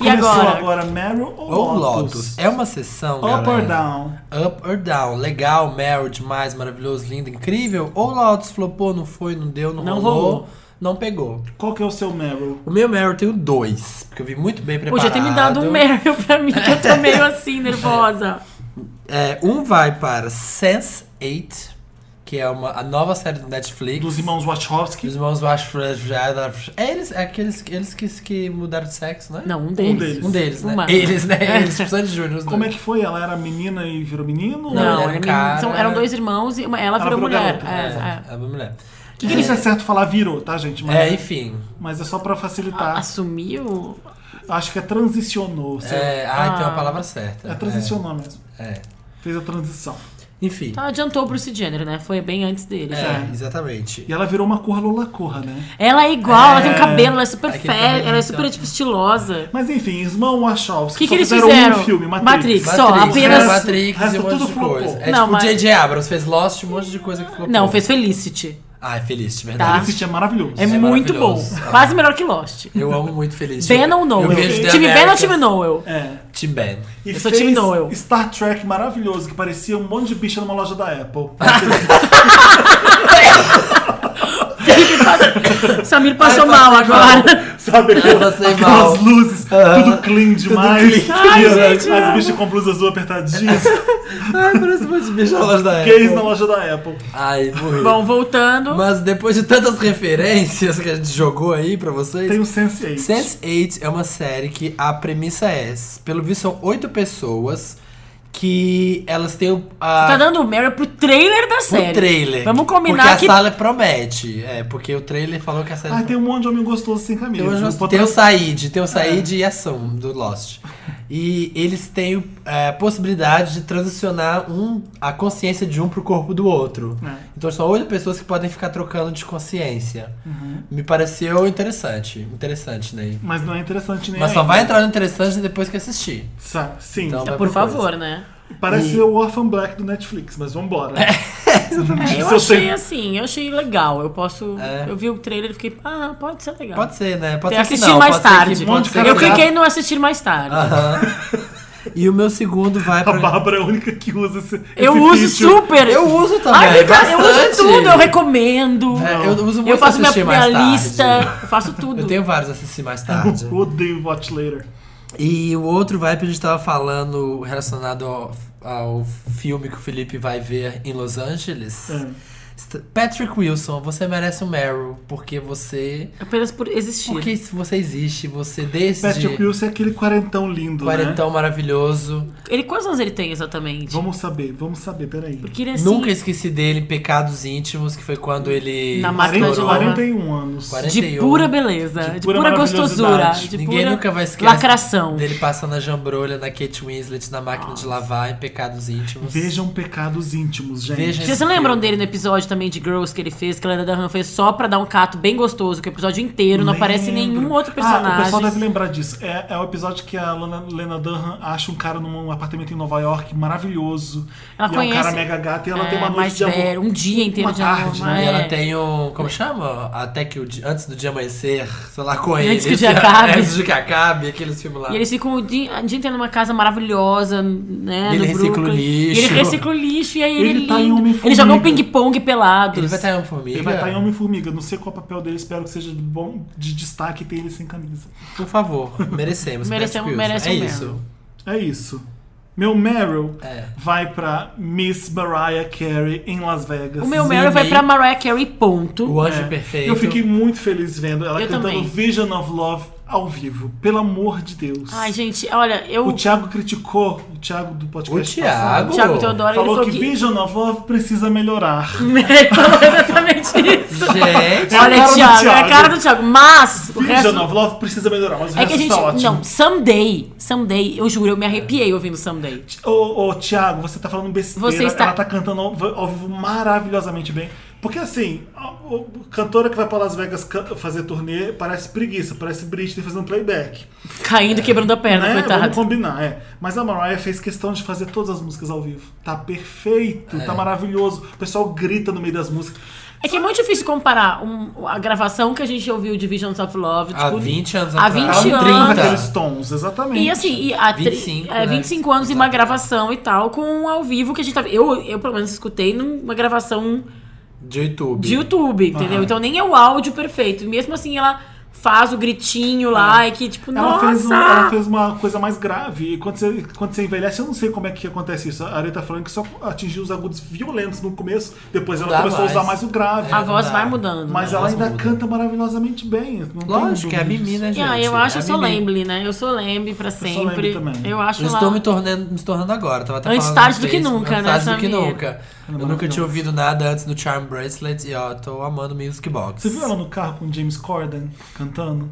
A: E
B: Começou
A: agora?
B: agora Meryl ou,
C: Ou
B: Lotus?
C: Lotus. É uma sessão.
B: Up
C: galera.
B: or down?
C: Up or down. Legal, Meryl, demais, maravilhoso, lindo, incrível. Ou Lotus flopou, não foi, não deu, não,
A: Não
C: rolou,
A: rolou.
C: Não pegou.
B: Qual que é o seu Meryl?
C: O meu Meryl tem o dois, porque eu vi muito bem preparado.
A: Podia ter me dado um Meryl pra mim, que eu tô meio assim, nervosa.
C: É, um vai para Sense8, que é uma, a nova série do Netflix.
B: Dos irmãos
C: Dos
B: Wachowski?
C: irmãos Wachowski. É eles, é aqueles, eles que, que mudaram de sexo, né?
A: Não, um deles.
B: deles.
C: Um deles, né?
A: Uma.
C: Eles, né? Eles precisam de Júnior. os
B: Como é
C: dois.
B: que foi? Ela era menina e virou menino?
C: Não, ele
A: Não,
C: era um
A: era menino.
C: cara-
A: São- eram dois irmãos e uma- ela, virou,
B: virou
A: mulher.
B: garota,
A: É, é.
C: É, é uma mulher.
B: Que que isso é certo falar virou, tá, gente? Mas,
C: É,
A: Né?
C: enfim.
B: mas é só pra
C: Tá.
B: facilitar.
A: Ah, Assumiu?
B: Acho que é transicionou. sei lá.
C: É, ai,
A: Ah.
C: tem uma palavra certa.
B: É, transicionou mesmo.
C: É, é.
B: Fez a transição.
C: Enfim.
A: Então adiantou o Bruce Jenner, né? Foi bem antes dele.
C: É, exatamente.
B: E ela virou uma corra lula corra, né?
A: Ela é igual, ela tem um cabelo, ela é super
C: Aquele
A: fé, ela é
C: cabelinho,
A: super,
C: então.
A: tipo, estilosa.
B: Mas enfim, irmão Wachowski.
A: O que,
B: só
A: que eles
B: fizeram,
A: fizeram?
B: um filme, Matrix.
A: Matrix. Só,
C: né?
A: apenas-
C: Matrix
B: Resta
C: e um monte
B: tudo
C: de
B: flopou.
C: coisa. É
A: Não,
C: tipo,
A: mas-
C: J.J. Abrams fez Lost, um monte de coisa que flopou.
A: Não, fez Felicity.
C: Ai, feliz, de
A: Tá.
C: verdade.
B: Esse é maravilhoso.
A: É, muito bom.
C: maravilhoso.
A: Quase melhor que Lost.
C: Eu amo muito feliz.
A: Ben ou
C: Eu
A: Noel?
C: vejo The
A: Time Ben ou
C: Americans.
A: time Noel?
B: É.
C: Team Ben.
B: E
A: Eu sou time Noel.
B: Star Trek maravilhoso, que parecia um monte de bicha numa loja da Apple.
A: Samir passou mal agora.
B: Sabe?
C: Ela sem mal.
B: Aquelas luzes, tudo clean demais.
A: Ai,
B: E
A: gente,
B: as bichas com blusas azul apertadinhas.
C: Ai, parece muito de beijo na loja da
B: Gays na loja da Apple.
C: Ai, morri.
A: Bom, voltando.
C: Mas depois de tantas referências que a gente jogou aí pra vocês.
B: Tem o Sense8.
C: Sense8 é uma série que a premissa é, pelo visto são oito pessoas que elas têm o- a,
A: Tá dando o Meryl pro trailer da série.
C: o trailer.
A: Vamos
C: Porque
A: combinar
C: a
A: que.
C: sala promete. É, porque o trailer falou
B: um
C: que a série
B: Ah, tem um monte de homem gostoso sem camisa.
C: Tem o,
B: Vou
C: tem
B: tra-
C: o Said, tem o Said e a Sam do Lost. E eles têm é, a possibilidade de transicionar um, a consciência de um pro corpo do outro.
A: É.
C: Então são oito pessoas que podem ficar trocando de consciência.
A: Uhum.
C: Me pareceu interessante. Interessante, né?
B: Mas não é interessante nem
C: Mas só
B: ainda.
C: vai entrar no interessante depois que assistir.
B: Sa- Sim.
C: Então, vai
A: Por
C: pra coisa.
A: favor, né?
B: Parece ser o Orphan Black do Netflix, mas vambora.
A: É, eu
B: Se eu
A: achei
B: tenho-
A: assim, eu achei legal. Eu posso.
C: É.
A: Eu vi o trailer e fiquei, ah, pode ser legal.
C: Pode ser, né? Pode
A: Tem
C: ser que
A: assistir
C: não,
A: mais
C: pode ser
A: tarde.
C: que- pode ser que
A: eu
C: não.
A: cliquei no assistir mais tarde.
C: Aham. E o meu segundo vai
B: A
C: pra.
B: Bárbara é a única que usa esse.
A: eu
B: esse
A: uso
B: feature.
A: super.
C: Eu uso também.
A: Ai, meu Deus, eu
C: bastante.
A: uso tudo, eu recomendo.
C: É, eu uso muito
A: eu faço minha,
C: assistir
A: minha
C: mais tarde.
A: lista, eu faço tudo.
C: Eu tenho vários a assistir mais tarde.
B: Odeio Watch Later.
C: e o outro vai que a gente tava falando relacionado ao, ao filme que o Felipe vai ver em Los Angeles.
B: É.
C: St- Patrick Wilson, você merece um Meryl, porque você.
A: Apenas por existir.
C: Porque se você existe, você desde
B: Patrick Wilson é aquele quarentão lindo, né?
C: quarentão maravilhoso.
A: Ele, quantos anos ele tem exatamente?
B: Vamos saber, vamos saber, peraí.
A: Porque ele assim,
C: Nunca eseci dele em Pecados Íntimos, que foi quando ele.
A: Na máquina de
C: estourou.
B: 40,
A: lavar.
B: 41 anos.
C: 40.
A: assim, de pura beleza,
B: De
A: de, pura,
B: pura
A: gostosura,
B: maravilhosidade.
A: de
C: Ninguém
A: pura
C: nunca vai esquecer
A: lacração.
C: dele passando a jambrolha na Kate Winslet na máquina de lavar em Pecados Íntimos.
B: Vejam pecados íntimos, gente.
C: Veja
A: Vocês
C: esse
A: lembram
C: filme.
A: dele no episódio também de Girls que ele fez, que a Lena Dunham fez só pra dar um cato bem gostoso, que o episódio inteiro não aparece
B: Lembro.
A: nenhum
B: Ah,
A: outro
B: o pessoal deve
A: personagem.
B: lembrar disso. É, é o episódio que a Lana- Lena Dunham acha um cara num apartamento em Nova York maravilhoso.
A: Ela
B: e é
A: conhece-
B: um cara mega gato e ela
A: é,
B: tem uma noite
A: mais
B: de amor.
A: velho, um dia inteiro
B: Uma
A: de amor,
B: tarde,
A: mas-
B: né?
C: E ela
A: É.
C: tem o. Como chama? Até que o dia- antes do dia amanhecer, sei lá, com ele.
A: Antes que o
C: esse-
A: dia acabe.
C: Antes de que acabe, aqueles filmes lá.
A: e eles ficam o dia, o dia inteiro numa casa maravilhosa, né?
C: E ele
A: no
C: recicla o
A: Brooklyn.
C: lixo.
A: E ele recicla o lixo, e aí ele,
B: Ele tá
A: lindo.
B: em Homem-Formiga.
A: Ele joga um ping-pong pelados.
C: Ele vai estar em uma formiga.
B: Ele vai estar em Homem-Formiga. Não sei qual é o papel dele, espero que seja de bom de destaque e ter ele sem camisa.
C: Por favor, merecemos.
A: Merecemos-
C: Patrick Wilson.
A: merece
C: É
A: um
C: isso.
B: É isso. Meu Meryl
C: É.
B: vai pra Miss Mariah Carey em Las Vegas.
A: O meu Meryl vai pra Mariah Carey, ponto.
C: O anjo
B: É.
C: perfeito.
B: Eu fiquei muito feliz vendo ela
A: Eu
B: cantando
A: também.
B: Vision of Love ao vivo. Pelo amor de Deus.
A: Ai, gente, olha, eu...
B: O Thiago criticou, o Thiago do podcast.
C: O Thiago?
B: passado,
A: o Thiago Teodoro,
B: Falou,
A: ele
B: que, Vision of Love precisa melhorar.
A: Ele falou exatamente isso.
C: Gente,
B: É a cara
A: Olha,
B: do
A: Thiago, é a
B: Thiago.
A: cara do Thiago. Mas o
B: Vision
A: resto
B: of Love precisa melhorar, mas o
A: É
B: resto
A: que a gente.
B: tá ótimo.
A: Não, someday. Someday, eu juro, eu me arrepiei ouvindo someday.
B: Ô, ô, Thiago, você tá falando besteira.
A: Você está-
B: Ela tá cantando ao, ao vivo maravilhosamente bem. Porque assim, a, o- cantora que vai pra Las Vegas can- fazer turnê parece preguiça, parece Britney fazendo playback.
A: Caindo e quebrando a perna,
B: Né? Vamos
A: coitado.
B: combinar, é. Mas a Mariah fez questão de fazer todas as músicas ao vivo. Tá perfeito,
C: É.
B: tá maravilhoso. O pessoal grita no meio das músicas.
A: É que é muito difícil comparar um- a gravação que a gente ouviu de Visions of Love.
C: Há
A: tipo,
C: 20 anos
A: há
C: atrás.
A: 20
B: Ela
A: anos.
B: treina
A: Anda.
B: aqueles tons, exatamente.
A: E assim, e a tri-
C: 25,
A: é,
C: né?
A: 25 anos e uma gravação e tal, com um ao vivo que a gente tava. Eu, eu pelo menos, escutei numa gravação
C: De YouTube.
A: de YouTube, entendeu? Então nem é o áudio perfeito. Mesmo assim, ela faz o gritinho lá e que, tipo,
B: É. Ela
A: nossa!
B: fez, um- ela fez uma coisa mais grave. E quando você, quando você envelhece, eu não sei como é que acontece isso. A Aretha Frank só atingiu os agudos violentos no começo, depois ela
C: Dá
B: começou
C: mais.
B: a usar mais o grave.
A: A voz
C: dá.
A: vai mudando.
B: Mas
A: né?
B: ela
C: voz
B: ainda
C: muda.
B: canta maravilhosamente bem. Não tem
C: Lógico, é a
B: dúvida
C: Mimi,
B: disso.
C: né, gente?
A: Ah, eu
C: É
A: acho,
C: a
A: eu sou
C: Mimi.
A: lembre, né? Eu sou lembre pra
B: sou lembre
A: sempre.
B: também.
A: Eu acho
C: Eu
A: lá...
C: estou me tornando, me tornando agora. Tava até
A: Antes
C: falando
A: tarde
C: com
A: do que
C: vocês,
A: nunca,
C: antes
A: né,
C: tarde do que
A: Samir?
C: nunca. Eu nunca tinha ouvido nada antes do Charm Bracelet e ó, tô amando Music Box.
B: Você viu ela no carro com o James Corden cantando?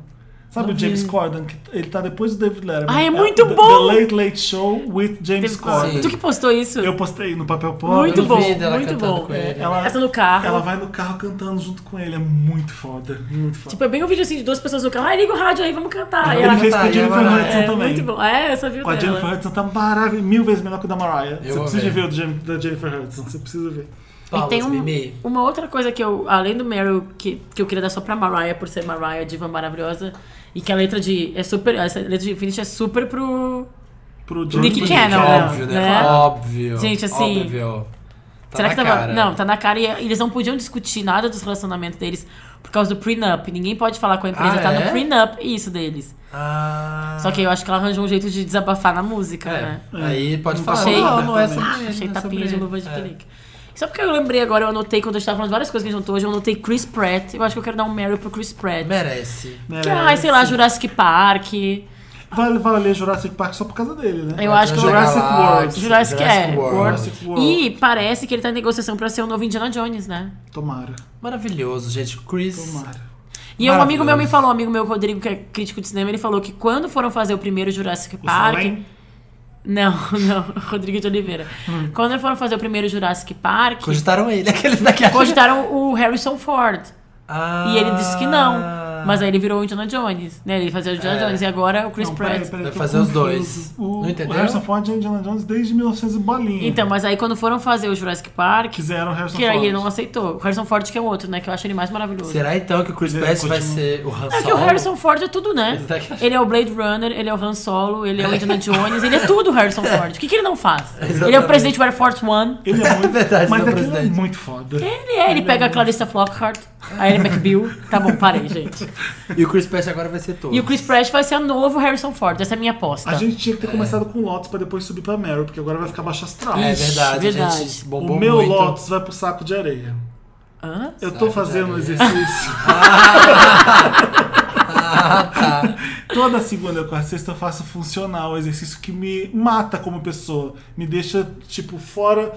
B: Sabe
A: Não
B: o James
A: vi.
B: Corden? Que ele tá depois do David Letterman.
A: Ah, é
B: É
A: muito
B: the,
A: bom!
B: The Late Late Show with James Corden.
A: Tu que postou isso?
B: Eu postei no papel pop.
A: Muito
C: eu
A: bom,
C: duvido ela
A: muito
C: cantando
A: bom.
C: com ele.
B: Ela-
A: Essa no carro.
B: Ela vai no carro cantando junto com ele. É muito foda. Muito foda.
A: Tipo, é bem um vídeo assim de duas pessoas no carro. Ai, liga o rádio aí, vamos cantar. E
B: ele
A: ela...
B: fez com
C: tá,
B: a
C: e
B: Jennifer
C: agora-
B: Hudson
A: É,
B: também.
A: muito bom. É, eu só vi o
B: Com a
A: dela.
B: Jennifer Hudson tá maravilhoso, mil vezes melhor que o da Mariah.
C: Eu
B: você precisa
C: amei.
B: ver o do Jen- da Jennifer Hudson, você precisa ver.
A: E
C: Palmas,
A: tem um-
C: Mimi.
A: uma outra coisa que eu, além do Meryl, que, que eu queria dar só pra Mariah, por ser Mariah, diva maravilhosa, e que a letra de. É super, essa letra de Infinity é super pro.
B: Pro
A: Nick
B: Jennifer
A: Cannon,
B: Hudson.
C: Óbvio, né?
A: né?
C: Óbvio.
A: Gente, assim,
C: Óbvio. Tá
A: Será
C: na
A: que tava.
C: cara.
A: Não, tá na cara e eles não podiam discutir nada dos relacionamentos deles por causa do prenup. Ninguém pode falar com a empresa,
C: Ah,
A: tá
C: é?
A: no prenup, isso deles.
C: Ah.
A: Só que eu acho que ela arranjou um jeito de desabafar na música, né?
C: É. Aí pode
B: Não
C: falar.
A: achei-
C: Não, não é sobre
B: Ah,
C: ele,
A: Achei
C: não é
A: tapinha
C: sobre
A: de
C: ele.
A: luva de
C: É.
A: pelica. Só porque eu lembrei agora, eu anotei quando a gente tava falando várias coisas que a gente anotou hoje, eu anotei Chris Pratt. Eu acho que eu quero dar um Meryl pro Chris Pratt.
C: Merece.
A: Que, ai, sei lá, Jurassic Park.
B: Vale, vale ler Jurassic Park só por causa dele, né?
A: Eu acho que eu.
B: Jurassic World.
A: Jurassic, é.
B: Jurassic World.
A: E parece que ele tá em negociação pra ser o novo Indiana Jones, né?
B: Tomara,
C: Maravilhoso, gente. Chris.
B: tomara.
A: E um amigo meu me
C: Maravilhoso.
A: falou, um amigo meu, Rodrigo, que é crítico de cinema, ele falou que quando foram fazer o primeiro Jurassic
B: O
A: Park.
B: Salem,
A: Não, não, Rodrigo de Oliveira.
B: Hum.
A: Quando foram fazer o primeiro Jurassic Park,
C: Cogitaram ele, aqueles daqui a
A: cogitaram o Harrison Ford.
C: Ah.
A: E ele disse que
B: Ah.
A: não. Mas é aí ele virou o Indiana Jones, né? Ele fazia o Indiana
C: É.
A: Jones e agora o Chris
B: Não, peraí,
A: Pratt.
B: peraí,
C: Vai
B: tô
C: fazer os
B: confuso.
C: dois.
B: O,
C: Não entendeu?
B: o Harrison Ford e Indiana Jones desde 1900 e bolinha.
A: Então, mas aí quando foram fazer o Jurassic Park,
B: Quiseram o Harrison
A: que aí
B: Ford.
A: ele não aceitou. O Harrison Ford que é o outro, né? Que eu acho ele mais maravilhoso.
C: Será então que o Chris
B: Ele
C: Pratt vai
B: continua-
C: ser o Han Solo?
A: É que o Harrison Ford é tudo, né?
C: Esse daqui-
A: Ele é o Blade Runner, ele é o Han Solo, ele é o Indiana Jones, ele é tudo o Harrison Ford. O que, que ele não faz? Ele é o
C: Exatamente.
A: presidente do Air Force One.
B: Ele é muito,
C: Verdade,
B: mas
C: não,
B: aquilo é
C: presidente.
B: muito foda.
A: Ele é, ele pega a Clarissa Flockhart, a Ellie McBeal. Tá bom, parei, gente.
C: E o Chris Pratt agora vai ser todo.
A: E o Chris Pratt vai ser o novo Harrison Ford, essa é a minha aposta.
B: A gente tinha que ter começado com o Lotus pra depois subir pra Meryl, porque agora vai ficar baixo astral.
C: É verdade,
A: Verdade.
C: gente. Bombou
B: O meu
C: muito.
B: Lotus vai pro saco de areia.
A: Hã?
B: Eu tô fazendo um exercício. Toda segunda, quarta, sexta eu faço funcional, um exercício que me mata como pessoa. Me deixa, tipo, fora,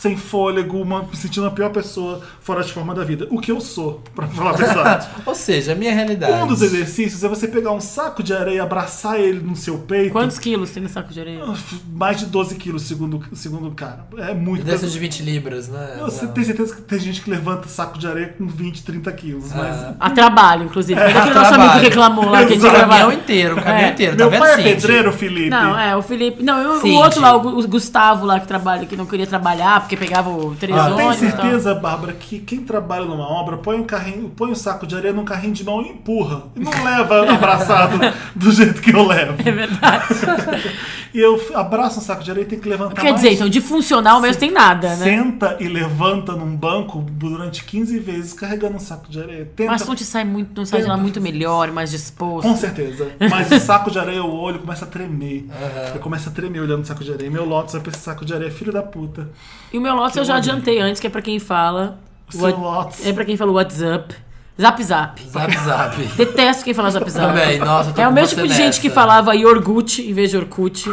B: sem fôlego, uma, me sentindo a pior pessoa fora de forma da vida. O que eu sou, pra falar a verdade.
C: Ou seja, a minha realidade.
B: Um dos exercícios é você pegar um saco de areia, abraçar ele no seu peito.
A: Quantos quilos tem no saco de areia?
B: Mais de 12 quilos, segundo, segundo o cara. É muito
C: Dessa de 20 libras, né?
B: Você
C: Não.
B: tem certeza que tem gente que levanta saco de areia com 20, 30 quilos, mas.
A: A trabalho, inclusive. Olha aquele
C: a
A: nosso amigo É
C: trabalho.
A: que reclamou lá que a gente
C: O
A: trabalha.
C: caminhão inteiro, o caminhão
A: É.
C: inteiro.
B: Meu
C: tá vendo,
B: pai é
C: Cindy?
B: pedreiro, Felipe.
A: Não, é, o Felipe. Não, eu-
C: Sim,
A: o outro
C: sim.
A: lá, o Gustavo lá que trabalha, que não queria trabalhar, porque pegava o três
C: Ah,
B: Eu tenho
A: ônibus e tal.
B: certeza, Bárbara, que quem trabalha numa obra põe um carrinho, põe um saco de areia num carrinho de mão e empurra. E não leva abraçado do jeito que eu levo.
A: É verdade.
B: E eu f- abraço um saco de areia e tenho que levantar
A: Quer
B: mais.
A: dizer, então, de funcional mesmo tem nada, né?
B: Senta e levanta num banco durante 15 vezes carregando um saco de areia. Tenta
A: Mas não te sai muito, não sai de lá muito melhor, mais disposto.
B: Com certeza. Mas o saco de areia, o olho começa a tremer. Eu começo a tremer olhando o saco de areia. Meu Lotus vai pra esse saco de areia, filho da puta.
A: E o meu lote eu já adiantei antes, que é pra quem fala.
B: Seu
A: what-
B: Lotus.
A: É pra quem fala WhatsApp. Zap zap.
C: Zap zap.
A: Detesto quem fala zap zap.
C: Também, nossa, eu tô
A: É o
C: com
A: mesmo
C: você
A: tipo de gente
C: nessa.
A: que falava Yorgut em vez de Orkut.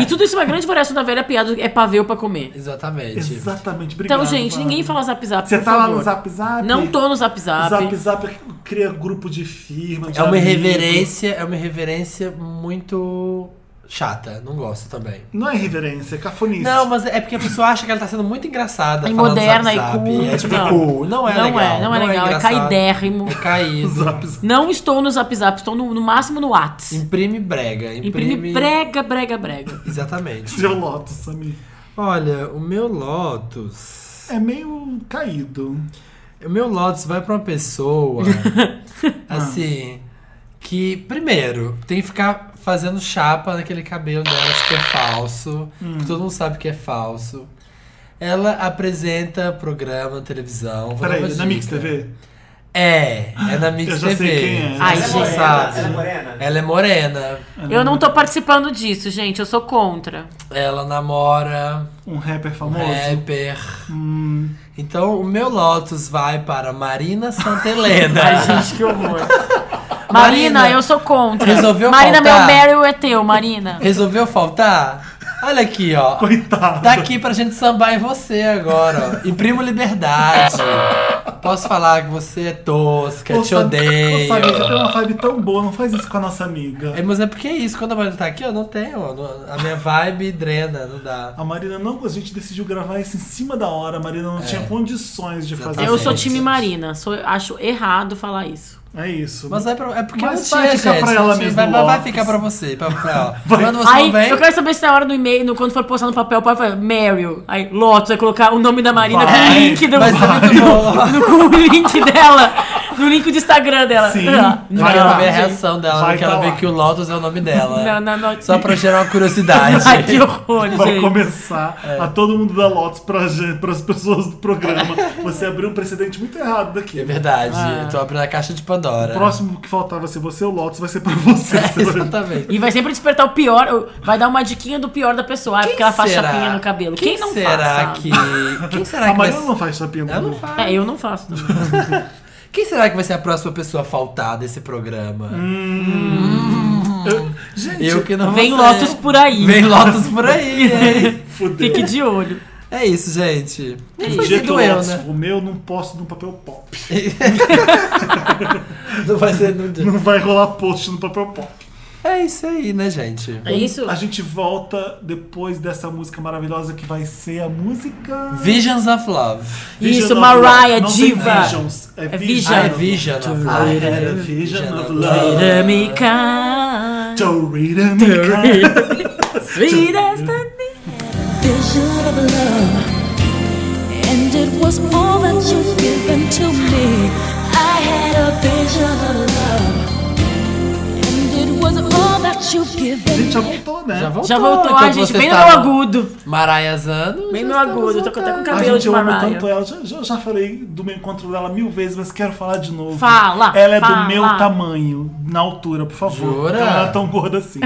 A: E tudo isso é uma grande variação da velha piada é pavê ou pra comer.
C: Exatamente.
B: Exatamente. Obrigado,
A: Então, gente,
B: Bárbara.
A: ninguém fala zap zap.
B: Você
A: por
B: tá lá
A: favor.
B: no Zap Zap?
A: Não tô no zap zap.
B: Zap Zap cria grupo de firma. de
C: É uma
B: amigo.
C: irreverência, é uma irreverência muito chata. Não gosto também.
B: Não é irreverência, é cafonice.
C: Não, mas é porque a pessoa acha que ela tá sendo muito engraçada.
A: E
C: falando
A: moderna
C: zap,
A: e cool.
C: zap. É tipo
A: Não.
C: cool. Não é
A: não
C: legal.
A: é, não é legal. É,
C: engraçado.
A: caidérrimo.
C: É caído.
B: Zap Zap.
A: Não estou no zap zap, estou no, no máximo no Whats.
C: Imprime brega. Imprime...
A: Imprime brega, brega, brega.
C: Exatamente.
B: Seu Lotus, Samir.
C: Olha, o meu Lotus...
B: É meio caído.
C: O meu Lotus vai pra uma pessoa, assim, que, primeiro, tem que ficar fazendo chapa naquele cabelo dela que é falso, que
B: Hum.
C: todo mundo sabe que é falso. Ela apresenta programa, televisão. vou dar
B: Peraí,
C: uma
B: na
C: dica.
B: Mix TV?
C: É, é na Mix
B: Ah, Eu já sei
C: TV.
B: quem é.
A: Ai,
C: Você
A: gente.
C: sabe.
G: Ela é morena?
C: Ela é morena.
A: Eu não tô participando disso, gente. Eu sou contra.
C: Ela namora
B: Um rapper
C: É.
B: famoso?
C: rapper.
B: Hum,
C: Então, o meu Lotus vai para Marina Santelena.
A: Ai, gente, que horror. Marina,
C: Marina,
A: eu sou contra.
C: resolveu
A: Marina,
C: faltar?
A: meu Meryl é teu, Marina.
C: Resolveu faltar? Olha aqui, ó.
B: coitado.
C: Tá aqui pra gente sambar em você agora, ó. Imprimo liberdade. Posso falar que você é tosca,
B: Ô,
C: te
B: Sam- Ô,
C: odeio.
B: Samir, você tem uma vibe tão boa, não faz isso com a nossa amiga.
C: É, mas é porque é isso, quando a Marina tá aqui, eu não tenho. ó, não- A minha vibe drena, não dá.
B: A Marina não. A gente decidiu gravar isso em cima da hora. A Marina
C: É.
B: não tinha condições de fazer
A: Eu
C: Exatamente.
B: isso.
A: sou time Marina. Sou, acho errado falar isso.
B: É isso.
C: Mas é, pra- é porque
B: Mas
C: não
B: vai
C: tinha,
B: ficar
C: gente.
B: pra ela
C: não tinha-
B: mesmo,
C: vai, vai- vai
B: Lopes.
C: ficar pra você, pra, pra ela. Quando você
A: Aí,
C: não vem,
A: eu quero saber se na hora do e-mail, no- quando for postar no papel, pode falar Meryl. Aí, Lotus, vai colocar o nome da Marina
B: Vai,
A: com o link do.
C: vai ser muito bom.
A: no- com o link dela. No link do Instagram dela.
B: Sim.
A: Ah,
C: Eu
B: Vai
C: quero
B: lá,
C: ver a
B: gente.
C: reação dela,
B: Vai
C: eu quero
B: tá
C: ver
B: lá.
C: que o Lotus é o nome dela.
A: Não, não, não.
C: Só pra gerar uma curiosidade.
A: Ai, que horror,
B: Vai
A: gente.
B: começar
C: É.
B: a todo mundo dar lotes para as pessoas do programa. Você abriu um precedente muito errado daqui.
C: É verdade, eu tô abrindo a caixa de Pandora.
B: O Ah. próximo que faltar vai ser você, o Lotus vai ser pra você. Você vai-
C: É, Exatamente.
A: E vai sempre despertar o pior, o- vai dar uma diquinha do pior da pessoa, ah, porque ela faz chapinha no cabelo. Quem, não
C: será
A: faz?
C: que...
A: sabe?
C: Quem será
B: A
C: que vai...
B: Marina não faz chapinha
C: Ela
B: do
C: não
B: mundo.
C: faz.
A: É, eu não faço também.
C: Quem será que vai ser a próxima pessoa a faltar desse programa?
B: Hum. Eu- Gente,
C: Eu que não
A: Vem
C: vou ser.
A: Lotus por aí.
C: Vem Lotus por aí, hein?
B: fudeu.
A: Fique de olho.
C: É isso, gente.
A: É
C: Foi
A: isso.
B: Dia que eu
C: doeu,
B: Lotus
C: né?
B: Romeu não posto no papel pop.
C: Não vai ser no dia.
B: Não vai rolar post no papel pop.
C: É isso aí, né, gente?
A: É isso?
B: A gente volta depois dessa música maravilhosa que vai ser a música.
C: Visions of Love.
B: Vision
A: Isso,
B: of
A: Mariah,
B: Love. Não tem
A: diva.
B: Visions, é,
A: É
B: Vision.
C: Ah, é
A: Vision.
C: Vision of
B: I
C: Love.
B: had a vision of love.
A: Dinâmica.
B: Dorita Mica.
A: Sweet as the
H: vision of love, and it was all that you've given to me. I had a vision of love, and it was all that you've
B: A
H: given
B: gente já voltou, né?
C: Já voltou,
A: Já voltou, ai, gente,
C: você
A: bem no meu
C: tava
A: agudo.
C: Maraiazando.
A: Bem no meu agudo, eu tô com- até com o
B: A
A: cabelo
B: gente
A: de
B: eu amo
A: Mariah.
B: tanto ela. Já, já- já falei do meu encontro dela mil vezes, mas quero falar de novo.
A: Fala,
B: Ela é
A: fala.
B: do meu tamanho, na altura, por favor.
C: Jura?
B: Ela é tão gorda assim.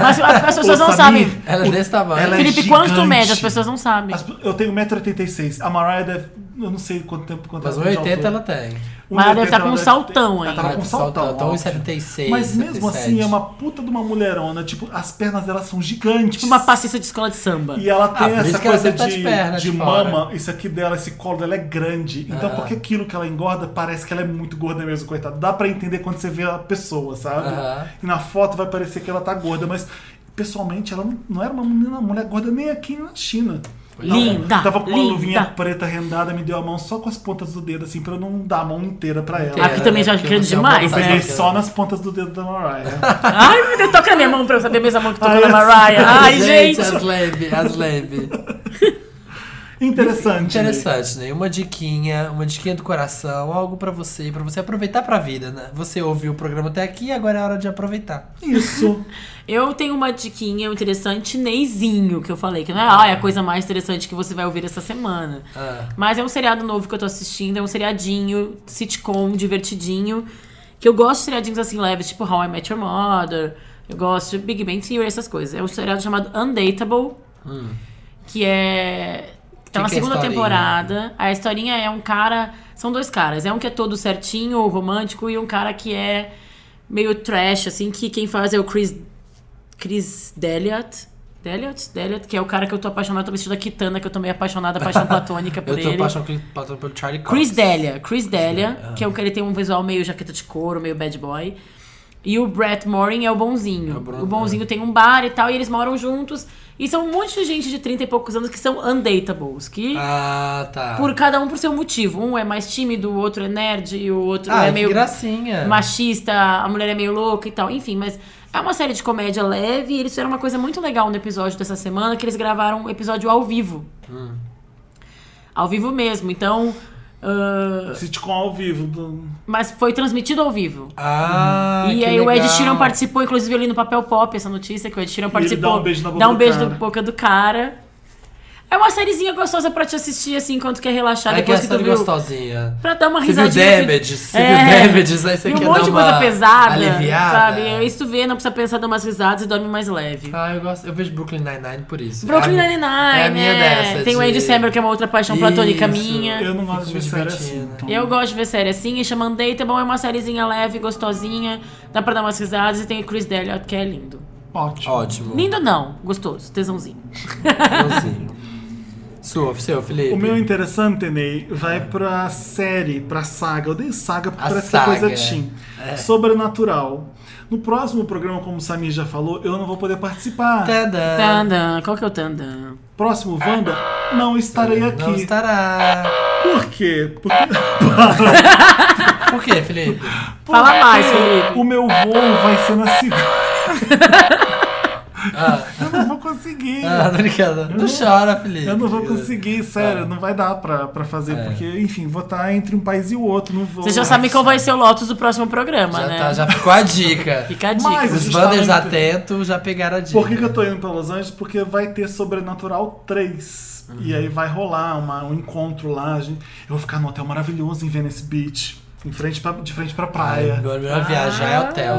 A: Mas as as pessoas
B: Ô,
A: não
B: Samir,
A: sabem.
C: Ela é desse tamanho.
B: Ela é
A: Felipe, quanto tu
B: gigante.
A: mede? As pessoas não sabem.
B: As- eu tenho 1,86m. A Mariah deve. Eu não sei quanto tempo quanto
C: Mas
B: ela tem de
C: 1,80
B: altura.
C: ela tem.
A: Mariah deve
B: 1,80
A: estar com um
B: ela
A: saltão
B: Ela
A: ainda.
B: tava com um saltão.
C: Então,
B: óbvio.
C: 76,
B: Mas mesmo
C: 77.
B: assim, é uma puta de uma mulherona. Tipo, as pernas dela são gigantes.
C: Tipo
A: Uma passista de escola de samba.
B: E ela tem
C: por isso
B: essa
C: que ela
B: coisa
C: sempre tá
B: de,
C: de perna
B: de
C: de fora.
B: mama, isso aqui dela, esse colo dela é grande. Então, porque aquilo que ela engorda parece que ela é muito gorda mesmo, coitada. Dá pra entender quando você vê a pessoa, sabe?
C: Aham.
B: E na foto vai parecer que ela tá gorda, mas pessoalmente ela não- não era uma menina, uma mulher gorda nem aqui na China.
A: Linda,
B: Tava com uma
A: linda.
B: luvinha preta rendada, me deu a mão só com as pontas do dedo, assim, pra eu não dar a mão inteira pra ela.
A: Aqui também já é
C: Porque
A: grande
C: você é
A: demais,
B: Eu
C: uma
A: né?
B: peguei
C: boa
B: só nas pontas do dedo da Mariah.
A: Ai, meu Deus, toca na minha mão pra eu saber mesmo a mão que tocou
B: Ai,
A: na
B: eu
A: Mariah. Ai, gente.
C: As lab, as lab.
B: Interessante.
C: Interessante, né? Uma diquinha, uma diquinha do coração, algo pra você, pra você aproveitar pra vida, né? Você ouviu o programa até aqui, agora é hora de aproveitar.
B: Isso.
A: Eu tenho uma diquinha interessante chinesinho que eu falei, que não é, ah, é a coisa mais interessante que você vai ouvir essa semana.
C: Ah.
A: Mas é um seriado novo que eu tô assistindo, é um seriadinho, sitcom, divertidinho. Que eu gosto de seriadinhos assim leves, tipo How I Met Your Mother. Eu gosto de Big Bang Theory, essas coisas. É um seriado chamado Undateable. Que é.
C: Hum. Que
A: Tá na
C: que é a
A: segunda
C: historinha?
A: temporada. A historinha é um cara. São dois caras. É um que é todo certinho, romântico, e um cara que é meio trash, assim, que quem faz é o Chris. Chris Deliot. Deliot? Deliot, que é o cara que eu tô apaixonada, eu tô vestindo da Kitana, que eu tô meio apaixonada, paixão platônica por
C: Eu tô
A: ele.
C: apaixonado pelo Charlie Cox.
A: Chris Delia. Chris Delia, que é um que ele tem um visual meio jaqueta de couro, meio bad boy. E o Brett Morin é o bonzinho.
C: o Bruno,
A: o bonzinho tem um bar e tal, e eles moram juntos. E são um monte de gente de 30 e poucos anos que são undateables. Que
C: Ah, tá.
A: por cada um por seu motivo. Um é mais tímido, o outro é nerd, e o outro
C: ah,
A: é
C: que
A: meio
C: gracinha.
A: machista, a mulher é meio louca e tal. Enfim, mas é uma série de comédia leve e eles fizeram uma coisa muito legal no episódio dessa semana, que eles gravaram um episódio ao vivo.
B: Hum.
A: Ao vivo mesmo, então... ah,
B: Sitcom ao vivo. do-
A: mas foi transmitido ao vivo.
C: Ah,
A: e
C: que
A: aí o Ed
C: legal.
A: Sheeran participou, inclusive eu li no papel pop essa notícia, que o Ed Sheeran participou.
B: dá um beijo na boca
A: dá um
B: do
A: beijo
B: cara.
A: na boca do cara. É uma sériezinha gostosa pra te assistir, assim, enquanto quer relaxar.
C: É que
A: depois que,
C: essa
A: tu viu...
C: gostosinha.
A: Pra dar uma
C: Você viu
A: risadinha. assim.
C: Damages, você viu Damages, aí você
A: e
C: quer
A: um monte
C: dar
A: de coisa
C: uma
A: pesada,
C: aliviada.
A: sabe? É Isso tu vê, não precisa pensar, dá umas risadas e dorme mais leve.
C: Ah, eu gosto. Eu vejo Brooklyn Nine-Nine por isso.
A: Brooklyn
C: É a mi-
A: Nine-Nine,
C: É a minha
A: né?
C: dessa.
A: Tem o
C: de-
A: Andy Samberg, que é uma outra paixão platônica
C: Isso.
A: minha.
B: Eu não gosto de ver
C: Fico
B: série
C: divertindo.
B: assim. então.
A: né? Eu gosto de ver série assim, e chamando Data, bom, é uma sériezinha leve, gostosinha, dá pra dar umas risadas, e tem o Chris Delia, que é lindo. é
B: Ótimo.
C: Ótimo.
A: Lindo não, gostoso, tesãozinho.
C: Bonzinho. Sua, seu, Felipe.
B: O meu interessante, Ney, vai pra série, pra saga. Eu dei saga porque
C: É. A
B: parece
C: saga. É.
B: coisa teen. Sobrenatural. No próximo programa, como o Samir já falou, eu não vou poder participar.
C: Tadã.
B: tá
A: Tandan, qual que é o Tandan?
B: Próximo, Wanda, não estarei aqui.
C: Não estará.
B: Por quê? Porque
C: Por quê, Felipe?
A: Fala mais, Felipe.
B: o meu voo vai ser na segunda.
C: Ah,
B: Eu não vou conseguir.
C: ah, obrigado. Não chora, Felipe.
B: Eu não vou conseguir, sério, não vai dar pra, pra fazer,
C: É.
B: porque, enfim, vou estar entre um país e o outro, não vou.
A: Vocês já sabem qual vai ser o Lotus do próximo programa,
C: Já,
A: né?
C: tá, já ficou a dica.
A: Fica a dica.
B: Mas-
C: Os
B: Vocês
C: Wanders
B: estavam-
C: atentos já pegaram a dica.
B: Por que, que eu tô indo pra Los Angeles? Porque vai ter Sobrenatural 3.
C: Uhum.
B: E aí vai rolar uma- um encontro lá. a gente- Eu vou ficar num hotel maravilhoso em Venice Beach. Em frente pra, de frente pra
C: Ai,
B: praia.
C: Meu melhor viajar é hotel, né, gente? Adoro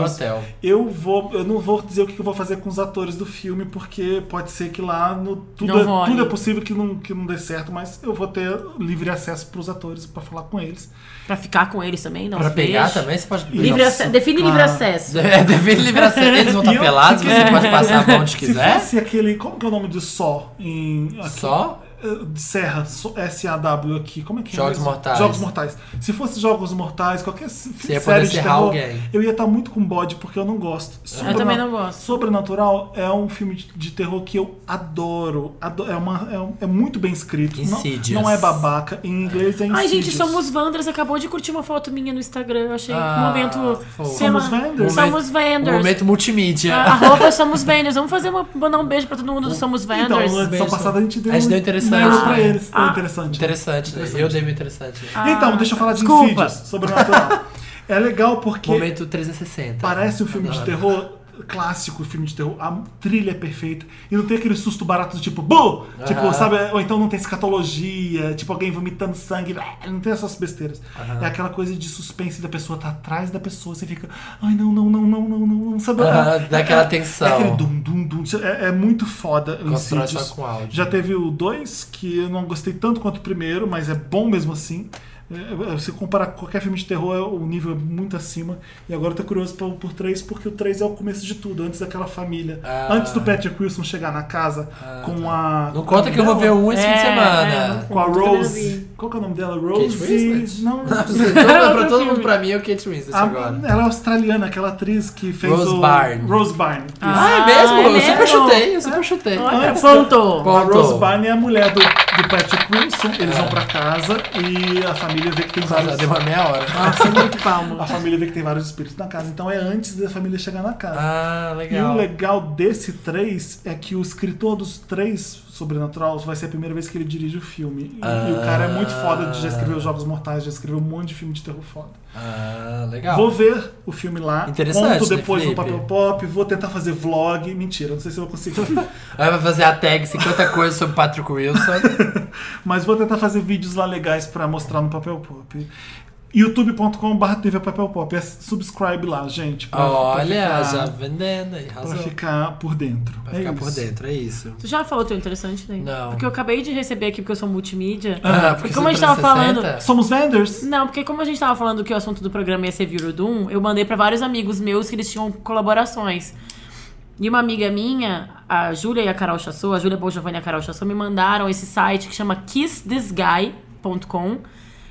B: Maravilhoso.
C: hotel.
B: Eu vou, eu não vou dizer o que eu vou fazer com os atores do filme, porque pode ser que lá no tudo,
A: Não
B: é,
A: role.
B: tudo é possível que não, que não dê certo, mas eu vou ter livre acesso pros atores pra falar com eles.
A: Pra ficar com eles também, não
C: Pra
A: fez.
C: pegar também, você pode...
A: Livre ace- Define
B: claro.
A: livre acesso.
C: É, deve livre acesso. Eles vão
B: E
C: estar
B: eu-
C: pelados,
B: se
C: você
B: quiser-
C: pode passar a mão onde
B: Se
C: quiser.
B: fosse aquele, como que é o nome de Só em aqui?
C: Só?
B: Eh, de Serra, Só- S-A-W aqui, como é que
C: Jogos
B: é? mesmo?
C: Mortais.
B: Jogos Mortais. Se fosse Jogos Mortais, qualquer se-
C: ia poder
B: série de
C: serrar
B: terror,
C: alguém.
B: eu ia estar muito com bode, porque eu não gosto. Sobrenat-
A: também não gosto.
B: Sobrenatural é um filme de, de terror que eu adoro. Ado- é, uma, é, um- é muito bem escrito. Não,
C: Insidious.
B: não é babaca. Em inglês é
A: Ai,
B: Insidious.
A: gente, somos Wanders. Acabou de curtir uma foto minha no Instagram. Eu achei
C: Ah,
A: um momento.
C: fofo.
A: sei lá,
B: Somos Wanders?
A: Somos
C: Um
A: Wanders.
C: momento é- multimídia.
A: Ah, Arroba Somos Vendors. Vamos fazer uma, mandar um beijo pra todo mundo do Somos
B: Então,
A: Vendors.
B: na edição
C: Beijo.
B: passada a gente deu
C: A gente
B: um
C: deu interessante,
B: e-mail pra
C: né?
B: eles.
A: Ah.
B: Deu interessante.
C: Interessante, né? eu dei meu interessante.
B: Então, deixa eu falar de
A: Ah, desculpa.
B: Insidious, sobrenatural. é legal porque
C: Momento 360.
B: parece um filme de
C: Adoro.
B: terror clássico, filme de terror, a trilha é perfeita e não tem aquele susto barato do tipo, bu! Tipo, sabe? Ou então não tem escatologia, tipo alguém vomitando sangue, blá, não tem essas besteiras. É aquela coisa de suspense da pessoa tá atrás da pessoa, você fica, ai não, não, não, não, não, não, não, sabe?
C: Ah,
B: É-
C: dá aquela
B: é-
C: tensão.
B: É, aquele dum, dum, dum, é, é muito foda. o
C: Constrói
B: Insidious.
C: só com áudio.
B: Já teve o 2, que eu não gostei tanto quanto o primeiro, mas é bom mesmo assim. É, é, Se comparar com qualquer filme de terror, é- o nível é muito acima. E agora eu tô curioso por, por 3, porque o 3 é o começo de tudo, antes daquela família.
C: Ah. tá.
B: Antes do Patrick Wilson chegar na casa com a.
C: Não conta que eu vou ver um esse fim de
A: É,
C: semana.
B: Com a
A: Eu também não
B: Rose. Qual que é o nome dela? Rose?
C: Winslet?
B: Não,
C: Então, pra todo mundo, pra mim, é o Kate Winslet
B: A-
C: agora.
B: ela é australiana, aquela atriz que fez
C: Rose
B: o.
C: Byrne.
B: Rose Byrne. isso.
C: Ah, é mesmo?
A: é
C: eu super
A: mesmo?
C: chutei, eu super chutei.
A: Olha,
B: Antes-
A: ponto.
B: A Rose
C: Ponto.
B: Byrne é a mulher do, do Patrick Wilson.
C: É.
B: Eles vão pra casa e a família vê que tem
C: Já
B: vários.
C: deu uma meia hora.
A: Nossa, Ah, muito palmo.
B: Ah. A família vê que tem vários espíritos na casa. Então é antes da família chegar na casa.
C: Ah,
B: e o
C: legal.
B: legal desse três é que o escritor dos três Sobrenatural vai ser a primeira vez que ele dirige o filme. E- E o
C: Ah.
B: cara é muito foda, já escreveu Jogos Mortais, já escreveu um monte de filme de terror foda.
C: Ah, legal.
B: Vou ver o filme lá,
C: Interessante,
B: conto
C: né,
B: depois no
C: Felipe?
B: Papel Pop, vou tentar fazer vlog. Mentira, não sei se eu vou conseguir.
C: Aí vai fazer a tag 50 coisas sobre Patrick Wilson.
B: Mas vou tentar fazer vídeos lá legais pra mostrar no Papel Pop. youtube.com.br TV Papel Pop. É subscribe lá, gente. pra- pra
C: Olha,
B: ficar-
C: já vendendo aí,
B: Pra
C: razão.
B: ficar por dentro.
C: Pra
B: É
C: ficar por
B: isso.
C: dentro, é isso.
A: Tu já falou teu interessante, né?
C: Não.
A: Porque eu acabei de receber aqui, porque eu sou multimídia.
C: Ah,
A: e como a gente tava
C: 360?
A: falando.
B: Somos vendors?
A: Não, porque como a gente tava falando que o assunto do programa ia ser Viro Doom, eu mandei pra vários amigos meus que eles tinham colaborações. E uma amiga minha, a Júlia e a Carol Chassou, a Júlia Bongiovanni e a Carol Chassou, me mandaram esse site que chama kissthisguy.com,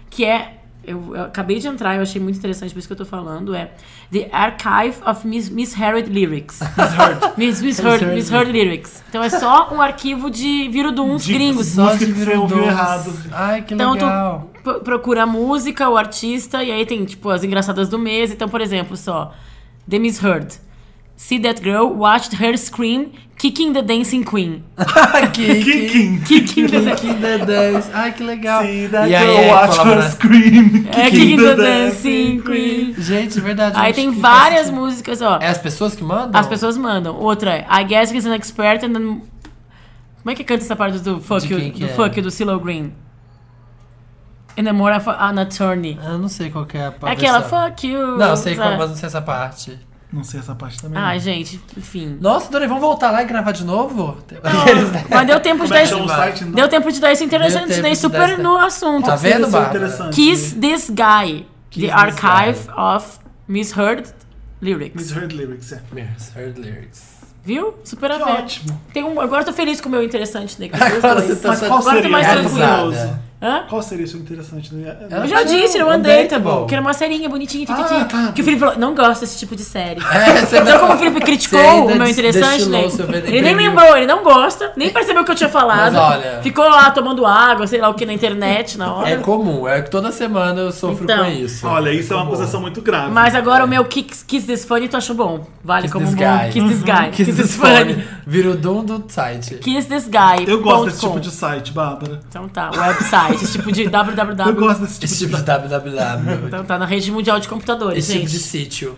A: que é. Eu, eu acabei de entrar, eu achei muito interessante, por isso que eu tô falando. É The Archive of Mis Misheard Lyrics. Mis Misheard,
C: Misheard.
A: misheard Lyrics. Então é só um arquivo de viruduns
B: De-
A: gringos.
B: Só Música que
C: de
B: você ouviu
C: dois.
B: errado.
C: Ai, que
A: Então,
C: legal.
A: tu p- procura a música, o artista, e aí tem, tipo, as engraçadas do mês. Então, por exemplo, só... The Miss Heard. See That Girl Watched Her Scream Kicking the Dancing Queen. Ah,
C: Kiki.
B: Kicking.
A: Kicking the Dancing...
C: Kiki the Dance. Ai, que legal.
B: See that
C: E aí,
B: girl
C: é
B: watch
C: colabora-
B: her scream.
A: É, Kicking the Dancing Queen.
C: Gente, é verdade.
A: Aí
C: gente,
A: tem
C: que
A: várias
C: faz-
A: músicas, ó.
C: É as pessoas que mandam?
A: As pessoas mandam. Outra é... I guess he's an expert and then... Como é que canta essa parte do fuck
C: De
A: you,
C: quem que
A: do,
C: é?
A: fuck you, do CeeLo Green? And then more of an attorney.
C: Eu não sei qual que é a
A: É Aquela,
C: versão.
A: fuck you. é.
C: Não, eu sei qual,
A: sabe?
C: mas não sei essa parte.
B: Não sei essa parte também.
C: Ah,
A: Ai, gente, enfim.
C: Nossa, Dori, vamos voltar lá e gravar de novo?
A: Mas deu tempo de
B: Como é
A: dar
B: que
A: isso.
B: chama o site?
A: Deu tempo de dar isso
C: Deu
A: interessante,
C: tempo
A: né?
C: de dar
A: Super
C: isso.
A: no assunto.
C: Tá vendo,
B: Isso é
C: Bárbara?
B: interessante.
A: Kiss This Guy.
C: Kiss
A: the
C: This
A: Archive of Misheard Lyrics.
B: Misheard lyrics, é.
C: Misheard lyrics.
A: Viu? Super a
C: Tá
B: Que
A: ver.
B: ótimo.
A: Tem um, agora eu tô feliz com o meu interessante, né?
C: Agora você tá
B: Mas qual
A: Agora eu tô
B: seria
A: mais
B: o
C: tranquila.
B: curioso?
A: Hã?
B: Qual seria o seu interessante?
A: Eu
B: né?
A: já
C: Ah, Não,
A: disse, eu andei, tá
C: Undateable.
A: bom. Que era uma serinha bonitinha,
B: Ah,
A: tititi,
B: tá.
A: que o Felipe falou, não gosto desse tipo de série.
C: É, você
A: Então,
C: não-
A: como o Felipe
C: Você
A: criticou
C: ainda
A: o meu
C: des-
A: interessante,
C: destilou
A: né?
C: o seu veneno.
A: Ele nem lembrou, ele não gosta, nem percebeu o que eu tinha falado.
C: Mas olha-
A: Ficou lá tomando água, sei lá o que, na internet, na hora.
C: É comum, é que toda semana eu sofro
A: Então.
C: com isso.
B: Olha, isso é uma
C: Comum.
B: acusação muito grave.
C: é
A: Mas agora o meu Kiss, Kiss This Funny tu achou bom. Vale
C: Kiss
A: como um
C: this
A: bom.
C: guy.
A: Kiss This Guy.
C: Kiss this funny. Vira o dom do site.
A: Kiss This Guy.
B: Eu gosto desse
A: ponto
B: tipo de
A: com.
B: site, Bárbara.
A: Então tá, website, esse tipo de
B: Eu
A: www. tá,
B: gosto desse tipo
C: Esse
B: de
C: tipo de www.
A: Então tá, na rede mundial de computadores,
C: Esse tipo
A: gente.
C: de sítio.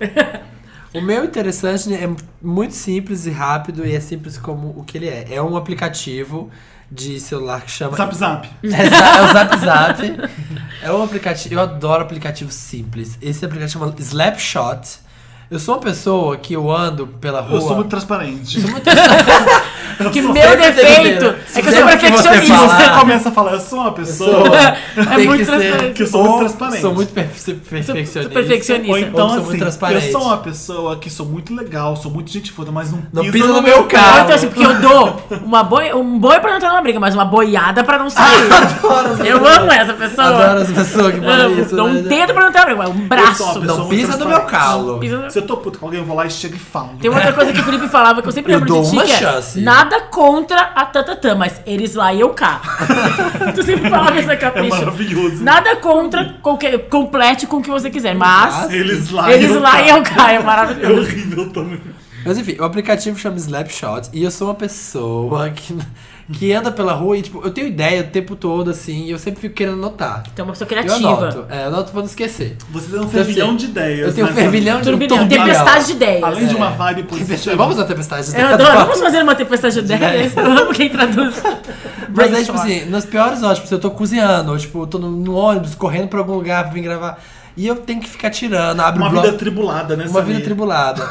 C: O meu interessante é muito simples e rápido e é simples como o que ele é. É um aplicativo de celular que chama
B: Zap Zap.
C: É, za- é o Zap Zap. É um aplicativo. Eu adoro aplicativo simples. Esse aplicativo chama Slapshot. Eu sou uma pessoa que eu ando pela rua.
B: Eu sou muito transparente.
A: Que
B: sou
A: meu
C: sempre
A: defeito
C: defendendo.
A: é que eu
C: Sempre
A: sou
C: que você
A: perfeccionista. Então,
C: fala-
B: Você começa a falar, eu sou uma pessoa.
A: É
C: tem
A: muito
C: que ser.
A: transparente.
B: Que eu sou muito
C: ou
B: transparente.
C: Sou muito per- se- perfeccionista.
A: perfeccionista.
B: Ou
C: Ou sou
B: então,
C: muito
B: assim, eu
C: transparente.
B: sou uma pessoa que sou muito legal, sou muito gente foda, mas não pisa,
C: Não pisa no meu
A: Ou
C: carro.
A: então assim, porque eu dou uma boi, um boi pra não entrar numa briga, mas uma boiada pra não sair. eu amo essa pessoa.
C: Adoro as pessoas que falam
A: Amo.
C: isso.
A: Dou um
C: né?
A: dedo pra não entrar na briga, mas um
B: sou uma
A: braço.
B: pessoa
C: Não
B: muito
C: pisa no meu
B: transparente.
C: calo.
A: Pisa no-
B: Se eu tô puto com alguém, eu vou lá e chego e falo.
A: Tem um outra coisa que o Felipe falava que eu sempre
C: Eu
A: lembro
C: dou
A: de ti,
C: uma
A: que é
C: chance.
A: nada contra a Tatatã, mas eles lá e eu cá. tu sempre falava essa
B: É
A: capricha.
B: maravilhoso.
A: nada contra, qualquer, complete com o que você quiser, mas
B: Eles lá
A: eles
B: eu
A: lá
B: falo.
A: e eu cá, é
B: É
A: maravilhoso.
B: horrível também.
C: Mas enfim, o aplicativo chama Slapshot e eu sou uma pessoa que, que anda pela rua e, tipo, eu tenho ideia o tempo todo, assim, e eu sempre fico querendo anotar.
A: Então é uma
C: Eu
A: pessoa criativa.
C: anoto. É, eu anoto pra não esquecer.
B: Você tem um
C: Então,
B: fervilhão
C: assim,
B: de ideias.
C: Eu tenho um
B: nessa
C: fervilhão de um
A: Turbinão,
C: turbilhão.
A: tempestade de ideias.
B: Além de uma
C: É.
B: vibe
C: Tempestade-
B: positiva.
C: Vamos à tempestade tá de
A: Eu
C: ideias.
A: adoro, vamos fazer uma tempestade de ideias? Eu amo quem traduz.
C: Mas é tipo assim, nas piores horas, tipo, se eu tô cozinhando, ou tipo, eu tô no, no ônibus, correndo pra algum lugar pra vir gravar. E eu tenho que ficar tirando, abre
B: Uma
C: o bloco.
B: vida tribulada, né?
C: uma vida
B: Samir?
C: tribulada.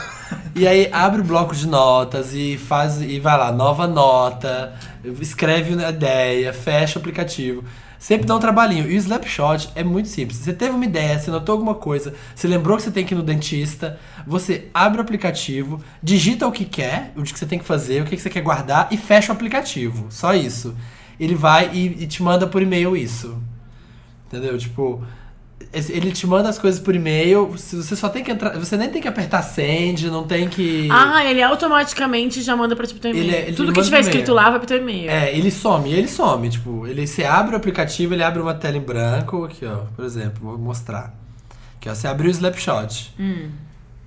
C: E aí abre o bloco de notas e faz e vai lá, nova nota, escreve a ideia, fecha o aplicativo. Sempre dá um trabalhinho. E o Slapshot é muito simples. Você teve uma ideia, você notou alguma coisa, você lembrou que você tem que ir no dentista, você abre o aplicativo, digita o que quer, o que você tem que fazer, o que você quer guardar e fecha o aplicativo. Só isso. Ele vai e- e te manda por e-mail isso. Entendeu? Tipo, esse- ele te manda as coisas por e-mail, se- você só tem que entrar, você nem tem que apertar send, não tem que
A: Ah, ele automaticamente já manda pra tipo teu e-mail.
C: Ele- é- ele
A: Tudo
C: manda
A: que tiver
C: pro e-mail.
A: escrito lá vai pro teu e-mail.
C: É, ele some, ele some, tipo, ele você abre o aplicativo, ele abre uma tela em branco, aqui, ó, por exemplo, vou mostrar. Aqui, ó, você abriu o Slapshot.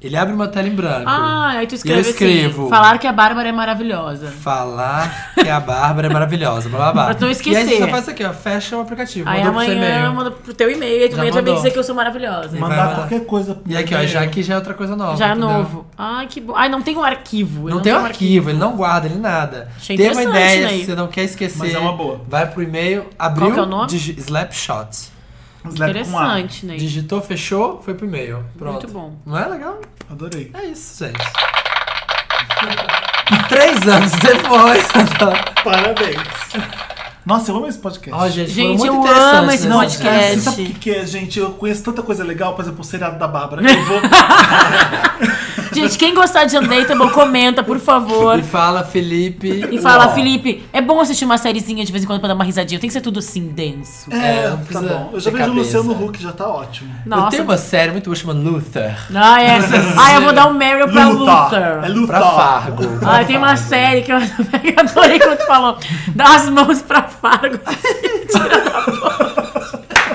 C: Ele abre uma tela em branco.
A: Hum. Ah, aí tu
C: E eu
A: escreve
C: escrevo.
A: assim, falar que a Bárbara é maravilhosa.
C: Falar que a Bárbara é maravilhosa, blá blá blá.
A: Pra tu não
C: E aí você
A: esquecer.
C: só faz isso aqui, ó, fecha o aplicativo,
A: Aí
C: mandou pro seu
A: amanhã
C: e-mail.
A: manda pro teu e-mail e tu
C: Já
A: amanhã tu vai me
C: mandou.
A: dizer que eu sou maravilhosa.
C: Mas-
B: Mandar qualquer coisa.
C: E aqui, ó, já aqui já é outra coisa nova.
A: Já
C: entendeu?
A: novo. Ai, que bom. Ai, não tem um arquivo. ele
C: Não, tem um arquivo, ele não guarda, ele nada.
A: Achei
C: tem uma
A: interessante,
C: ideia,
A: né?
C: você não quer esquecer.
B: Mas é uma boa.
C: Vai pro e-mail, abriu,
A: Qual que é o nome?
C: digi- Slapshot.
B: Slap com A.
A: Interessante, né?
C: Digitou, fechou, foi pro e-mail. Pronto.
A: Muito bom.
C: Não é legal?
B: Adorei.
C: É isso, gente. Três anos depois.
B: Parabéns. Nossa, eu amo esse podcast.
C: Ó, gente, foi
A: Gente,
C: muito
A: eu
C: interessante
A: amo esse
C: né,
B: Não,
A: podcast.
B: cara, você sabe o que, que é, gente? Eu conheço tanta coisa legal, por exemplo, o seriado da Bárbara. Eu vou.
A: Gente, quem gostar de Undateable, comenta, por favor.
C: E fala, Felipe.
A: E fala,
C: Ó,
A: Felipe, é bom assistir uma sériezinha de vez em quando pra dar uma risadinha. Tem que ser tudo assim, denso.
C: É, não
B: tá
C: precisa
B: bom. Eu já
C: ter
B: vejo o
C: cabeça.
B: Luciano Huck, já tá ótimo.
C: Eu
A: Nossa.
C: tenho uma série muito boa chamada Luther.
A: Ah, é. Ah, eu vou dar um Meryl pra
C: tá.
B: É
A: Luther.
B: Luthor.
C: Pra Fargo.
A: Ah, tem uma série que eu adorei quando tu falou. Dá as mãos pra Fargo.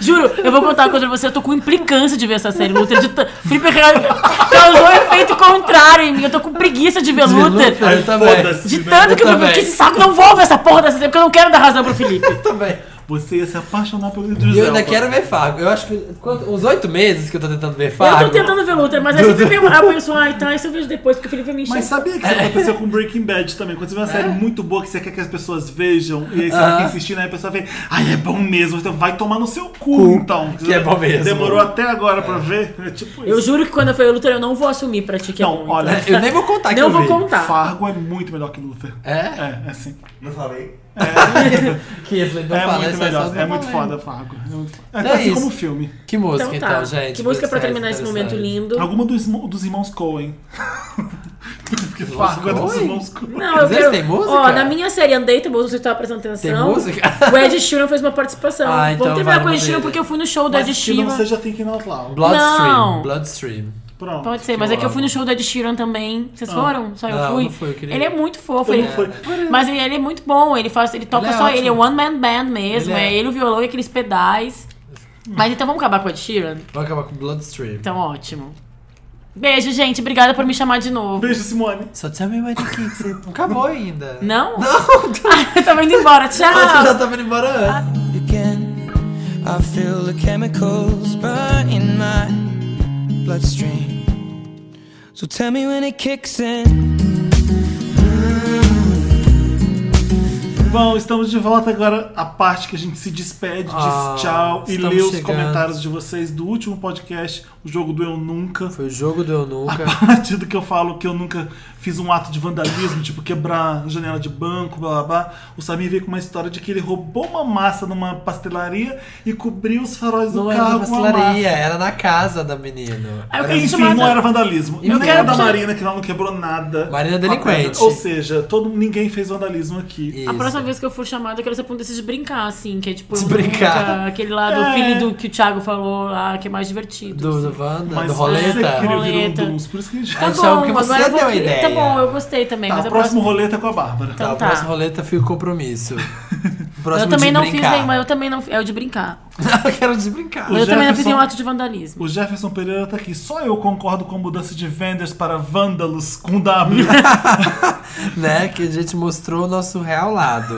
A: Juro, eu vou contar uma coisa pra você. Eu tô com implicância de ver essa série, Luther. De t- Felipe Real causou um efeito contrário em mim. Eu tô com preguiça de ver
C: De
A: Luther.
C: Luther, eu também.
B: Foda-se,
A: De
B: né?
A: tanto que eu
C: também.
A: falei, que esse saco não vou ver essa porra dessa série, porque eu não quero dar razão pro Felipe.
C: Também.
B: Você ia se apaixonar pelo Idris
C: E eu ainda
B: Elba.
C: quero ver Fargo. Eu acho que quanto- uns oito meses que eu tô tentando ver
A: Eu
C: Fargo.
A: tô tentando ver Luther, mas aí sempre vem uma pessoa, ai tá, isso eu vejo depois, porque o Felipe vai me encher.
B: Mas sabia que isso
C: É.
B: aconteceu com Breaking Bad também? Quando você vê uma série muito boa que você quer que as pessoas vejam, e aí você fica
C: Aham.
B: insistindo, aí a pessoa vê, ai, é bom mesmo, então vai tomar no seu cu, então.
C: que é bom mesmo.
B: Demorou até agora pra ver? É tipo
A: Eu
B: isso.
A: juro que quando eu falei Luther, eu não vou assumir pra ti que
B: Não,
A: é bom.
B: olha,
A: então.
C: Eu nem vou contar que
A: Não
C: eu
A: vou
C: vi.
A: contar.
B: Fargo é muito melhor que Luther.
C: É?
B: É, é assim.
G: Não falei?
C: Que isso, então
B: é
C: fala,
B: muito
C: essa-
B: melhor.
C: essa-
B: É muito foda, Fargo. É, muito foda. É
C: Não é
B: assim
C: isso.
B: como o filme.
C: Que música,
A: Então
C: então,
A: tá.
C: gente.
A: que música pra
C: Interessante,
A: terminar esse momento
C: interessante.
A: lindo?
B: Alguma dos, irmão- dos irmãos Coen. Porque Fargo é dos
C: Coen?
B: irmãos Coen.
A: Não, eu
C: Às vezes tem música?
A: Ó, na minha série Undateable, você tá prestando atenção.
C: Tem música?
A: O Ed Sheeran fez uma participação.
C: Ah, então
A: Vamos terminar
C: vai,
A: com o
C: vamos
A: Ed Sheeran
C: ver.
A: porque eu fui no show do
B: Mas
A: Ed
B: se não,
A: Sheeran.
B: você já tem que ir na Outlaw.
C: Bloodstream.
A: Não.
C: Bloodstream.
B: Pronto.
A: Pode ser, mas
C: Que
A: é que eu fui
C: amo.
A: no show do Ed Sheeran também. Vocês
B: Ah.
A: foram? Só
C: Não,
A: eu fui?
C: não fui, eu queria.
A: Ele é muito fofo.
B: Eu
A: Ele...
B: não fui.
A: Mas ele, ele é muito bom, ele faz, ele toca
C: Ele é
A: só,
C: ótimo.
A: ele é one man band mesmo,
C: Ele é.
A: é... ele o violão e aqueles pedais. Mas então vamos acabar com o Ed Sheeran?
C: Vamos acabar com Bloodstream.
A: Então ótimo. Beijo, gente, obrigada por me chamar de novo.
B: Beijo, Simone.
C: Só tell me where the kids Não acabou ainda.
A: Não? Não. eu tava indo embora,
C: Você já
A: tchau.
C: tava indo embora antes.
I: again. I feel the chemicals burn in my bloodstream. So tell me when it kicks in.
B: Bom, estamos de volta agora à parte que a gente se despede, diz
C: Ah,
B: tchau e
C: estamos
B: lê os
C: chegando.
B: comentários de vocês do último podcast, o jogo do Eu Nunca.
C: Foi o jogo do Eu
B: A
C: Nunca.
B: parte do que eu falo que eu nunca fiz um ato de vandalismo, tipo quebrar janela de banco, blá blá blá. O Samir veio com uma história de que ele roubou uma massa numa pastelaria e cobriu os faróis do
C: Não era
B: carro
C: na
B: com a massa.
C: pastelaria, era na casa da menina.
A: Aí eu quero
B: Enfim,
A: chamar-
B: não era vandalismo.
C: Eu
B: Eu
C: quero
B: quero da
C: chamar-
B: Marina, que ela não quebrou nada.
C: Marina é delinquente.
B: Ou seja, todo, ninguém fez vandalismo aqui.
A: A próxima vez que eu for chamada, eu quero ser pra um desses de brincar, assim, que é tipo.
C: De
A: eu
C: brincar.
A: nunca- aquele lá do
B: É.
A: filho do que o Thiago falou lá, que é mais divertido.
C: Do,
A: assim.
C: do Wanda,
B: Mas
C: do tá.
B: você
C: Roleta.
B: queria virar um
A: Roleta.
B: duns, por isso que a gente...
A: Tá
C: Então,
A: bom,
C: porque você
A: agora eu vou...
C: deu a ideia.
A: Tá bom, eu gostei também.
B: Tá,
A: mas
B: o
A: a
B: próximo
A: próxima...
B: roleta é com a
C: Tá,
B: Bárbara.
A: Então
C: o
A: tá.
C: próximo Roleta fica o compromisso. O próximo
A: Eu também
C: de
A: não
C: brincar.
A: fiz nenhuma, eu também não fiz. É o de brincar.
C: eu quero de brincar.
B: O
A: eu também não
B: Jefferson-
A: fiz nenhum ato de vandalismo.
B: O Jefferson Pereira tá aqui. Só eu concordo com a mudança de vendors para vândalos com W.
C: Né? Que a gente mostrou o nosso real lado.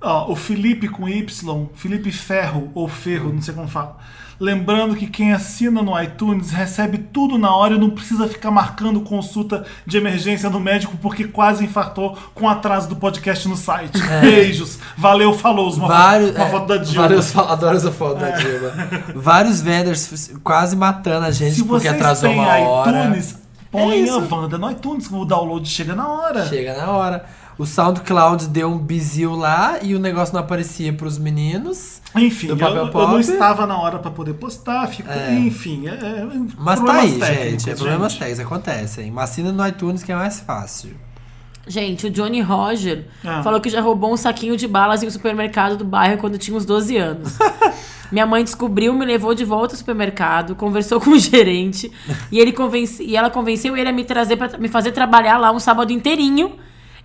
B: Ó, o Felipe com Y, Felipe Ferro ou Ferro, não sei como fala. Lembrando que quem assina no iTunes recebe tudo na hora e não precisa ficar marcando consulta de emergência no médico porque quase infartou com o atraso do podcast no site. Beijos, valeu, falou. Uma,
C: É. Vários,
B: uma
C: é,
B: foto da Dilma. É.
C: Vários, fa- adoro essa foto da Dilma. Vários vendors f- quase matando a gente
B: Se
C: porque
B: vocês
C: atrasou
B: têm
C: uma hora. É
B: iTunes, põe a
C: isso.
B: Wanda no iTunes, o download chega na hora.
C: Chega na hora. O SoundCloud deu um bizil lá e o negócio não aparecia pros meninos.
B: Enfim,
C: Do
B: eu,
C: papel
B: eu
C: pop.
B: não estava na hora para poder postar, ficou, enfim. É, é,
C: Mas tá
B: problemas
C: aí,
B: técnicos,
C: gente. É problemas técnicos, acontecem. Mas assina no iTunes que é mais fácil.
A: Gente, o Johnny Roger
B: Ah.
A: falou que já roubou um saquinho de balas em um supermercado do bairro quando tinha uns 12 anos. Minha mãe descobriu, me levou de volta ao supermercado, conversou com o gerente e, ele convence, e ela convenceu ele a me trazer para me fazer trabalhar lá um sábado inteirinho,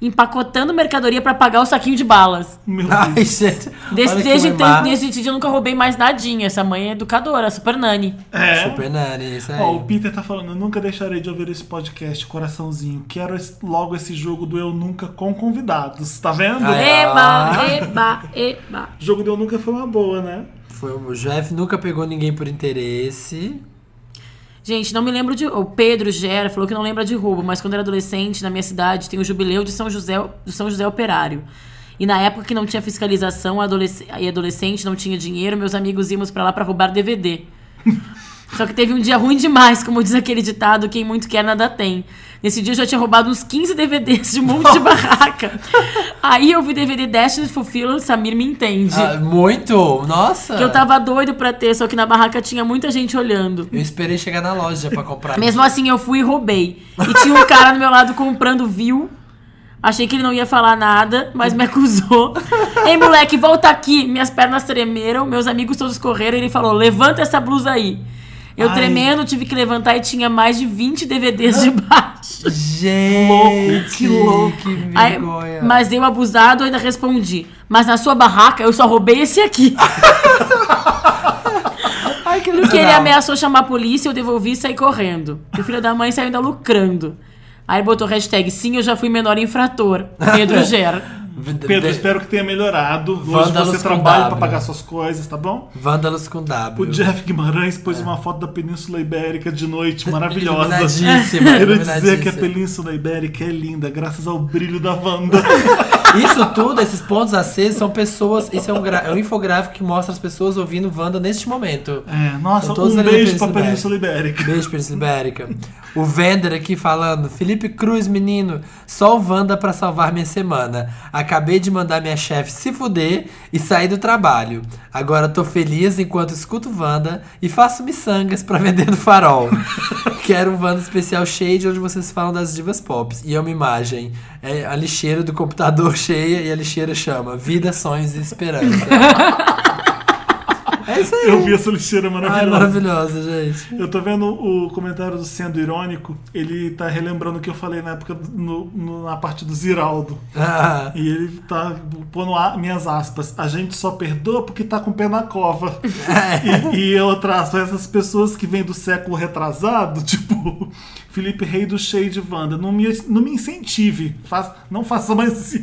A: empacotando mercadoria para pagar o saquinho de balas.
B: Meu Deus.
C: Ai, gente. olha
A: Desde,
C: que
A: desde,
C: Weimar.
A: então- desde dia eu nunca roubei mais nadinha. Essa mãe é educadora, super nani.
B: É.
C: Super Nani, isso aí.
B: Ó, o Peter tá falando, eu nunca deixarei de ouvir esse podcast, coraçãozinho. Quero es- logo esse jogo do Eu Nunca com convidados, tá vendo?
C: Ah, é.
A: Eba, eba, eba.
B: O jogo do Eu Nunca foi uma boa, né?
C: Foi o Jeff nunca pegou ninguém por interesse.
A: Gente, não me lembro de. O Pedro Gera falou que não lembra de roubo, mas quando era adolescente, na minha cidade, tem o jubileu de São José, do São José Operário. E na época que não tinha fiscalização adolesc- e adolescente, não tinha dinheiro, meus amigos íamos pra lá pra roubar DVD. Só que teve um dia ruim demais, como diz aquele ditado, quem muito quer nada tem. Nesse dia eu já tinha roubado uns 15 DVDs de um monte de barraca. Aí eu vi DVD Destiny Fulfilled, Samir me entende.
C: Ah, muito! Nossa!
A: que eu tava doido pra ter, só que na barraca tinha muita gente olhando.
C: Eu esperei chegar na loja pra comprar.
A: Mesmo assim, eu fui e roubei. E tinha um cara do meu lado comprando viu. Achei que ele não ia falar nada, mas me acusou. Ei, moleque, volta aqui. Minhas pernas tremeram, meus amigos todos correram. Ele falou: levanta essa blusa aí. Eu
B: Ai.
A: tremendo, tive que levantar e tinha mais de 20 DVDs debaixo.
C: Gente!
B: Que louco.
C: Que
A: Aí,
C: vergonha!
A: mas eu, abusado, ainda respondi: Mas na sua barraca eu só roubei esse aqui.
C: Ai, que
A: Porque ele é
C: legal.
A: ameaçou chamar a polícia, eu devolvi e saí correndo. E o filho da mãe saiu ainda lucrando. Aí botou hashtag sim, eu já fui menor infrator. Pedro Gera.
C: V-
B: Pedro,
C: de-
B: espero que tenha melhorado. Hoje
C: Vândalos
B: você
C: com
B: trabalha
C: W.
B: pra pagar suas coisas, tá bom?
C: Vândalos com
B: O
C: W.
B: Jeff Guimarães
C: É.
B: pôs uma foto da Península Ibérica de noite, maravilhosa.
C: Iluminadíssima,
B: Quero dizer que a
C: iluminadíssima.
B: Península Ibérica é linda, graças ao brilho da Wanda.
C: Isso tudo, esses pontos acesos, são pessoas. Isso é um, gra- é um infográfico que mostra as pessoas ouvindo Wanda neste momento.
B: É, nossa,
C: Então, todos
B: um
C: ali na
B: beijo pra
C: Península
B: Península Ibérica.
C: Beijo, Península Ibérica. O Vender aqui falando. Felipe Cruz, menino. Só o Wanda pra salvar minha semana. Acabei de mandar minha chefe se fuder e sair do trabalho. Agora tô feliz enquanto escuto Wanda e faço miçangas pra vender no farol. Quero um Wanda especial cheio de onde vocês falam das divas pop. E é uma imagem. É a lixeira do computador cheia e a lixeira chama Vida, Sonhos e Esperança. é isso aí.
B: Eu vi essa lixeira
C: Ai,
B: maravilhosa.
C: maravilhosa, gente.
B: Eu tô vendo o comentário do Sendo Irônico, ele tá relembrando o que eu falei na época, do- no- no- na parte do Ziraldo.
C: Ah.
B: E ele tá pondo a- minhas aspas. A gente só perdoa porque tá com o pé na cova. e, e outra aspa, essas pessoas que vêm do século retrasado, tipo Felipe Rei do Cheio de Wanda, não me, não me incentive. Faz- não faça mais isso.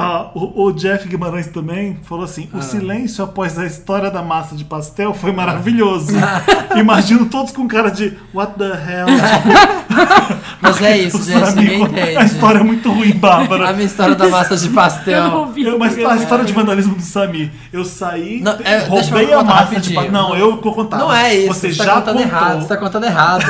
B: Ah, o, o Jeff Guimarães também falou assim:
C: Ah.
B: o silêncio após a história da massa de pastel foi maravilhoso. Imagino todos com cara de what the hell?
C: Mas é isso, gente.
B: sabe?
C: Ninguém
B: a
C: entende.
B: história é muito ruim,
C: A
B: Bárbara.
C: minha história da massa de
A: Eu não
C: pastel.
A: ouvi.
B: Eu- mas a história de vandalismo do Sami. Eu saí,
C: Não, é, deixa
B: roubei
C: eu
B: a
C: contar
B: massa de
C: rapidinho.
B: pastel. Não, eu vou contar.
C: Não é isso.
B: Você,
C: tá
B: já
C: contando
B: contou.
C: errado. Você tá contando errado.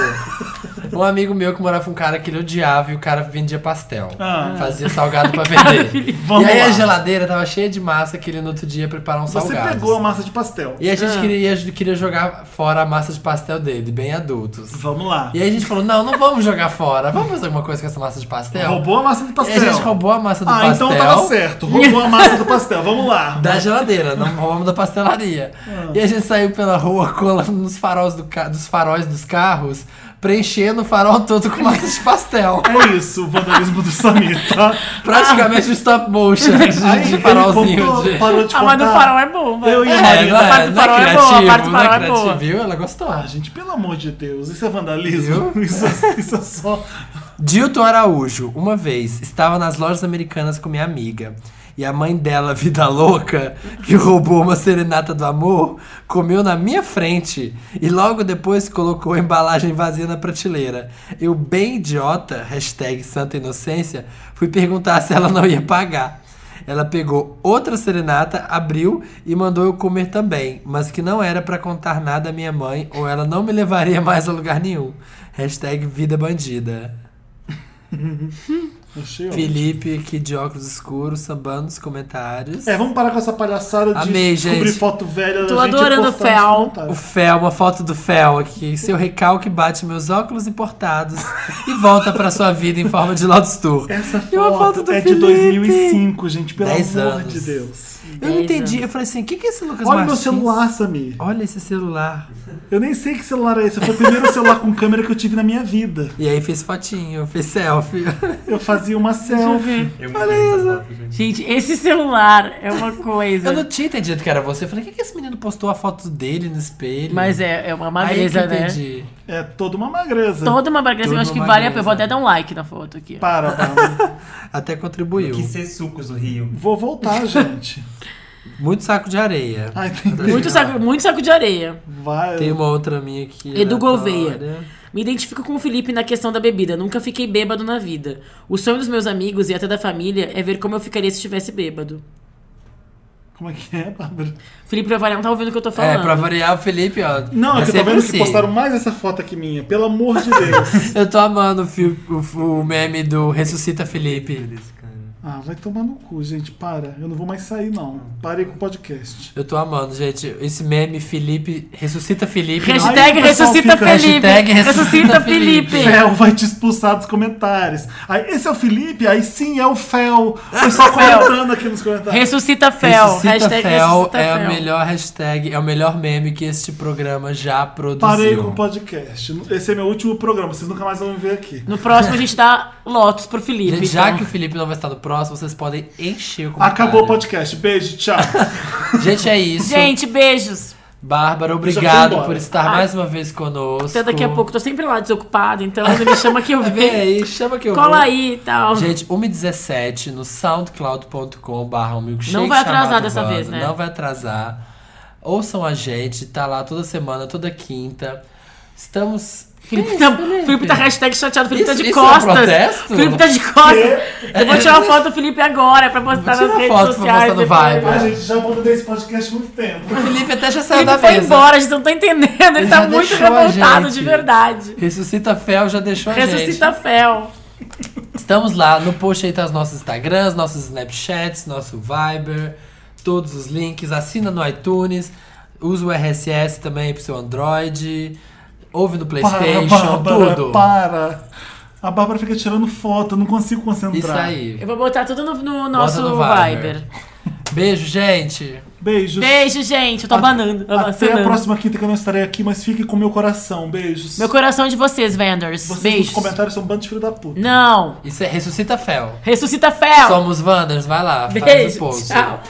C: Um amigo meu que morava com um cara que ele odiava e o cara vendia pastel.
B: Ah.
C: Fazia salgado pra vender.
B: Vamos
C: e aí
B: lá.
C: a geladeira tava cheia de massa que ele no outro dia preparar um
B: Você
C: salgado.
B: pegou a Ah. massa de pastel.
C: E a gente queria, queria jogar fora a massa de pastel dele, bem adultos.
B: Vamos lá.
C: E aí a gente falou, não, não vamos jogar fora. Vamos fazer alguma coisa com essa massa de pastel?
B: Roubou a massa do pastel.
C: é E a gente roubou a massa do
B: ah,
C: pastel.
B: então tava certo. Roubou a massa do pastel. Vamos lá.
C: Da geladeira, não roubamos da pastelaria.
A: Ah.
C: E a gente saiu pela rua colando nos faróis do ca- dos faróis dos carros, preenchendo o farol todo com massa de pastel.
B: É isso, o vandalismo do Samir, tá?
C: Praticamente um stop motion
B: Aí
C: de, de
B: ele
C: farolzinho.
B: contou,
C: de-
B: parou de
A: A mãe do
B: contar.
A: farol é boa. vai.
B: Eu e a
C: É,
B: Maria.
C: não é,
A: A parte do
C: não é
A: farol é boa, a
C: criativo,
A: parte do
C: não
A: farol é boa.
C: criativo, viu? Ela gostou.
B: Ah, gente, pelo amor de Deus, isso é vandalismo? Isso, isso é só.
C: Dilton Araújo, uma vez, estava nas lojas americanas com minha amiga. E a mãe dela, vida louca, que roubou uma serenata do amor, comeu na minha frente e logo depois colocou a embalagem vazia na prateleira. Eu, bem idiota, hashtag Santa Inocência, fui perguntar se ela não ia pagar. Ela pegou outra serenata, abriu e mandou eu comer também, mas que não era pra contar nada à minha mãe ou ela não me levaria mais a lugar nenhum. Hashtag vida bandida.
B: Achei ótimo.
C: Felipe aqui de óculos escuros, sambando nos comentários.
B: É, vamos parar com essa palhaçada de
C: Amei,
B: descobrir
C: gente.
B: foto velha
A: Tô
B: da gente e postar
A: adorando o
B: nos
A: fel.
C: O
B: comentários.
C: Fel, uma foto do Fel aqui. Seu recalque bate meus óculos importados e volta pra sua vida em forma de Lotus Tour.
B: Essa
C: E uma
B: foto,
C: foto do
B: é de
C: Felipe.
B: 2005, gente, pelo
C: Dez
B: amor
C: anos.
B: de Deus.
C: Eu não entendi. Eu falei assim: o que, que é esse Lucas
B: Olha meu
C: Martins?
B: celular, Samir.
C: Olha esse celular.
B: Eu nem sei que celular é esse. Foi o primeiro celular com câmera que eu tive na minha vida.
C: E aí fez fotinho, fez selfie.
B: Eu fazia uma selfie.
G: Eu Beleza.
A: Gente, esse celular é uma coisa.
C: Eu não tinha entendido que era você. Eu falei, o que, que esse menino postou a foto dele no espelho?
A: Mas é, é uma
C: aí que
A: magreza,
C: eu
A: né?
C: entendi.
B: É toda uma magreza.
A: Toda uma magreza, eu
C: Toda
A: acho que
C: uma
A: vale a pena. Eu vou
C: magreza.
A: até dar um like na foto aqui.
B: Para, Bárbara.
C: Até contribuiu.
G: Que ser sucos do Rio.
B: Vou voltar, gente.
C: Muito saco de areia.
B: Ai, tem
A: Muito saco, muito saco de areia.
B: Vai.
C: Tem uma outra minha aqui.
A: Edu Gouveia.
C: aleatória.
A: Me identifico com o Felipe na questão da bebida. Nunca fiquei bêbado na vida. O sonho dos meus amigos e até da família é ver como eu ficaria se estivesse bêbado.
C: um-
B: Como é que é, Bárbara?
A: Felipe Pravalha não tá ouvindo o que eu tô
C: É,
A: falando.
C: pra variar o Felipe, ó.
B: Não,
C: é
B: é que eu tô
C: sempre
B: vendo que
C: assim.
B: postaram mais essa foto aqui minha. Pelo amor de Deus.
C: Eu tô amando o, fi- o- o meme do Ressuscita Felipe.
B: ah, vai tomar no cu, gente. Para. Eu não vou mais sair, não. Parei com o podcast.
C: Eu tô amando, gente. Esse meme Felipe. Ressuscita Felipe. não-
A: Hashtag
B: Aí o pessoal
A: ressuscita
B: fica-
A: Felipe.
C: Hashtag ressuscita
A: ressuscita
C: Felipe.
A: Felipe.
B: Fel vai te expulsar dos comentários. Aí, esse é o Felipe? Aí sim, é o Fel. O pessoal comentando aqui nos comentários.
A: Ressuscita Fel.
C: Ressuscita
A: hashtag
C: Fel
A: ressuscita
C: é
A: Fel.
C: a melhor hashtag, é o melhor meme que este programa já produziu.
B: Parei com o podcast. Esse é meu último programa. Vocês nunca mais vão me ver aqui.
A: No próximo a gente dá Lotus pro Felipe.
C: Gente, já
A: então.
C: que o Felipe não vai estar no próximo, vocês podem encher o comentário.
B: Acabou o podcast. Beijo, tchau.
C: Gente, é isso.
A: Gente, beijos.
C: Bárbara,
B: Eu já fui
C: obrigado
B: embora.
C: por estar
A: Ai.
C: mais uma vez conosco.
A: Ah, Até daqui a pouco. Tô sempre lá desocupada, então ele me chama que eu
C: Vem
A: venho.
C: aí, chama que eu
A: Cola
C: vou.
A: aí e tal.
C: É, Gente, 1h17 no soundcloud.com barra um milkshake
A: Não vai atrasar
C: chamado
A: dessa
C: Wanda.
A: vez, né?
C: Não vai atrasar. Ouçam a gente, tá lá toda semana, toda quinta. Estamos...
A: Felipe, tá, Felipe tá hashtag chateado, Felipe
C: né, Isso-
A: tá de
C: isso é um
A: costas.
C: protesto?
A: Felipe tá de costas. Eu vou tirar uma foto do Felipe agora pra postar
C: Vou tirar
A: nas redes
C: foto pra postar
A: sociais.
C: no
A: depois.
C: Vibe.
B: A gente já mudou esse podcast há muito tempo.
C: O Felipe até já
A: O
C: saiu da
A: Felipe foi
C: tá mesa.
A: embora, a gente não tá entendendo. Ele
C: Ele
A: tá
C: já
A: muito
C: deixou a
A: revoltado
C: gente.
A: de verdade.
C: Ressuscita Fel já deixou a gente.
A: Ressuscita Fel.
C: Estamos lá, no post aí tá os nossos Instagrams, nossos Snapchats, nosso Viber, todos os links, assina no iTunes, usa o RSS também pro seu Android, ouve no
B: Para,
C: Playstation,
B: Bárbara,
C: tudo.
B: para. A Bárbara fica tirando foto, eu não consigo concentrar.
C: Isso aí.
A: Eu vou botar tudo no, no nosso
C: no Viber.
A: Viber.
C: Beijo, gente.
B: Beijos.
A: Beijo, gente. Eu tô abanando.
B: Até a
A: abanando.
B: próxima quinta que eu não estarei aqui, mas fique com meu coração. Beijos.
A: Meu coração é de vocês, Vendors.
B: Vocês nos
A: Beijos.
B: comentários são um bando de filho da puta.
A: Não.
C: Isso é Ressuscita Fel.
A: Ressuscita Fel.
C: Somos Wanders, vai lá, faz
A: Beijo.
C: o post.
A: Tchau.